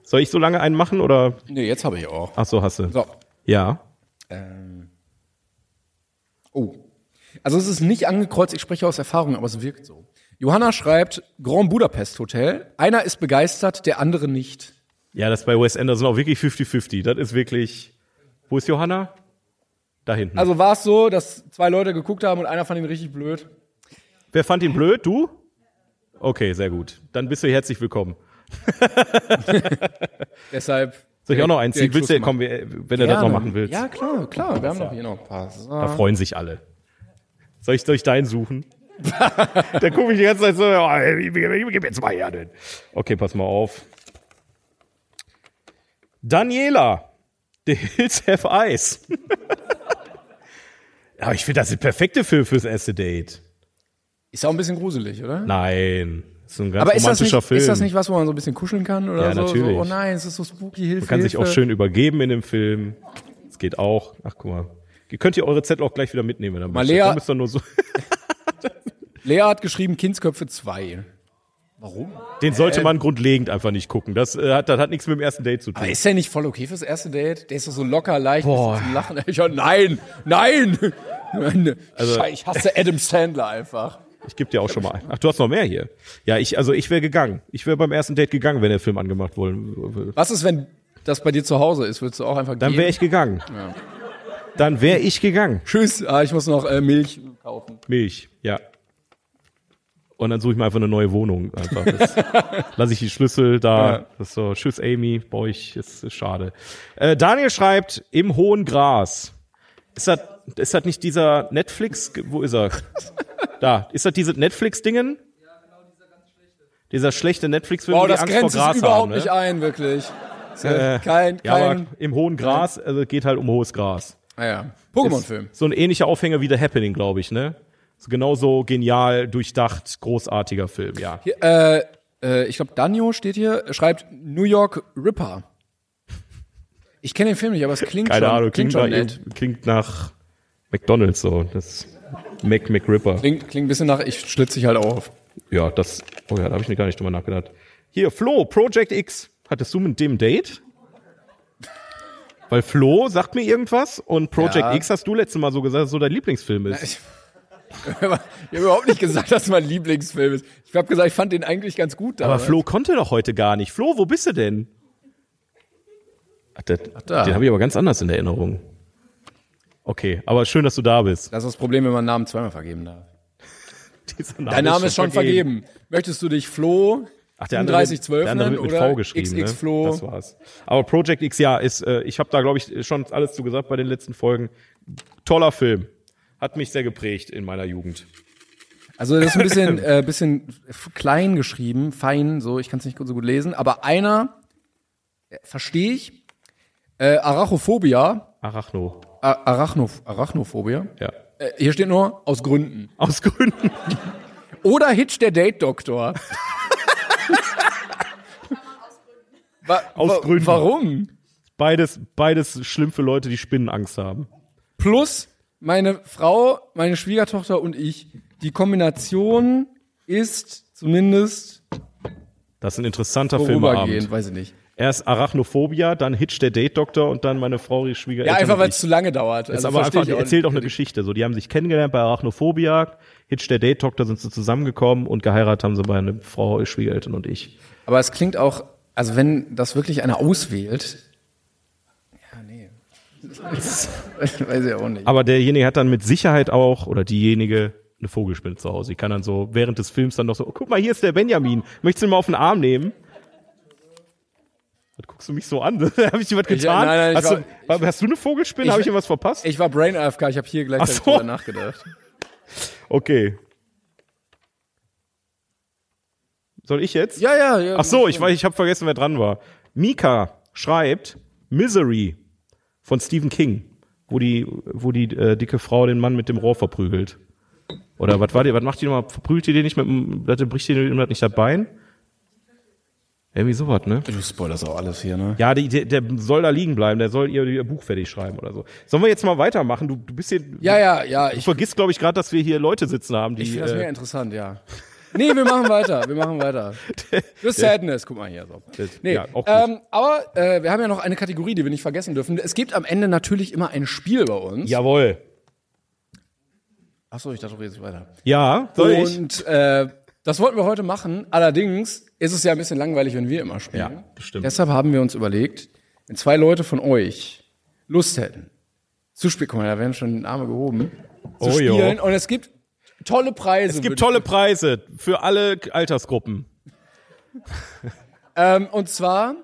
Speaker 2: Soll ich so lange einen machen oder?
Speaker 3: Nee, jetzt habe ich auch.
Speaker 2: Ach so, hast du.
Speaker 3: So.
Speaker 2: Ja.
Speaker 3: Ähm. Oh. Also es ist nicht angekreuzt, ich spreche aus Erfahrung, aber es wirkt so. Johanna schreibt, Grand Budapest Hotel. Einer ist begeistert, der andere nicht.
Speaker 2: Ja, das ist bei Wes Anderson auch wirklich 50-50. Das ist wirklich. Wo ist Johanna? Da hinten.
Speaker 3: Also war es so, dass zwei Leute geguckt haben und einer fand ihn richtig blöd.
Speaker 2: Wer fand ihn blöd? Du? Okay, sehr gut. Dann bist du herzlich willkommen.
Speaker 3: Deshalb.
Speaker 2: Soll ich auch noch einen ziehen?
Speaker 3: direkt
Speaker 2: Willst du,
Speaker 3: Schluss
Speaker 2: komm,
Speaker 3: machen.
Speaker 2: wir- äh, wenn du das noch
Speaker 3: Gerne.
Speaker 2: machen willst.
Speaker 3: Ja, klar, klar. Wir haben noch hier noch ein paar.
Speaker 2: Da freuen sich alle. Soll ich, soll ich deinen suchen? da gucke ich die ganze Zeit so, oh, ey, gib gib jetzt mal her. denn. Okay, pass mal auf. Daniela, The Hills Have Eyes. Aber ich finde, das ist perfekte Film fürs erste Date.
Speaker 3: Ist auch ein bisschen gruselig, oder?
Speaker 2: Nein, das ist ein ganz
Speaker 3: Aber ist das,
Speaker 2: romantischer
Speaker 3: nicht,
Speaker 2: Film.
Speaker 3: ist das nicht was, wo man so ein bisschen kuscheln kann oder
Speaker 2: Ja,
Speaker 3: so?
Speaker 2: natürlich.
Speaker 3: so? Oh nein, es ist so spooky, Hilfe.
Speaker 2: Man kann sich auch
Speaker 3: Hilfe.
Speaker 2: schön übergeben in dem Film. Das geht auch. Ach, guck mal. Ihr könnt ihr eure Zettel auch gleich wieder mitnehmen, wenn ihr
Speaker 3: Mal
Speaker 2: möchtet.
Speaker 3: Lea-
Speaker 2: Ihr müsst doch nur so.
Speaker 3: Lea hat geschrieben Kindsköpfe 2. Warum?
Speaker 2: Den sollte
Speaker 3: Äh,
Speaker 2: man grundlegend einfach nicht gucken. Das, äh, hat, das hat nichts mit dem ersten Date zu tun.
Speaker 3: Aber ist der nicht voll okay fürs erste Date? Der ist doch so locker, leicht, bisschen zum Lachen. Ich, hör, nein, nein! Also, Scheiße, ich hasse Adam Sandler einfach.
Speaker 2: Ich gebe dir auch schon mal ein. Ach, du hast noch mehr hier. Ja, ich, also ich wäre gegangen. Ich wäre beim ersten Date gegangen, wenn der Film angemacht wollen würde.
Speaker 3: Was ist, wenn das bei dir zu Hause ist? Würdest du auch einfach
Speaker 2: Dann
Speaker 3: gehen?
Speaker 2: wäre ich gegangen. Dann wäre ich gegangen.
Speaker 3: Tschüss, ah, ich muss noch äh, Milch kaufen.
Speaker 2: Milch, ja. Und dann suche ich mir einfach eine neue Wohnung. Einfach. Das, lasse ich die Schlüssel da.
Speaker 14: Ja.
Speaker 2: Das ist so, tschüss Amy, bei euch ist, ist schade. Äh, Daniel schreibt, im hohen Gras. Ist das, ist das nicht dieser Netflix, wo ist er? da, ist das diese Netflix-Dingen? Dieser schlechte Netflix-Film,
Speaker 3: Wow,
Speaker 2: wo die
Speaker 3: das
Speaker 2: Angst
Speaker 3: grenzt
Speaker 2: vor Gras
Speaker 3: es überhaupt
Speaker 2: haben, ne?
Speaker 3: nicht ein, wirklich.
Speaker 2: Äh,
Speaker 3: kein,
Speaker 2: ja, aber
Speaker 3: kein.
Speaker 2: im hohen Gras, also es geht halt um hohes Gras.
Speaker 3: Ah ja. Pokémon-Film.
Speaker 2: Ist So ein ähnlicher Aufhänger wie The Happening, glaube ich, ne? Ist genauso genial, durchdacht, großartiger Film, ja.
Speaker 3: Hier, äh, äh, ich glaube, Danio steht hier, schreibt New York Ripper. Ich kenne den Film nicht, aber es klingt
Speaker 2: Keine
Speaker 3: schon,
Speaker 2: Ahnung, klingt,
Speaker 3: schon
Speaker 2: nach,
Speaker 3: nett.
Speaker 2: klingt nach McDonalds so. Das Mac McRipper.
Speaker 3: Klingt, klingt ein bisschen nach, ich schlitze dich halt auf.
Speaker 2: Ja, das. Oh ja, da habe ich gar nicht drüber nachgedacht. Hier, Flo, Project X. Hattest du mit dem ein Date? Weil Flo sagt mir irgendwas und Project
Speaker 3: Ja.
Speaker 2: X hast du letztes Mal so gesagt, dass so dein Lieblingsfilm ist.
Speaker 3: Ich habe überhaupt nicht gesagt, dass es mein Lieblingsfilm ist. Ich habe gesagt, ich fand den eigentlich ganz gut.
Speaker 2: Aber
Speaker 3: damals.
Speaker 2: Flo konnte doch heute gar nicht. Flo, wo bist du denn? Ach, das,
Speaker 3: da.
Speaker 2: Den habe ich aber ganz anders in Erinnerung. Okay, aber schön, dass du da bist.
Speaker 3: Das ist das Problem, wenn man Namen zweimal vergeben darf.
Speaker 2: Dieser
Speaker 3: Dein Name ist schon vergeben. Möchtest du dich Flo
Speaker 2: Ach, der andere,
Speaker 3: 3012
Speaker 2: der andere
Speaker 3: nennen
Speaker 2: wird mit
Speaker 3: oder
Speaker 2: V geschrieben.
Speaker 3: XX
Speaker 2: ne?
Speaker 3: Flo?
Speaker 2: Das war's. Aber Project X, ja, ist, äh, ich habe da, glaube ich, schon alles zu gesagt bei den letzten Folgen. Toller Film. Hat mich sehr geprägt in meiner Jugend.
Speaker 3: Also das ist ein bisschen, äh, bisschen f- klein geschrieben, fein, so, ich kann es nicht so gut lesen. Aber einer, verstehe ich, äh, Arachophobia,
Speaker 2: Arachno.
Speaker 3: A Arachno Arachnophobia.
Speaker 2: Ja.
Speaker 3: Äh, hier steht nur, aus Gründen.
Speaker 2: Aus Gründen.
Speaker 3: Oder Hitch der Date-Doktor. Wa-
Speaker 2: Aus
Speaker 3: wa-
Speaker 2: Gründen.
Speaker 3: Warum?
Speaker 2: Beides, beides schlimm für Leute, die Spinnenangst haben.
Speaker 3: Plus meine Frau, meine Schwiegertochter und ich. Die Kombination ist zumindest
Speaker 2: Das ist ein interessanter
Speaker 3: vorübergehend,
Speaker 2: Filmabend.
Speaker 3: weiß ich nicht.
Speaker 2: Erst Arachnophobia, dann Hitch der Date Doktor und dann meine Frau, die Schwiegereltern.
Speaker 3: Ja, einfach
Speaker 2: und
Speaker 3: weil
Speaker 2: ich.
Speaker 3: es zu lange dauert.
Speaker 2: Ist
Speaker 3: Also
Speaker 2: aber
Speaker 3: versteh
Speaker 2: einfach,
Speaker 3: ich auch
Speaker 2: erzählt
Speaker 3: nicht.
Speaker 2: auch eine Geschichte. So, die haben sich kennengelernt bei Arachnophobia. Hitch der Date Doktor sind sie zusammengekommen und geheiratet haben sie bei einer Frau, Schwiegereltern und ich.
Speaker 3: Aber es klingt auch, also wenn das wirklich einer auswählt. Ja, nee. weiß ich auch nicht.
Speaker 2: Aber derjenige hat dann mit Sicherheit auch, oder diejenige, eine Vogelspinne zu Hause. Die kann dann so während des Films dann noch so, oh, guck mal, hier ist der Benjamin. Möchtest du ihn mal auf den Arm nehmen? Was guckst du mich so an? Habe ich dir was getan?
Speaker 3: Ich- nein, nein, ich
Speaker 2: hast,
Speaker 3: war-
Speaker 2: du, hast du eine Vogelspinne? Habe ich irgendwas verpasst?
Speaker 3: Ich war Brain AFK, ich habe hier gleichzeitig
Speaker 2: Ach so.
Speaker 3: drüber nachgedacht.
Speaker 2: Okay. Soll ich jetzt?
Speaker 3: Ja, ja, ja.
Speaker 2: Ach so, ich, weiß- ich habe vergessen, wer dran war. Mika schreibt Misery von Stephen King, wo die, wo die äh, dicke Frau den Mann mit dem Rohr verprügelt. Oder was war die? Was macht die nochmal? Verprügelt die den nicht mit dem, warte, bricht die dem nicht das Bein? Irgendwie sowas, ne?
Speaker 3: Du spoilerst auch alles hier, ne?
Speaker 2: Ja, die, der, der soll da liegen bleiben, der soll ihr, ihr Buch fertig schreiben oder so. Sollen wir jetzt mal weitermachen? Du, du bist hier.
Speaker 3: Ja, ja, ja.
Speaker 2: Du
Speaker 3: Ich,
Speaker 2: vergisst, glaube ich, gerade, dass wir hier Leute sitzen haben, die.
Speaker 3: ich finde das
Speaker 2: äh,
Speaker 3: mega interessant, ja. Nee, wir machen weiter, wir machen weiter. The Sadness, guck mal hier. So. Nee,
Speaker 2: ja, auch gut.
Speaker 3: ähm, aber äh, wir haben ja noch eine Kategorie, die wir nicht vergessen dürfen. Es gibt am Ende natürlich immer ein Spiel bei uns.
Speaker 2: Jawohl.
Speaker 3: Achso, ich dachte, du redest weiter.
Speaker 2: Ja, soll ich?
Speaker 3: Und äh, das wollten wir heute machen. Allerdings ist es ja ein bisschen langweilig, wenn wir immer spielen.
Speaker 2: Ja, bestimmt.
Speaker 3: Deshalb haben wir uns überlegt, wenn zwei Leute von euch Lust hätten, zu spielen, guck mal, da werden schon Arme gehoben, zu
Speaker 2: Oh, jo.
Speaker 3: spielen. Und es gibt tolle Preise.
Speaker 2: Es gibt
Speaker 3: würde-
Speaker 2: tolle Preise für alle Altersgruppen.
Speaker 3: Ähm, und zwar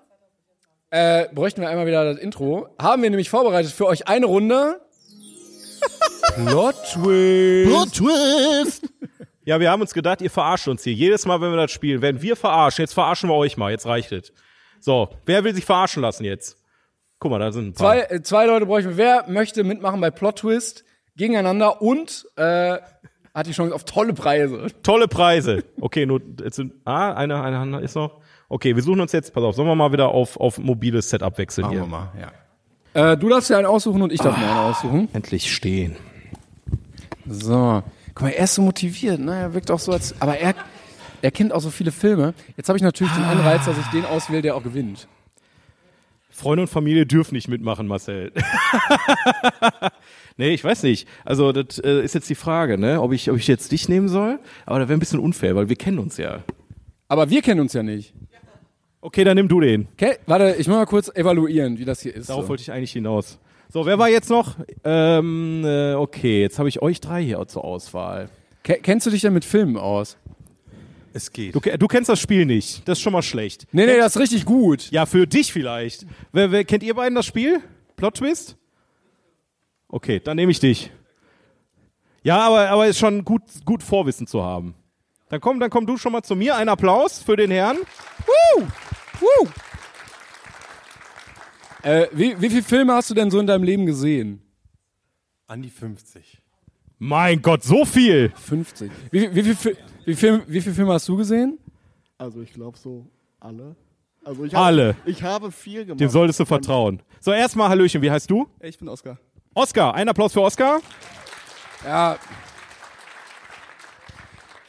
Speaker 3: äh, bräuchten wir einmal wieder das Intro. Haben wir nämlich vorbereitet für euch eine Runde. Plot Twist.
Speaker 2: Twist! Ja, wir haben uns gedacht, ihr verarscht uns hier. Jedes Mal, wenn wir das spielen, werden wir verarschen. Jetzt verarschen wir euch mal. Jetzt reicht es. So, wer will sich verarschen lassen jetzt? Guck mal, da sind ein paar.
Speaker 3: Zwei, äh, zwei Leute bräuchten wir. Wer möchte mitmachen bei Plot Twist gegeneinander und äh, hat die Chance auf tolle Preise.
Speaker 2: Tolle Preise. Okay, nur jetzt sind ah, eine, eine Hand ist noch. Okay, wir suchen uns jetzt, pass auf, sollen wir mal wieder auf, auf mobiles Setup wechseln hier?
Speaker 3: mal, ja. Äh, du darfst dir einen aussuchen und ich darf mir einen aussuchen.
Speaker 2: Endlich stehen.
Speaker 3: So. Guck mal, er ist so motiviert, ne? Er wirkt auch so als. Aber er, er kennt auch so viele Filme. Jetzt habe ich natürlich den Anreiz, dass ich den auswähle, der auch gewinnt.
Speaker 2: Freunde und Familie dürfen nicht mitmachen, Marcel. nee, ich weiß nicht. Also, das äh, ist jetzt die Frage, ne? Ob ich, ob ich jetzt dich nehmen soll? Aber da wäre ein bisschen unfair, weil wir kennen uns ja.
Speaker 3: Aber wir kennen uns ja nicht.
Speaker 2: Okay, dann nimm du den.
Speaker 3: Okay, warte, ich muss mal kurz evaluieren, wie das hier ist.
Speaker 2: Darauf
Speaker 3: So.
Speaker 2: wollte ich eigentlich hinaus. So, wer war jetzt noch? Ähm, äh, okay, jetzt habe ich euch drei hier zur Auswahl.
Speaker 3: Ke- Kennst du dich denn mit Filmen aus?
Speaker 15: Es geht.
Speaker 2: Du, du kennst das Spiel nicht. Das ist schon mal schlecht.
Speaker 3: Nee, nee, das ist richtig gut.
Speaker 2: Ja, für dich vielleicht. Wer, wer, kennt ihr beiden das Spiel? Plot Twist? Okay, dann nehme ich dich. Ja, aber, aber ist schon gut, gut Vorwissen zu haben. Dann komm, dann komm du schon mal zu mir. Ein Applaus für den Herrn.
Speaker 3: Woo! Woo! Äh, wie, wie viele Filme hast du denn so in deinem Leben gesehen?
Speaker 15: An die 50.
Speaker 2: Mein Gott, so viel!
Speaker 3: 50. Wie, wie, wie, viel, wie, viel, wie viele Filme hast du gesehen?
Speaker 1: Also ich glaube so alle. Also ich
Speaker 2: Alle.
Speaker 1: Habe, ich habe viel gemacht.
Speaker 2: Dem solltest du vertrauen. So, erstmal Hallöchen, wie heißt du?
Speaker 1: Ich bin Oskar.
Speaker 2: Oscar, ein Applaus für Oscar.
Speaker 3: Ja.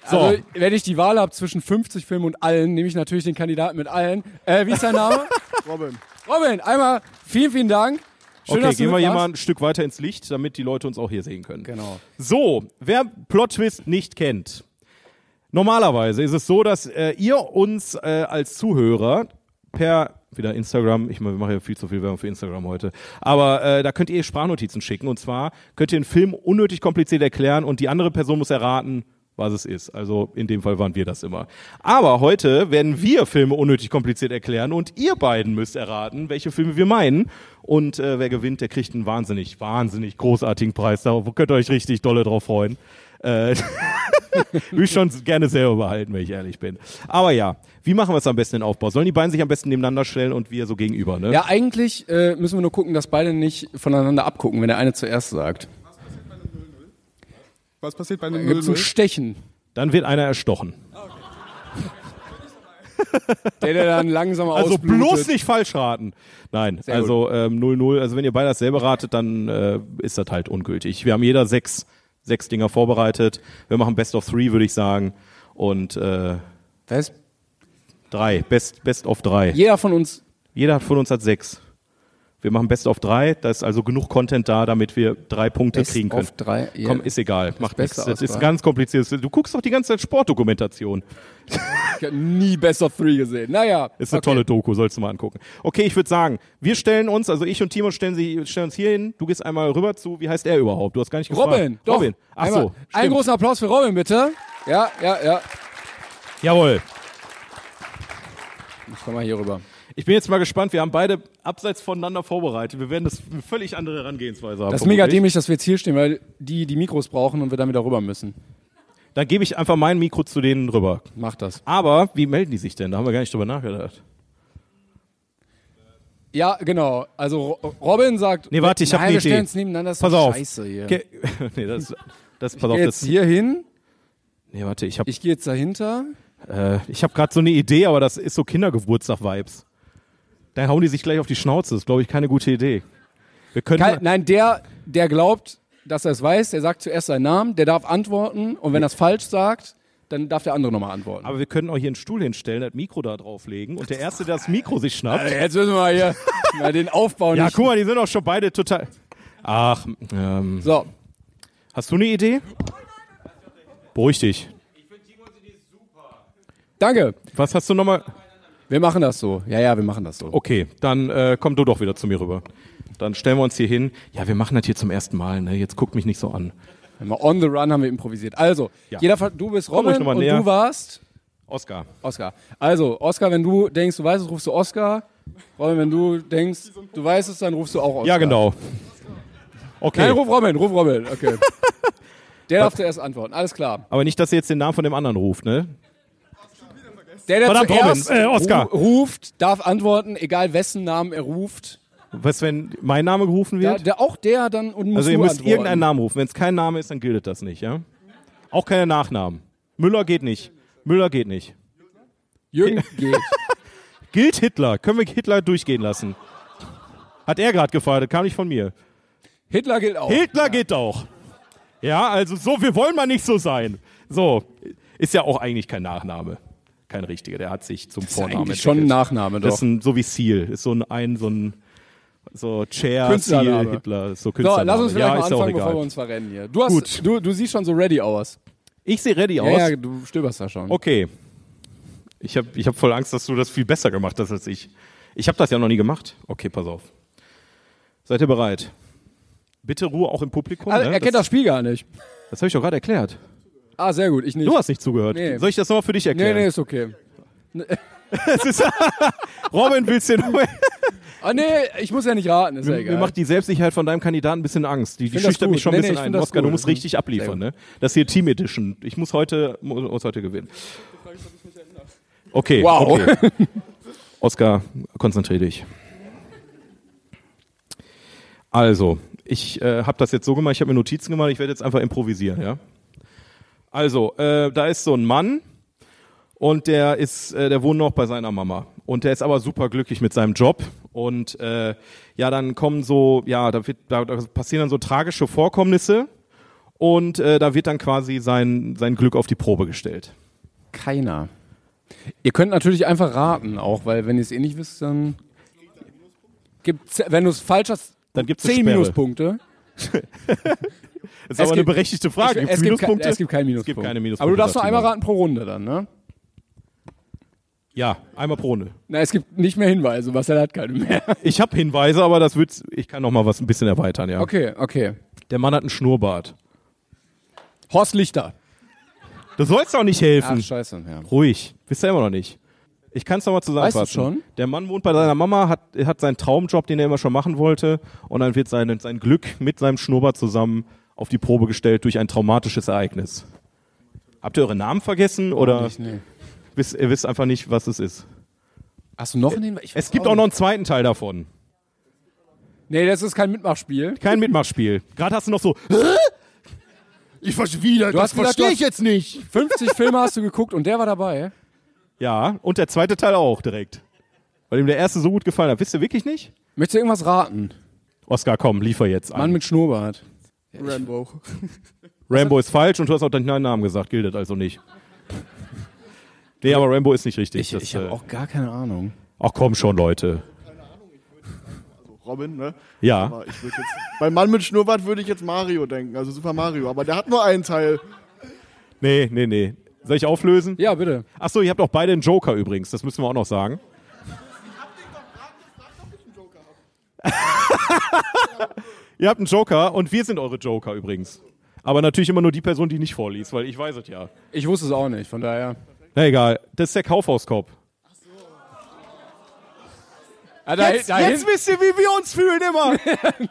Speaker 2: So.
Speaker 3: Also, wenn ich die Wahl habe zwischen 50 Filmen und allen, nehme ich natürlich den Kandidaten mit allen. Äh, wie ist dein Name?
Speaker 1: Robin.
Speaker 3: Robin, einmal vielen, vielen Dank. Schön,
Speaker 2: okay,
Speaker 3: dass du
Speaker 2: gehen wir hier
Speaker 3: mitmachst.
Speaker 2: mal ein Stück weiter ins Licht, damit die Leute uns auch hier sehen können.
Speaker 3: Genau.
Speaker 2: So, wer Plot Twist nicht kennt, normalerweise ist es so, dass äh, ihr uns äh, als Zuhörer per wieder Instagram, ich meine, wir machen ja viel zu viel Werbung für Instagram heute, aber äh, da könnt ihr Sprachnotizen schicken und zwar könnt ihr einen Film unnötig kompliziert erklären und die andere Person muss erraten, was es ist. Also in dem Fall waren wir das immer. Aber heute werden wir Filme unnötig kompliziert erklären und ihr beiden müsst erraten, welche Filme wir meinen. Und äh, wer gewinnt, der kriegt einen wahnsinnig, wahnsinnig großartigen Preis. Da könnt ihr euch richtig dolle drauf freuen. Äh, Würde ich schon gerne selber behalten, wenn ich ehrlich bin. Aber ja, wie machen wir es am besten den Aufbau? Sollen die beiden sich am besten nebeneinander stellen und wir so gegenüber, ne?
Speaker 3: Ja, eigentlich äh, müssen wir nur gucken, dass beide nicht voneinander abgucken, wenn der eine zuerst sagt.
Speaker 1: Was passiert bei
Speaker 3: Da
Speaker 2: Äh,
Speaker 1: einem
Speaker 3: gibt es ein
Speaker 1: 0-0?
Speaker 3: Stechen.
Speaker 2: Dann wird einer erstochen.
Speaker 3: Der, der dann langsam
Speaker 2: Also
Speaker 3: ausblutet.
Speaker 2: bloß nicht falsch raten. Nein,
Speaker 3: Sehr
Speaker 2: also ähm, 0-0. also wenn ihr beide dasselbe ratet, dann äh, ist das halt ungültig. Wir haben jeder sechs, sechs Dinger vorbereitet. Wir machen Best of Three, würde ich sagen. Und äh,
Speaker 3: Was?
Speaker 2: drei, Best, Best of drei.
Speaker 3: Jeder von uns.
Speaker 2: Jeder von uns hat sechs. Wir machen Best of drei. Da ist also genug Content da, damit wir drei Punkte
Speaker 3: Best
Speaker 2: kriegen können.
Speaker 3: of drei, ja.
Speaker 2: Komm, ist egal. Macht nichts.
Speaker 3: Beste aus
Speaker 2: Das ist
Speaker 3: drei.
Speaker 2: ganz kompliziert. Du guckst doch die ganze Zeit Sportdokumentation.
Speaker 3: Ich habe nie Best of Three gesehen. Naja.
Speaker 2: Ist eine tolle Doku, sollst du mal angucken. Okay, ich würde sagen, wir stellen uns, also ich und Timo stellen, sie, stellen uns hier hin. Du gehst einmal rüber zu, wie heißt er überhaupt? Du hast gar nicht gefragt.
Speaker 3: Robin, doch.
Speaker 2: Robin. Ach
Speaker 3: Einmal-
Speaker 2: so,
Speaker 3: Einen
Speaker 2: stimmt.
Speaker 3: großen Applaus für Robin, bitte. Ja, ja, ja.
Speaker 2: Jawohl.
Speaker 3: Ich komm mal hier rüber.
Speaker 2: Ich bin jetzt mal gespannt. Wir haben beide abseits voneinander vorbereitet. Wir werden das eine völlig andere Herangehensweise haben.
Speaker 3: Das ist mega
Speaker 2: vermutlich.
Speaker 3: dämlich, dass wir jetzt hier stehen, weil die die Mikros brauchen und wir dann wieder rüber müssen.
Speaker 2: Dann gebe ich einfach mein Mikro zu denen rüber.
Speaker 3: Mach das.
Speaker 2: Aber wie melden die sich denn? Da haben wir gar nicht drüber nachgedacht.
Speaker 3: Ja, genau. Also Ro- Robin sagt.
Speaker 2: Nee, warte, ich habe
Speaker 3: Nein,
Speaker 2: eine
Speaker 3: wir
Speaker 2: Idee.
Speaker 3: stellen uns nebeneinander. Das ist
Speaker 2: pass
Speaker 3: doch
Speaker 2: auf.
Speaker 3: Scheiße hier.
Speaker 2: Ge- nee, das, das, pass
Speaker 3: Ich
Speaker 2: auf.
Speaker 3: geh
Speaker 2: Das,
Speaker 3: jetzt hier hin.
Speaker 2: nee, warte, ich habe
Speaker 3: Ich gehe jetzt dahinter.
Speaker 2: äh, ich hab gerade so eine Idee, aber das ist so Kindergeburtstag-Vibes. Da hauen die sich gleich auf die Schnauze. Das ist, glaube ich, keine gute Idee. Wir können
Speaker 3: Kein, nein, der, der glaubt, dass er es weiß, der sagt zuerst seinen Namen, der darf antworten und wenn er es falsch sagt, dann darf der andere nochmal antworten.
Speaker 2: Aber wir können auch hier einen Stuhl hinstellen, das Mikro da drauflegen und der Erste, der das Mikro sich
Speaker 3: Also
Speaker 2: schnappt.
Speaker 3: jetzt müssen wir hier mal den Aufbau
Speaker 2: Ja,
Speaker 3: nicht.
Speaker 2: guck mal, die sind auch schon beide total. Ach, ähm,
Speaker 3: So,
Speaker 2: hast du eine Idee? Beruhig dich.
Speaker 3: danke.
Speaker 2: Was hast du nochmal?
Speaker 3: Wir machen das so. Ja, ja, wir machen das so.
Speaker 2: Okay, dann äh, komm du doch wieder zu mir rüber. Dann stellen wir uns hier hin. Ja, wir machen das hier zum ersten Mal. Ne? Jetzt guck mich nicht so an.
Speaker 3: Wenn wir on the run haben wir improvisiert. Also,
Speaker 2: Ja.
Speaker 3: jeder, von- du bist
Speaker 2: Komm ruhig
Speaker 3: Robin
Speaker 2: noch mal
Speaker 3: und
Speaker 2: näher.
Speaker 3: du warst
Speaker 2: Oscar.
Speaker 3: Oscar. Also, Oscar, wenn du denkst, du weißt es, rufst du Oscar. Robin, wenn du denkst, du weißt es, dann rufst du auch Oscar.
Speaker 2: Ja, genau. Okay.
Speaker 3: Nein, ruf Robin, ruf Robin. Okay. der darf zuerst antworten. Alles klar.
Speaker 2: Aber nicht, dass ihr jetzt den Namen von dem anderen ruft, ne?
Speaker 3: Der, der
Speaker 2: Verdammt,
Speaker 3: zuerst
Speaker 2: Robin, äh, Oscar.
Speaker 3: ru- ruft, darf antworten, egal wessen Namen er ruft.
Speaker 2: Was, wenn mein Name gerufen
Speaker 3: Da,
Speaker 2: wird?
Speaker 3: der, auch der dann und muss
Speaker 2: also ihr
Speaker 3: nur
Speaker 2: müsst
Speaker 3: antworten.
Speaker 2: irgendeinen Namen rufen. Wenn es kein Name ist, dann gilt das nicht, ja? Auch keine Nachnamen. Müller geht nicht. Müller geht nicht.
Speaker 3: Jürgen geht.
Speaker 2: Gilt Hitler. Können wir Hitler durchgehen lassen? Hat er gerade gefeiert, kam nicht von mir.
Speaker 3: Hitler gilt auch.
Speaker 2: Hitler geht auch. Ja, also so, wir wollen mal nicht so sein. So, ist ja auch eigentlich kein Nachname. Kein richtiger, der hat sich zum
Speaker 3: ist ja
Speaker 2: Vornamen
Speaker 3: eigentlich schon ein
Speaker 2: entwickelt.
Speaker 3: Nachname,
Speaker 2: Das
Speaker 3: doch.
Speaker 2: ist ein, so wie Seal, ist so ein, ein so ein so Chair, Seal,
Speaker 3: Künstlername.
Speaker 2: Hitler, ist so
Speaker 3: So,
Speaker 2: Künstlername.
Speaker 3: lass uns vielleicht
Speaker 2: ja,
Speaker 3: mal
Speaker 2: ist ja auch
Speaker 3: anfangen,
Speaker 2: egal.
Speaker 3: bevor wir uns verrennen hier. Du, hast,
Speaker 2: Gut.
Speaker 3: du, du siehst schon so ready aus.
Speaker 2: Ich sehe ready aus.
Speaker 3: Ja, genau. ja, du stöberst da schon.
Speaker 2: Okay. Ich habe ich hab voll Angst, dass du das viel besser gemacht hast als ich. Ich habe das ja noch nie gemacht. Okay, pass auf. Seid ihr bereit? Bitte Ruhe auch im Publikum.
Speaker 3: Also,
Speaker 2: ne?
Speaker 3: er kennt das Spiel gar nicht.
Speaker 2: das habe ich doch gerade erklärt.
Speaker 3: Ah, sehr gut, ich nicht.
Speaker 2: Du hast nicht zugehört.
Speaker 3: Nee.
Speaker 2: Soll ich das nochmal für dich erklären?
Speaker 3: Nee, nee, ist okay.
Speaker 2: Es ist- Robin, willst du noch
Speaker 3: Ah, nee, ich muss ja nicht raten, ist ja
Speaker 2: Mir,
Speaker 3: egal.
Speaker 2: mir macht die Selbstsicherheit von deinem Kandidaten ein bisschen Angst. Die, die
Speaker 3: find das
Speaker 2: schüchtert mich
Speaker 3: gut.
Speaker 2: schon ein
Speaker 3: Nee, nee,
Speaker 2: bisschen
Speaker 3: ich
Speaker 2: ein.
Speaker 3: find das
Speaker 2: Oskar, du
Speaker 3: gut.
Speaker 2: musst richtig abliefern. Ne? Das hier Team Edition. Ich muss heute, muss heute gewinnen. Okay.
Speaker 3: Wow.
Speaker 2: Okay. Oskar, konzentrier dich. Also, ich äh, habe das jetzt so gemacht, ich habe mir Notizen gemacht, ich werde jetzt einfach improvisieren, ja? Also, äh, da ist so ein Mann und der ist, äh, der wohnt noch bei seiner Mama. Und der ist aber super glücklich mit seinem Job. Und äh, ja, dann kommen so, ja, da, wird, da, da passieren dann so tragische Vorkommnisse und äh, da wird dann quasi sein, sein Glück auf die Probe gestellt.
Speaker 3: Keiner. Ihr könnt natürlich einfach raten auch, weil wenn ihr es eh nicht wisst, dann gibt's, wenn du es falsch hast,
Speaker 2: Dann gibt's eine
Speaker 3: 10
Speaker 2: Sperre.
Speaker 3: Minuspunkte. das
Speaker 2: Das ist aber eine berechtigte Frage. Gibt's
Speaker 3: es, gibt ke-
Speaker 2: Minuspunkte?
Speaker 3: es gibt keinen
Speaker 2: Es gibt
Speaker 3: Minuspunkt.
Speaker 2: keine Minuspunkte,
Speaker 3: Aber du darfst
Speaker 2: sagt
Speaker 3: nur einmal
Speaker 2: Timon.
Speaker 3: raten pro Runde dann, ne?
Speaker 2: Ja, einmal pro Runde.
Speaker 3: Na, es gibt nicht mehr Hinweise, Marcel hat keine mehr.
Speaker 2: Ich habe Hinweise, aber das wird's, ich kann noch mal was ein bisschen erweitern, ja.
Speaker 3: Okay, okay.
Speaker 2: Der Mann hat einen Schnurrbart.
Speaker 3: Horst Lichter. Hm.
Speaker 2: Du sollst doch nicht helfen.
Speaker 3: Ach, scheiße, ja.
Speaker 2: Ruhig. Wisst ihr immer noch nicht. Ich kann es nochmal zusammenfassen.
Speaker 3: Weißt du schon?
Speaker 2: Der Mann wohnt bei seiner Mama, hat, hat seinen Traumjob, den er immer schon machen wollte. Und dann wird sein, sein Glück mit seinem Schnurrbart zusammen auf die Probe gestellt durch ein traumatisches Ereignis. Habt ihr eure Namen vergessen? Oder
Speaker 3: nicht, nee.
Speaker 2: wisst, ihr wisst einfach nicht, was es ist?
Speaker 3: Hast du noch einen Hinweis? Ich weiß
Speaker 2: Es gibt auch noch einen zweiten Teil davon.
Speaker 3: Nee, das ist kein Mitmachspiel.
Speaker 2: Kein Mitmachspiel. Gerade hast du noch so, "Äh?" ich verstehe wieder,
Speaker 3: Du
Speaker 2: das
Speaker 3: hast gesagt,
Speaker 2: verstehe
Speaker 3: du
Speaker 2: ich
Speaker 3: hast-
Speaker 2: jetzt nicht.
Speaker 3: 50 Filme hast du geguckt und der war dabei.
Speaker 2: Ja, und der zweite Teil auch direkt. Weil ihm der erste so gut gefallen hat. Wisst ihr wirklich nicht?
Speaker 3: Möchtest du irgendwas raten?
Speaker 2: Oscar, komm, liefer jetzt an.
Speaker 3: Mann mit Schnurrbart.
Speaker 1: Rambo.
Speaker 2: Rambo ist falsch und du hast auch deinen Namen gesagt, gilt das also nicht. Nee, aber Rambo ist nicht richtig. das,
Speaker 3: Ich habe
Speaker 2: äh,
Speaker 3: auch gar keine Ahnung.
Speaker 2: ach komm schon, Leute.
Speaker 1: Robin, ne?
Speaker 2: Ja.
Speaker 1: Aber ich würd jetzt, beim Mann mit Schnurrbart würde ich jetzt Mario denken, also Super Mario, aber der hat nur einen Teil.
Speaker 2: Nee, nee, nee. Soll ich auflösen?
Speaker 3: Ja, bitte.
Speaker 2: Achso, ihr habt auch beide einen Joker übrigens, das müssen wir auch noch sagen. Ihr habt einen Joker und wir sind eure Joker übrigens. Aber natürlich immer nur die Person, die nicht vorliest, weil ich weiß es ja.
Speaker 3: Ich wusste es auch nicht, von daher.
Speaker 2: Na egal, das ist der Kaufhauskopf.
Speaker 3: Ah, da,
Speaker 2: jetzt,
Speaker 3: dahin-
Speaker 2: jetzt wisst ihr, wie wir uns fühlen immer.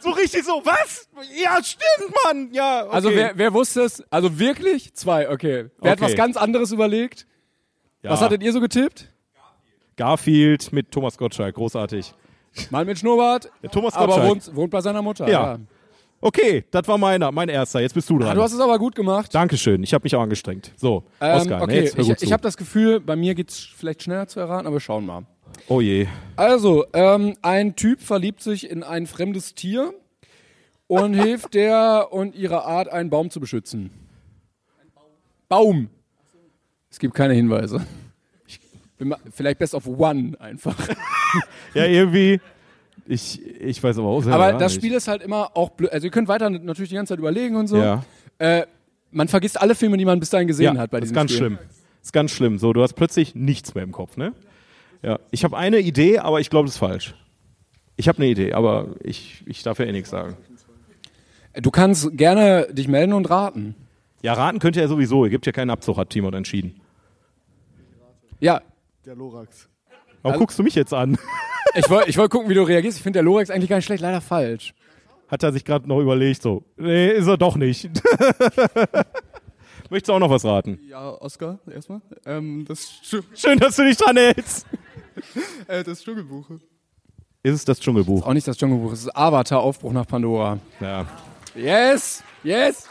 Speaker 2: so richtig so, was? Ja, stimmt, Mann. Ja, okay.
Speaker 3: Also wer, wer wusste es? Also wirklich? Zwei, okay. Wer hat
Speaker 2: Okay.
Speaker 3: was ganz anderes überlegt?
Speaker 2: Ja.
Speaker 3: Was hattet ihr so getippt?
Speaker 2: Garfield mit Thomas Gottschalk, großartig.
Speaker 3: Mal mit Schnurrbart,
Speaker 2: Der Thomas Gottschalk.
Speaker 3: aber wohnt, wohnt bei seiner Mutter.
Speaker 2: Ja. Okay, das war meiner, mein erster. Jetzt bist du dran.
Speaker 3: Ah, du hast es aber gut gemacht.
Speaker 2: Dankeschön, ich habe mich auch angestrengt. So,
Speaker 3: Ähm,
Speaker 2: Oscar,
Speaker 3: okay,
Speaker 2: ne, jetzt hör
Speaker 3: ich,
Speaker 2: gut zu.
Speaker 3: ich habe das Gefühl, bei mir geht's vielleicht schneller zu erraten, aber wir schauen mal.
Speaker 2: oh je.
Speaker 3: Also, ähm, ein Typ verliebt sich in ein fremdes Tier und hilft der und ihrer Art, einen Baum zu beschützen. Baum. Es gibt keine Hinweise. Ich bin mal, vielleicht best of one einfach.
Speaker 2: Ja, irgendwie, ich, ich weiß aber auch selber
Speaker 3: Aber
Speaker 2: gar
Speaker 3: das
Speaker 2: nicht.
Speaker 3: Spiel ist halt immer auch blöd. Also ihr könnt weiter natürlich die ganze Zeit überlegen und so.
Speaker 2: Ja.
Speaker 3: Äh, man vergisst alle Filme, die man bis dahin gesehen
Speaker 2: ja,
Speaker 3: hat bei
Speaker 2: das ist
Speaker 3: diesem
Speaker 2: ganz
Speaker 3: Spiel.
Speaker 2: schlimm. Das ist ganz schlimm. So, du hast plötzlich nichts mehr im Kopf, ne? Ja, ich habe eine Idee, aber ich glaube, das ist falsch. Ich habe eine Idee, aber ich, ich darf ja eh nichts sagen.
Speaker 3: Du kannst gerne dich melden und raten.
Speaker 2: Ja, raten könnt ihr ja sowieso. Ihr gibt ja keinen Abzug, hat Timon entschieden.
Speaker 3: Ja,
Speaker 1: Der Lorax.
Speaker 2: Warum
Speaker 3: Also
Speaker 2: guckst du mich jetzt an?
Speaker 3: ich wollte ich wollt gucken, wie du reagierst. Ich finde der Lorex eigentlich gar nicht schlecht, leider falsch.
Speaker 2: Hat er sich gerade noch überlegt, so. Nee, ist er doch nicht. Möchtest du auch noch was raten?
Speaker 1: Ja, Oscar, erstmal. Ähm, das, Sch-
Speaker 2: Schön, dass du dich dran hältst.
Speaker 1: äh, das Dschungelbuch.
Speaker 2: Ist es das Dschungelbuch?
Speaker 3: Auch nicht das Dschungelbuch, es ist Avatar, Aufbruch nach Pandora.
Speaker 2: Ja.
Speaker 3: Yes, yes.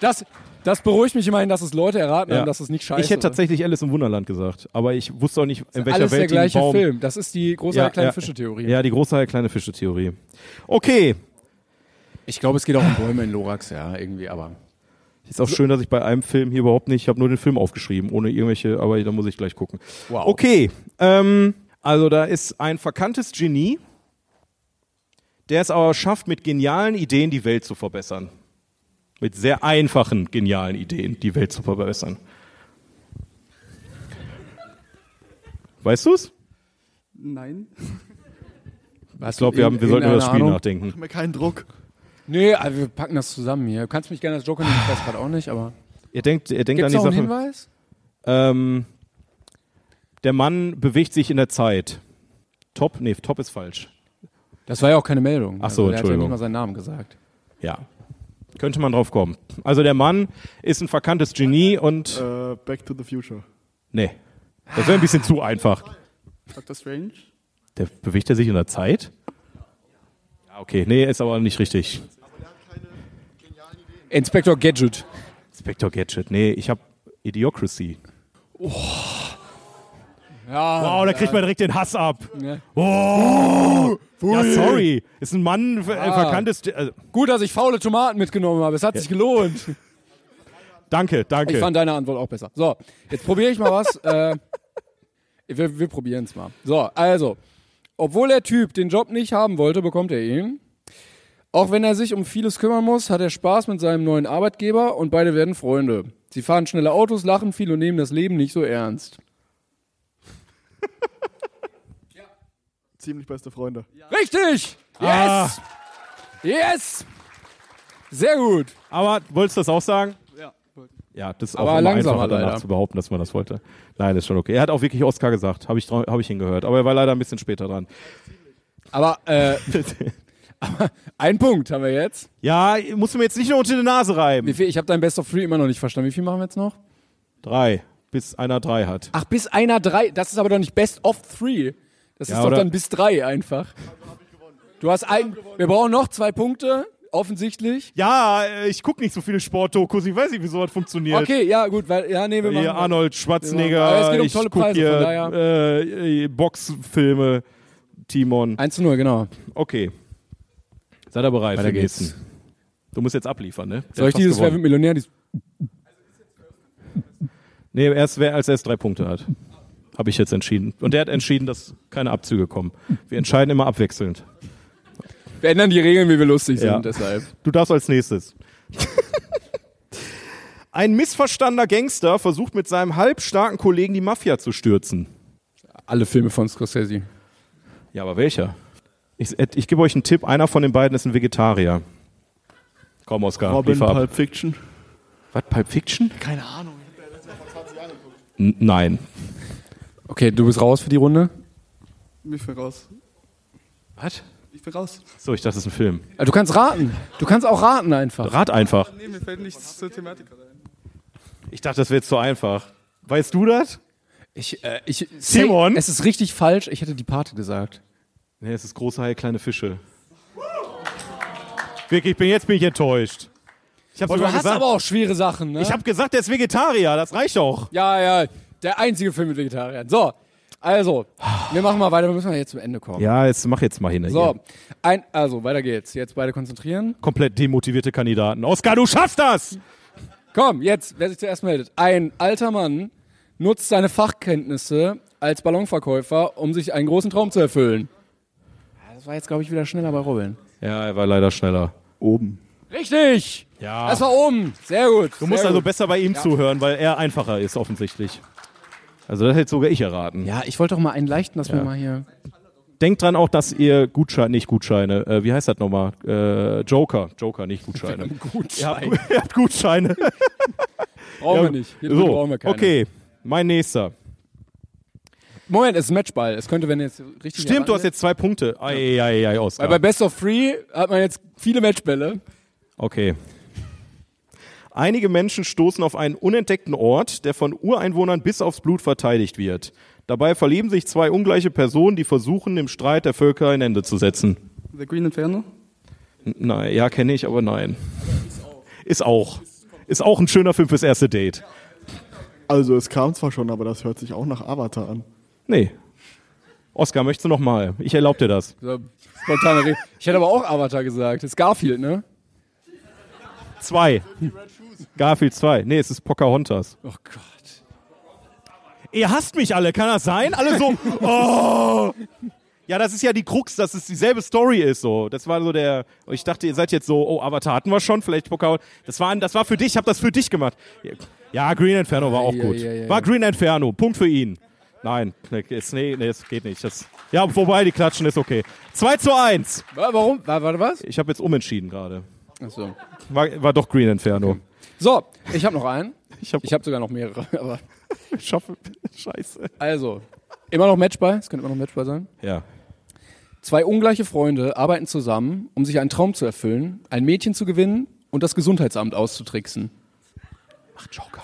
Speaker 3: Das, das beruhigt mich immerhin, dass es Leute erraten
Speaker 2: ja.
Speaker 3: haben, dass es nicht scheiße
Speaker 2: Ich hätte
Speaker 3: ist.
Speaker 2: tatsächlich Alice im Wunderland gesagt, aber ich wusste auch nicht, in welcher
Speaker 3: Alles
Speaker 2: Welt
Speaker 3: der
Speaker 2: die einen
Speaker 3: gleiche
Speaker 2: Baum
Speaker 3: Film. Das ist die große kleine Fische-Theorie.
Speaker 2: Ja, die große kleine Fische-Theorie. Okay.
Speaker 3: Ich glaube, es geht auch um Bäume in Lorax, ja, irgendwie, aber.
Speaker 2: Ist auch schön, dass ich bei einem Film hier überhaupt nicht, ich habe nur den Film aufgeschrieben, ohne irgendwelche, aber da muss ich gleich gucken.
Speaker 3: Wow.
Speaker 2: Okay, ähm, also da ist ein verkanntes Genie, der es aber schafft, mit genialen Ideen die Welt zu verbessern. Mit sehr einfachen, genialen Ideen die Welt zu verbessern. Weißt du es?
Speaker 1: Nein.
Speaker 2: Ich glaube, wir, haben- wir sollten über das Spiel nachdenken.
Speaker 1: Mach mir keinen Druck.
Speaker 3: Nee, also wir packen das zusammen hier. Du kannst mich gerne als Joker nehmen, ich weiß gerade auch nicht, aber.
Speaker 2: Ihr denkt, ihr denkt
Speaker 16: Gibt's
Speaker 2: an die
Speaker 16: noch
Speaker 2: Sache.
Speaker 16: einen Hinweis?
Speaker 2: Ähm, der Mann bewegt sich in der Zeit. Top? Nee, top ist falsch.
Speaker 3: Das war ja auch keine Meldung.
Speaker 2: Ach so,
Speaker 3: also, der hat ja nicht
Speaker 2: Entschuldigung.
Speaker 3: mal seinen Namen gesagt.
Speaker 2: Ja. Könnte man drauf kommen. Also der Mann ist ein verkanntes Genie und.
Speaker 1: Äh, Back to the Future.
Speaker 2: nee. Das wäre ein bisschen zu einfach.
Speaker 1: Dr. Strange?
Speaker 2: Der bewegt er sich in der Zeit? Ja, okay. Nee, ist aber nicht richtig.
Speaker 3: Inspector Gadget.
Speaker 2: Inspector Gadget. Nee, ich habe Idiocracy.
Speaker 3: Oh.
Speaker 2: wow, da kriegt man direkt den Hass ab. Oh! Ja, sorry. Ist ein Mann, äh,
Speaker 3: Ah.
Speaker 2: verkanntes. Also,
Speaker 3: Gut, dass ich faule Tomaten mitgenommen habe. Es hat sich gelohnt.
Speaker 2: danke, danke.
Speaker 3: Ich fand deine Antwort auch besser. So, jetzt probiere ich mal was. äh, wir wir probieren es mal. So, also, obwohl der Typ den Job nicht haben wollte, bekommt er ihn. Auch wenn er sich um vieles kümmern muss, hat er Spaß mit seinem neuen Arbeitgeber und beide werden Freunde. Sie fahren schnelle Autos, lachen viel und nehmen das Leben nicht so ernst.
Speaker 1: Ziemlich beste Freunde.
Speaker 3: Richtig! Yes!
Speaker 2: Ah.
Speaker 3: Yes! Sehr gut.
Speaker 2: aber wolltest du das auch sagen?
Speaker 1: Ja.
Speaker 2: Ja, das ist
Speaker 3: Aber
Speaker 2: auch immer
Speaker 3: langsamer
Speaker 2: einfacher danach
Speaker 3: leider.
Speaker 2: zu behaupten, dass man das wollte. Nein, ist schon okay. Er hat auch wirklich Oscar gesagt, habe ich, trau- hab ich hingehört. Aber er war leider ein bisschen später dran.
Speaker 3: Aber, äh, aber ein Punkt haben wir jetzt.
Speaker 2: Ja, musst du mir jetzt nicht nur unter die Nase reiben.
Speaker 3: Wie viel, ich habe dein Best of Three immer noch nicht verstanden. Wie viel machen wir jetzt noch?
Speaker 2: Drei, bis einer drei hat.
Speaker 3: Ach, bis einer drei. Das ist aber doch nicht Best of Three. Das
Speaker 2: Ja,
Speaker 3: ist doch
Speaker 2: oder?
Speaker 3: dann bis drei einfach. Du hast ein. Wir brauchen noch zwei Punkte, offensichtlich.
Speaker 2: Ja, äh, ich gucke nicht so viele Sportdokus. Ich weiß nicht, wie sowas funktioniert.
Speaker 3: Okay, ja, gut, weil. Ja, nee, wir machen.
Speaker 2: Hier Arnold
Speaker 3: Wir machen- Aber es
Speaker 2: Schwarzenegger,
Speaker 3: geht um
Speaker 2: ich
Speaker 3: tolle
Speaker 2: guck
Speaker 3: Preise,
Speaker 2: hier
Speaker 3: von daher.
Speaker 2: äh, äh, Boxfilme, Timon.
Speaker 3: 1 zu 0, genau.
Speaker 2: Okay. Seid ihr bereit
Speaker 3: Weiter
Speaker 2: für den
Speaker 3: geht's.
Speaker 2: nächsten? Du musst jetzt abliefern, ne? Der
Speaker 3: Soll ich
Speaker 2: hat fast
Speaker 3: dieses Wer
Speaker 2: gewonnen.
Speaker 3: wird Millionär? Dies,
Speaker 2: Nee, erst wer als erst drei Punkte hat. Habe ich jetzt entschieden. Und der hat entschieden, dass keine Abzüge kommen. Wir entscheiden immer abwechselnd.
Speaker 3: wir ändern die Regeln, wie wir lustig sind,
Speaker 2: Ja.
Speaker 3: deshalb.
Speaker 2: Du darfst als nächstes. Ein missverstandener Gangster versucht mit seinem halbstarken Kollegen die Mafia zu stürzen.
Speaker 3: Alle Filme von Scorsese.
Speaker 2: Ja, aber welcher? Ich, ich gebe euch einen Tipp. Einer von den beiden ist ein Vegetarier. Komm, Oskar,
Speaker 1: Robin,
Speaker 2: liefer ab.
Speaker 1: Pulp Fiction.
Speaker 2: Was, Pulp Fiction?
Speaker 1: Keine Ahnung.
Speaker 2: N nein.
Speaker 3: Okay, du bist raus für die Runde.
Speaker 1: Ich bin raus.
Speaker 2: Was?
Speaker 1: Ich bin raus.
Speaker 2: So, ich dachte, es ist ein Film.
Speaker 3: Ah, Du kannst raten. Du kannst auch raten einfach.
Speaker 2: Rat einfach.
Speaker 1: Nee, mir fällt nichts zur Thematik ein.
Speaker 2: Ich dachte, das wäre jetzt zu einfach. Weißt du das?
Speaker 3: Ich, äh, ich,
Speaker 2: Simon?
Speaker 3: Es ist richtig falsch. Ich hätte die Party gesagt.
Speaker 2: Nee, es ist große Haie, kleine Fische. Wirklich, ich bin, jetzt bin ich enttäuscht. Ich habe
Speaker 3: Boah, du
Speaker 2: sogar
Speaker 3: hast
Speaker 2: gesagt,
Speaker 3: aber auch schwere Sachen, ne?
Speaker 2: ich habe gesagt, der ist Vegetarier, das reicht doch.
Speaker 3: Ja, ja, der einzige Film mit Vegetariern. So, also, wir machen mal weiter, wir müssen ja jetzt zum Ende kommen.
Speaker 2: Ja, jetzt mach jetzt mal hin. ne?
Speaker 3: So, ein, also, weiter geht's. Jetzt beide konzentrieren.
Speaker 2: Komplett demotivierte Kandidaten. Oskar, du schaffst das!
Speaker 3: Komm, jetzt, wer sich zuerst meldet. Ein alter Mann nutzt seine Fachkenntnisse als Ballonverkäufer, um sich einen großen Traum zu erfüllen. Ja, Das war jetzt, glaube ich, wieder schneller bei Robin.
Speaker 2: Ja, er war leider schneller. Also Oben.
Speaker 3: Richtig!
Speaker 2: Ja.
Speaker 3: Das war oben. Sehr gut.
Speaker 2: Du musst
Speaker 3: sehr
Speaker 2: also
Speaker 3: gut.
Speaker 2: besser bei ihm
Speaker 3: Ja.
Speaker 2: zuhören, weil er einfacher ist, offensichtlich. Also das hätte sogar ich erraten.
Speaker 3: Ja, ich wollte doch mal einen leichten, dass wir
Speaker 2: Ja.
Speaker 3: mal hier.
Speaker 2: Denkt dran auch, dass ihr Gutscheine, nicht Gutscheine, äh, wie heißt das nochmal? Äh, Joker, Joker, nicht Gutscheine.
Speaker 3: Gutschein.
Speaker 2: Ihr habt- ihr habt Gutscheine.
Speaker 3: brauchen
Speaker 2: Ja,
Speaker 3: wir nicht. Hier drin
Speaker 2: so,
Speaker 3: brauchen wir keine.
Speaker 2: okay, mein nächster.
Speaker 3: Moment, es ist ein Matchball. Es könnte, wenn jetzt richtig.
Speaker 2: Stimmt, du hast jetzt zwei Punkte. Ei, ei, ei,
Speaker 3: Weil
Speaker 2: Oskar.
Speaker 3: bei Best of Three hat man jetzt viele Matchbälle.
Speaker 2: Okay. Einige Menschen stoßen auf einen unentdeckten Ort, der von Ureinwohnern bis aufs Blut verteidigt wird. Dabei verlieben sich zwei ungleiche Personen, die versuchen, dem Streit der Völker ein Ende zu setzen.
Speaker 1: The Green Inferno?
Speaker 2: N- Nein, ja, kenne ich, aber nein. Ist auch. Ist auch ein schöner Film fürs erste Date.
Speaker 1: Also, es kam zwar schon, aber das hört sich auch nach Avatar an.
Speaker 2: Nee. Oskar, möchtest du nochmal? Ich erlaube dir das.
Speaker 3: So, spontane Re Ich hätte aber auch Avatar gesagt. Das ist Garfield, ne?
Speaker 2: Zwei. Garfield 2. Nee, es ist Pocahontas.
Speaker 3: Oh Gott.
Speaker 2: Ihr hasst mich alle, kann das sein? Alle so, oh! Ja, das ist ja die Krux, dass es dieselbe Story ist, so. Das war so der, ich dachte, ihr seid jetzt so, oh, Avatar hatten wir schon, vielleicht Pocahontas. Das war, das war für dich, ich hab das für dich gemacht. Ja, Green Inferno war auch
Speaker 3: Ja,
Speaker 2: gut.
Speaker 3: ja, ja, ja.
Speaker 2: War Green Inferno, Punkt für ihn. Nein, nee, ist- nee, nee, das geht nicht. Das, ja, vorbei, die klatschen, ist okay. 2 zu 1.
Speaker 3: Wa- Warum? Wa- Warte, was?
Speaker 2: Ich habe jetzt umentschieden gerade.
Speaker 3: Achso.
Speaker 2: War, war doch Green Inferno.
Speaker 3: So, ich habe noch einen. Ich habe hab sogar noch mehrere, aber.
Speaker 2: Ich schaffe. Scheiße.
Speaker 3: Also, immer noch Matchball. Es könnte immer noch Matchball sein.
Speaker 2: Ja.
Speaker 3: Zwei ungleiche Freunde arbeiten zusammen, um sich einen Traum zu erfüllen, ein Mädchen zu gewinnen und das Gesundheitsamt auszutricksen.
Speaker 2: Macht Joker.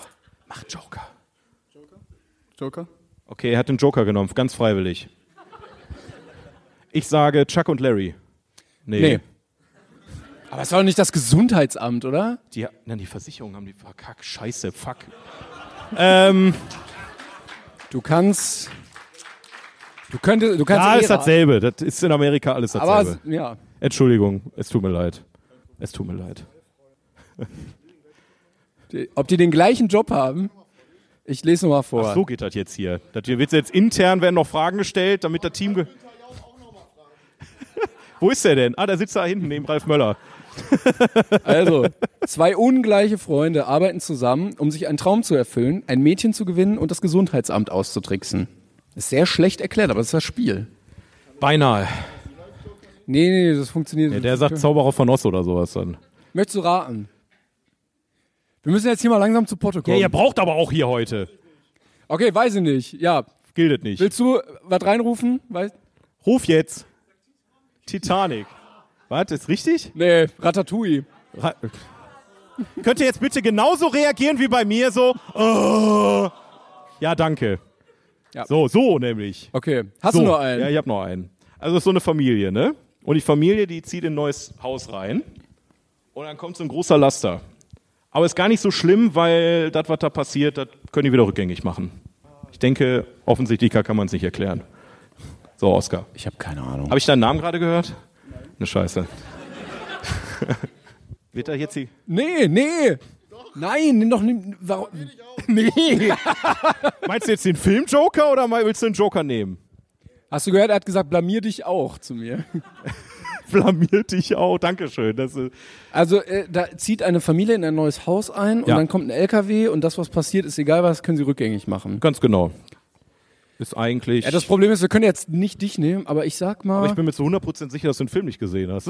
Speaker 2: Macht Joker.
Speaker 1: Joker?
Speaker 2: Okay, er hat den Joker genommen, ganz freiwillig. Ich sage Chuck und Larry.
Speaker 3: Nee. Aber es war doch nicht das Gesundheitsamt, oder?
Speaker 2: Die, nein, die Versicherung haben die verkackt. Scheiße, fuck. ähm,
Speaker 3: du kannst. Du, könntest, du kannst.
Speaker 2: ja,
Speaker 3: Ehre-
Speaker 2: ist dasselbe. Das ist in Amerika alles
Speaker 3: Aber
Speaker 2: dasselbe.
Speaker 3: es- ja.
Speaker 2: Entschuldigung, es tut mir leid. Es tut mir leid.
Speaker 3: Die- Ob die den gleichen Job haben? Ich lese nochmal vor.
Speaker 2: Ach, so geht das jetzt hier. Das hier wird jetzt intern werden noch Fragen gestellt, damit das Team. Ge Wo ist der denn? Ah, der sitzt da hinten neben Ralf Möller.
Speaker 3: Also, zwei ungleiche Freunde arbeiten zusammen, um sich einen Traum zu erfüllen, ein Mädchen zu gewinnen und das Gesundheitsamt auszutricksen. Ist sehr schlecht erklärt, aber das ist das Spiel.
Speaker 2: Beinahe.
Speaker 3: Nee, nee, das funktioniert
Speaker 2: Ja, der sagt Zauberer von Oz oder sowas dann.
Speaker 3: Möchtest du raten? Wir müssen jetzt hier mal langsam zu Porto kommen.
Speaker 2: Ja, ihr braucht aber auch hier heute.
Speaker 3: Okay, weiß ich nicht. Ja.
Speaker 2: Giltet nicht.
Speaker 3: Willst du was reinrufen? Weiß
Speaker 2: Ruf jetzt. Titanic. Was, ist richtig?
Speaker 3: Nee, Ratatouille.
Speaker 2: Ra Könnt ihr jetzt bitte genauso reagieren wie bei mir, so, oh. ja, danke.
Speaker 3: Ja.
Speaker 2: So, so nämlich.
Speaker 3: Okay, hast
Speaker 2: so.
Speaker 3: du noch einen?
Speaker 2: Ja, ich hab noch einen. Also es ist so eine Familie, ne? Und die Familie, die zieht in ein neues Haus rein und dann kommt so ein großer Laster. Aber ist gar nicht so schlimm, weil das, was da passiert, das können die wieder rückgängig machen. Ich denke, offensichtlicher kann man es nicht erklären. So, Oskar.
Speaker 3: Ich habe keine Ahnung.
Speaker 2: Habe ich deinen Namen gerade gehört? Eine Scheiße. Wird da jetzt die.
Speaker 3: Nee, nee. Nein, nimm doch nicht. Warum? Nee.
Speaker 2: Meinst du jetzt den Film Joker oder mal- willst du den Joker nehmen?
Speaker 3: Hast du gehört, er hat gesagt, blamier dich auch zu mir.
Speaker 2: Blamiert dich auch. Dankeschön. Das ist
Speaker 3: Also äh, da zieht eine Familie in ein neues Haus ein und
Speaker 2: Ja.
Speaker 3: dann kommt ein LKW und das, was passiert, ist egal was, können sie rückgängig machen.
Speaker 2: Ganz genau. Ist eigentlich.
Speaker 3: Ja, das Problem ist, wir können jetzt nicht dich nehmen, aber ich sag mal,
Speaker 2: aber ich bin mir zu 100% sicher, dass du den Film nicht gesehen hast.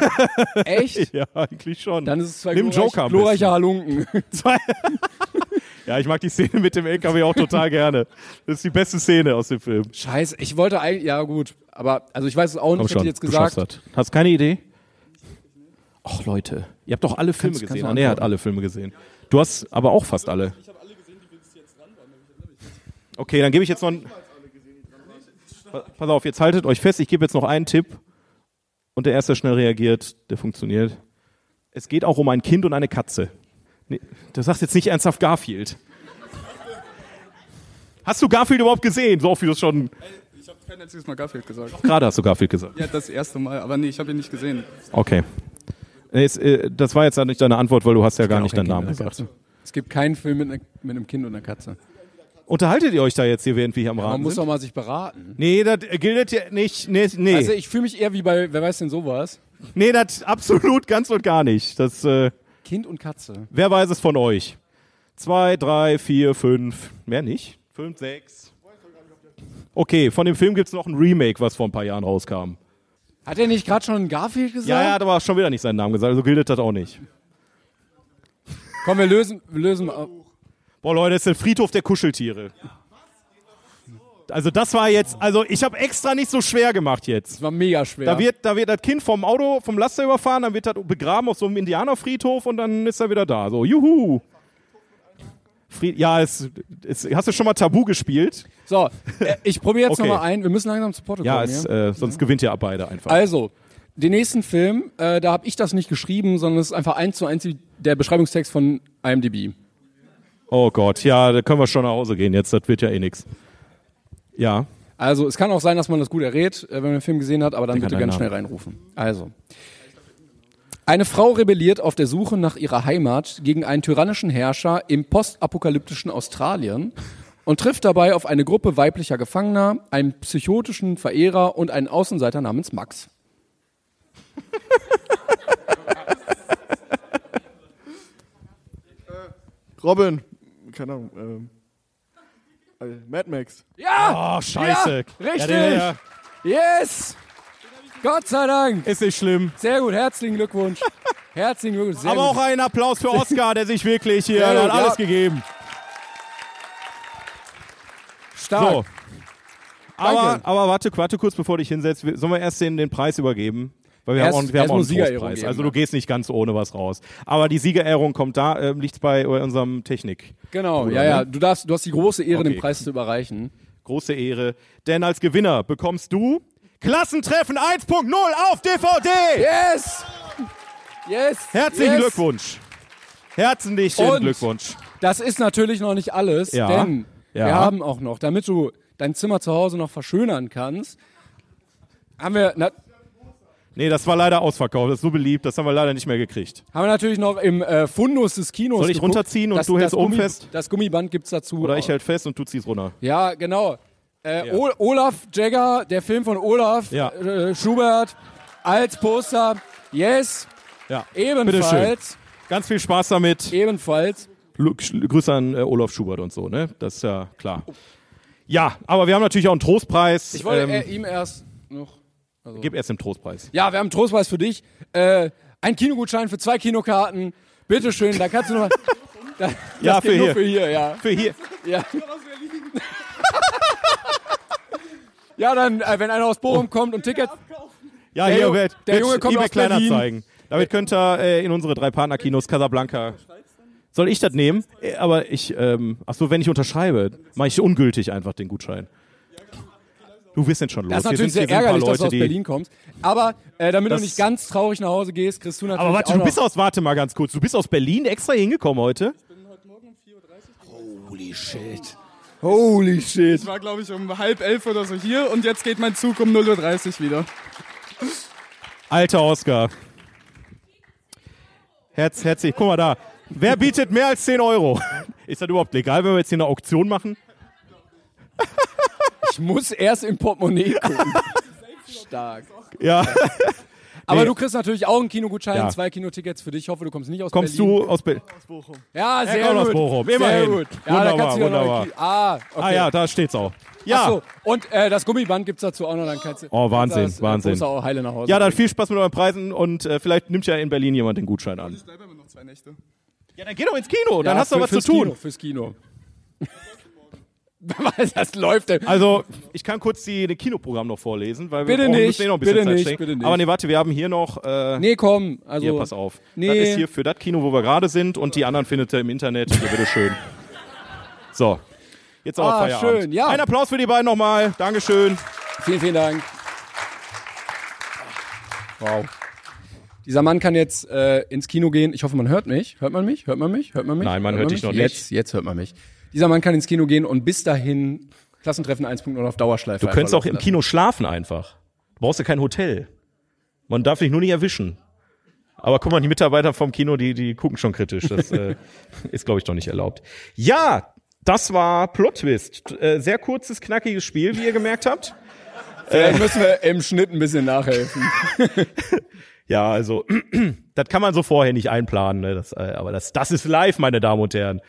Speaker 3: echt?
Speaker 2: ja, eigentlich schon.
Speaker 3: Dann ist es zwei
Speaker 2: Nimm
Speaker 3: glorreich-
Speaker 2: Joker am
Speaker 3: glorreiche
Speaker 2: besten.
Speaker 3: Halunken.
Speaker 2: Zwei- Ja, ich mag die Szene mit dem LKW auch total gerne. Das ist die beste Szene aus dem Film.
Speaker 3: Scheiße, ich wollte eigentlich, ja gut, aber also ich weiß es auch nicht, ich hätte jetzt gesagt,
Speaker 2: Du schaffst das. Hast keine Idee? Ach Leute, ihr habt doch alle Filme
Speaker 3: Kannst-
Speaker 2: gesehen.
Speaker 3: kannst
Speaker 2: Ah, nee, er hat
Speaker 3: antworten.
Speaker 2: alle Filme gesehen. Du hast aber auch fast alle. Ich habe alle gesehen, die jetzt dran Okay, dann gebe ich jetzt noch einen. Pa- Pass auf, jetzt haltet euch fest, ich gebe jetzt noch einen Tipp und der erste der schnell reagiert, der funktioniert. Es geht auch um ein Kind und eine Katze. Nee, du sagst jetzt nicht ernsthaft Garfield. Hast du Garfield überhaupt gesehen? So oft wie du es schon.
Speaker 17: Ich habe kein einziges Mal Garfield gesagt.
Speaker 2: Gerade hast du Garfield gesagt.
Speaker 17: Ja, das erste Mal, aber nee, ich habe ihn nicht gesehen.
Speaker 2: Okay. Nee, ist, äh, Das war jetzt ja nicht deine Antwort, weil du hast ja gar nicht deinen
Speaker 3: kein Kind
Speaker 2: Namen
Speaker 3: und eine
Speaker 2: gesagt.
Speaker 3: es gibt keinen Film mit, einer- mit einem Kind und einer Katze.
Speaker 2: Unterhaltet ihr euch da jetzt hier, während wir hier am
Speaker 3: Man
Speaker 2: Rahmen
Speaker 3: muss
Speaker 2: sind?
Speaker 3: doch mal sich beraten.
Speaker 2: Nee, das gilt ja nicht. Nee, nee.
Speaker 3: Also ich fühle mich eher wie bei, wer weiß denn sowas?
Speaker 2: nee, das absolut ganz und gar nicht. Das, äh,
Speaker 3: Kind und Katze.
Speaker 2: wer weiß es von euch? Zwei, drei, vier, fünf. Mehr nicht? Fünf, sechs. Okay, von dem Film gibt es noch ein Remake, was vor ein paar Jahren rauskam.
Speaker 3: Hat er nicht gerade schon Garfield gesagt?
Speaker 2: Ja, er hat aber schon wieder nicht seinen Namen gesagt, also gilt das auch nicht.
Speaker 3: Komm, wir lösen, wir lösen. äh,
Speaker 2: Boah, Leute, das ist der Friedhof der Kuscheltiere. Also das war jetzt, also ich habe extra nicht so schwer gemacht jetzt.
Speaker 3: Das war mega schwer.
Speaker 2: Da wird, da wird das Kind vom Auto, vom Laster überfahren, dann wird das begraben auf so einem Indianerfriedhof und dann ist er wieder da. So, juhu! Fried ja, es, es, hast du schon mal Tabu gespielt?
Speaker 3: so, äh, ich probiere jetzt
Speaker 2: Okay.
Speaker 3: nochmal ein. Wir müssen langsam zu Porto
Speaker 2: Ja,
Speaker 3: kommen.
Speaker 2: es,
Speaker 3: ja?
Speaker 2: äh, sonst gewinnt ihr ab beide einfach.
Speaker 3: Also, den nächsten Film, äh, da habe ich das nicht geschrieben, sondern es ist einfach eins zu eins wie der Beschreibungstext von IMDb.
Speaker 2: oh Gott, ja, da können wir schon nach Hause gehen jetzt, das wird ja eh nix. Ja,
Speaker 3: Also, es kann auch sein, dass man das gut errät, äh, wenn man den Film gesehen hat, aber dann
Speaker 2: Denk
Speaker 3: bitte
Speaker 2: an deinen
Speaker 3: ganz schnell
Speaker 2: Namen.
Speaker 3: reinrufen. Also. Eine Frau rebelliert auf der Suche nach ihrer Heimat gegen einen tyrannischen Herrscher im postapokalyptischen Australien und trifft dabei auf eine Gruppe weiblicher Gefangener, einen psychotischen Verehrer und einen Außenseiter namens Max.
Speaker 1: Robin, keine Ahnung, ähm, äh, Mad Max.
Speaker 3: Ja!
Speaker 2: Oh, scheiße.
Speaker 3: Ah, Ja,
Speaker 2: Ja,
Speaker 3: richtig!
Speaker 2: der- der-
Speaker 3: Yes! Gott sei Dank!
Speaker 2: ist nicht schlimm.
Speaker 3: Sehr gut, herzlichen Glückwunsch. Herzlichen Glückwunsch. sehr
Speaker 2: Aber
Speaker 3: gut.
Speaker 2: auch einen Applaus für Oscar, der sich wirklich hier
Speaker 3: Sehr
Speaker 2: der hat
Speaker 3: gut,
Speaker 2: alles
Speaker 3: ja.
Speaker 2: gegeben.
Speaker 3: Stark.
Speaker 2: So. Aber,
Speaker 3: Danke.
Speaker 2: aber warte, warte kurz, bevor du dich hinsetzt. Wir- Sollen wir erst den, den Preis übergeben? Weil wir
Speaker 3: Erst-
Speaker 2: haben auch, wir haben
Speaker 3: erst
Speaker 2: auch einen
Speaker 3: muss Siegerehrung
Speaker 2: Trostpreis.
Speaker 3: geben, ne?
Speaker 2: Also
Speaker 3: ja.
Speaker 2: du gehst nicht ganz ohne was raus. Aber die Siegerehrung kommt da, äh, liegt bei unserem Technik.
Speaker 3: Genau,
Speaker 2: Bruder,
Speaker 3: ja, ja.
Speaker 2: ne?
Speaker 3: Du, darfst, du hast die große Ehre,
Speaker 2: Okay.
Speaker 3: den Preis zu überreichen.
Speaker 2: Große Ehre. Denn als Gewinner bekommst du Klassentreffen 1.0 auf DVD!
Speaker 3: Yes! Yes!
Speaker 2: Herzlichen
Speaker 3: yes.
Speaker 2: Glückwunsch! Herzlichen
Speaker 3: Und-
Speaker 2: Glückwunsch!
Speaker 3: Das ist natürlich noch nicht alles,
Speaker 2: Ja.
Speaker 3: denn
Speaker 2: Ja.
Speaker 3: wir haben auch noch, damit du dein Zimmer zu Hause noch verschönern kannst, haben wir, na,
Speaker 2: Nee, das war leider ausverkauft. Das ist so beliebt, das haben wir leider nicht mehr gekriegt.
Speaker 3: haben wir natürlich noch im äh, Fundus des Kinos.
Speaker 2: Soll ich
Speaker 3: geguckt.
Speaker 2: runterziehen und du hältst oben fest?
Speaker 3: Das Gummiband gibt's dazu.
Speaker 2: Oder ich hält fest und du ziehst runter.
Speaker 3: Ja, genau. Äh, O- Olaf Jagger, der Film von Olaf
Speaker 2: Ja.
Speaker 3: äh, Schubert als Poster. Yes.
Speaker 2: Ja. Bitteschön.
Speaker 3: Ebenfalls.
Speaker 2: Ganz viel Spaß damit.
Speaker 3: Ebenfalls.
Speaker 2: Lu- Sch- Grüße an äh, Olaf Schubert und so, ne? Das ist ja klar. Ja, aber wir haben natürlich auch einen Trostpreis.
Speaker 3: Ich wollte
Speaker 2: Ähm,
Speaker 3: äh, ihm erst noch. Also.
Speaker 2: gib erst den Trostpreis.
Speaker 3: Ja, wir haben einen Trostpreis für dich. Äh, ein Kinogutschein für zwei Kinokarten. Bitteschön, da kannst du noch. Da,
Speaker 2: Ja,
Speaker 3: das
Speaker 2: für
Speaker 3: geht
Speaker 2: hier.
Speaker 3: Nur für hier, ja.
Speaker 2: Für hier.
Speaker 3: Ja. ja, dann, äh, wenn einer aus
Speaker 2: Oh.
Speaker 3: Bochum kommt und Tickets.
Speaker 2: Ja,
Speaker 3: Der
Speaker 2: hier
Speaker 3: Ju-
Speaker 2: wird
Speaker 3: der Junge kommt
Speaker 2: eBay
Speaker 3: aus Berlin.
Speaker 2: zeigen. Damit könnt ihr äh, in unsere drei Partnerkinos Casablanca. Soll ich das nehmen? Äh, Aber ich, ähm, ach so, wenn ich unterschreibe, mache ich ungültig einfach den Gutschein. Du wirst den schon los.
Speaker 3: Das ist
Speaker 2: Hier
Speaker 3: natürlich
Speaker 2: sind- hier sind
Speaker 3: sehr
Speaker 2: ein paar
Speaker 3: ärgerlich, dass
Speaker 2: Leute,
Speaker 3: du aus
Speaker 2: die-
Speaker 3: Berlin kommst. Aber äh, damit
Speaker 2: Das-
Speaker 3: du nicht ganz traurig nach Hause gehst, kriegst du natürlich.
Speaker 2: Aber warte,
Speaker 3: auch
Speaker 2: du
Speaker 3: noch-
Speaker 2: bist aus, warte mal ganz kurz. Du bist aus Berlin extra hingekommen heute?
Speaker 3: Holy shit. Holy shit.
Speaker 18: Ich war, glaube ich, um halb elf oder so hier und jetzt geht mein Zug um 0.30 Uhr wieder.
Speaker 2: Alter Oscar. Herz, herzlich. Guck mal da. Wer bietet mehr als 10 Euro? Ist das überhaupt legal, wenn wir jetzt hier eine Auktion machen?
Speaker 3: Ich muss erst im Portemonnaie gucken. Stark.
Speaker 2: Ja.
Speaker 3: Aber
Speaker 2: Nee.
Speaker 3: du kriegst natürlich auch einen Kinogutschein,
Speaker 2: Ja.
Speaker 3: zwei Kinotickets für dich. Ich hoffe, du kommst nicht aus
Speaker 2: Kommst
Speaker 3: Berlin.
Speaker 2: du aus Berlin?
Speaker 3: Ja,
Speaker 2: Er
Speaker 3: sehr
Speaker 2: kommt aus
Speaker 3: gut.
Speaker 2: Bochum,
Speaker 3: Sehr
Speaker 2: immerhin.
Speaker 3: gut. Ja,
Speaker 2: Wunderbar,
Speaker 3: da kannst du ja noch
Speaker 2: wunderbar.
Speaker 3: in Kiel- Ah, okay.
Speaker 2: Ah ja, da steht's auch. Ja.
Speaker 3: Ach so. Und äh, das Gummiband gibt's dazu auch noch. Dann kannst du,
Speaker 2: Oh, Wahnsinn,
Speaker 3: kannst du das, äh,
Speaker 2: Wahnsinn.
Speaker 3: Poster auch heile nach Hause
Speaker 2: Ja, dann
Speaker 3: bringen.
Speaker 2: viel Spaß mit euren Preisen und äh, vielleicht nimmt ja in Berlin jemand den Gutschein an.
Speaker 18: Bleiben wir noch zwei Nächte.
Speaker 2: Ja, dann geh doch ins Kino, dann
Speaker 3: Ja,
Speaker 2: hast du
Speaker 3: für-
Speaker 2: was zu
Speaker 3: fürs
Speaker 2: tun.
Speaker 3: Kino, fürs Kino. Was, das läuft denn?
Speaker 2: Also, ich kann kurz die, die Kinoprogramm noch vorlesen, weil wir
Speaker 3: Bitte
Speaker 2: brauchen-
Speaker 3: nicht,
Speaker 2: müssen eh noch ein bisschen
Speaker 3: bitte
Speaker 2: Zeit
Speaker 3: nicht,
Speaker 2: schenken.
Speaker 3: bitte nicht.
Speaker 2: Aber nee, warte, wir haben hier noch. Äh,
Speaker 3: Nee, komm. Also,
Speaker 2: hier, pass auf.
Speaker 3: Nee.
Speaker 2: Das ist hier für das Kino, wo wir gerade sind und die anderen findet ihr im Internet. Hier, bitteschön. So. Jetzt aber
Speaker 3: Ah,
Speaker 2: Feierabend.
Speaker 3: schön, ja.
Speaker 2: Ein Applaus für die beiden nochmal. Dankeschön.
Speaker 3: Vielen, vielen Dank. Wow. Dieser Mann kann jetzt äh, ins Kino gehen. Ich hoffe, man hört mich. Hört man mich? Hört man mich? Hört man mich?
Speaker 2: Nein, man hört
Speaker 3: mich?
Speaker 2: dich noch
Speaker 3: Jetzt, jetzt hört man mich. Dieser Mann kann ins Kino gehen und bis dahin Klassentreffen 1.0 auf Dauerschleife.
Speaker 2: Du könntest auch
Speaker 3: einfach
Speaker 2: im
Speaker 3: laufen
Speaker 2: Kino schlafen einfach. Brauchst ja kein Hotel. Man darf dich nur nicht erwischen. Aber guck mal, die Mitarbeiter vom Kino, die, die gucken schon kritisch. Das äh, ist, glaube ich, doch nicht erlaubt. Ja, das war Plot Twist. Äh, sehr kurzes, knackiges Spiel, wie ihr gemerkt habt.
Speaker 3: lassen. Vielleicht müssen wir im Schnitt ein bisschen nachhelfen.
Speaker 2: Ja, also das kann man so vorher nicht einplanen, ne? das, äh, aber das, das ist live, meine Damen und Herren.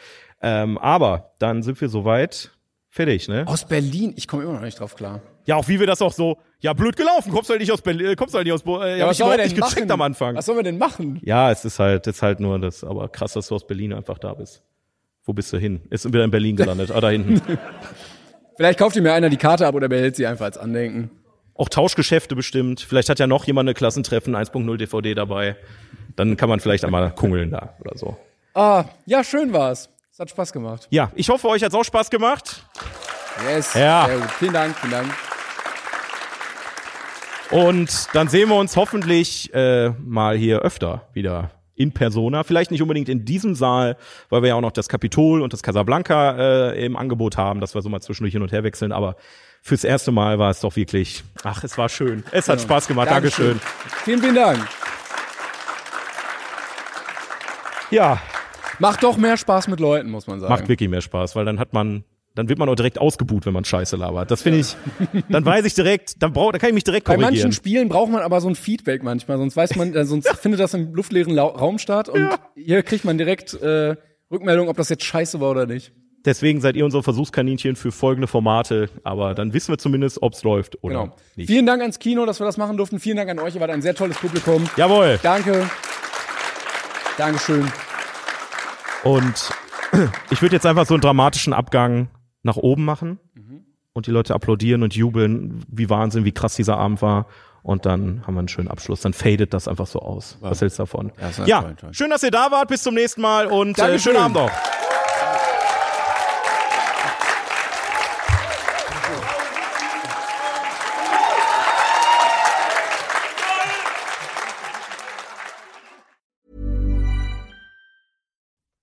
Speaker 2: Ähm, aber dann sind wir soweit fertig, ne?
Speaker 3: Aus Berlin? Ich komme immer noch nicht drauf klar.
Speaker 2: Ja, auch wie wir das auch so, ja, blöd gelaufen, kommst du halt nicht aus Berlin, äh, kommst du halt nicht aus Bo äh, hab ich
Speaker 3: sollen wir
Speaker 2: überhaupt nicht
Speaker 3: denn
Speaker 2: gecheckt am
Speaker 3: machen?
Speaker 2: Anfang.
Speaker 3: Was sollen wir denn machen?
Speaker 2: Ja, es ist halt, es ist halt nur das, aber krass, dass du aus Berlin einfach da bist. Wo bist du hin? Ist wieder in Berlin gelandet, ah, da hinten.
Speaker 3: Vielleicht kauft ihm mir einer die Karte ab oder behält sie einfach als Andenken.
Speaker 2: Auch Tauschgeschäfte bestimmt. Vielleicht hat ja noch jemand eine Klassentreffen 1.0 DVD dabei. Dann kann man vielleicht einmal kungeln da oder so.
Speaker 3: Ah, ja, schön war's. Es hat Spaß gemacht.
Speaker 2: Ja, ich hoffe, euch hat's auch Spaß gemacht.
Speaker 3: Yes.
Speaker 2: Ja.
Speaker 3: Sehr gut. Vielen Dank, vielen Dank.
Speaker 2: Und dann sehen wir uns hoffentlich äh, mal hier öfter wieder in Persona. Vielleicht nicht unbedingt in diesem Saal, weil wir ja auch noch das Kapitol und das Casablanca äh, im Angebot haben, dass wir so mal zwischendurch hin und her wechseln. Aber fürs erste Mal war es doch wirklich, ach, es war schön. Es hat
Speaker 3: Genau.
Speaker 2: Spaß gemacht. Dankeschön.
Speaker 3: Vielen, vielen Dank.
Speaker 2: Ja,
Speaker 3: Macht doch mehr Spaß mit Leuten, muss man sagen.
Speaker 2: macht wirklich mehr Spaß, weil dann hat man dann wird man auch direkt ausgebuht, wenn man Scheiße labert. Das finde ich, dann weiß ich direkt, dann, brauch, dann kann ich mich direkt
Speaker 3: Bei
Speaker 2: korrigieren.
Speaker 3: manchen Spielen braucht man aber so ein Feedback manchmal, sonst weiß man, äh, sonst findet das im luftleeren Lau- Raum statt und hier kriegt man direkt äh, Rückmeldung, ob das jetzt scheiße war oder nicht.
Speaker 2: Deswegen seid ihr unsere Versuchskaninchen für folgende Formate, aber dann wissen wir zumindest, ob's läuft oder
Speaker 3: Genau.
Speaker 2: nicht.
Speaker 3: Vielen Dank ans Kino, dass wir das machen durften. Vielen Dank an euch, ihr wart ein sehr tolles Publikum.
Speaker 2: Jawohl.
Speaker 3: Danke. Dankeschön.
Speaker 2: Und ich würde jetzt einfach so einen dramatischen Abgang nach oben machen
Speaker 19: Mhm.
Speaker 2: und die Leute applaudieren und jubeln, wie Wahnsinn, wie krass dieser Abend war. Und dann haben wir einen schönen Abschluss. Dann fadet das einfach so aus. Was hältst du davon?
Speaker 19: das war
Speaker 2: Ja,
Speaker 19: toll, toll.
Speaker 2: schön, dass ihr da wart. Bis zum nächsten Mal und äh,
Speaker 19: Dankeschön.
Speaker 2: schönen Abend auch.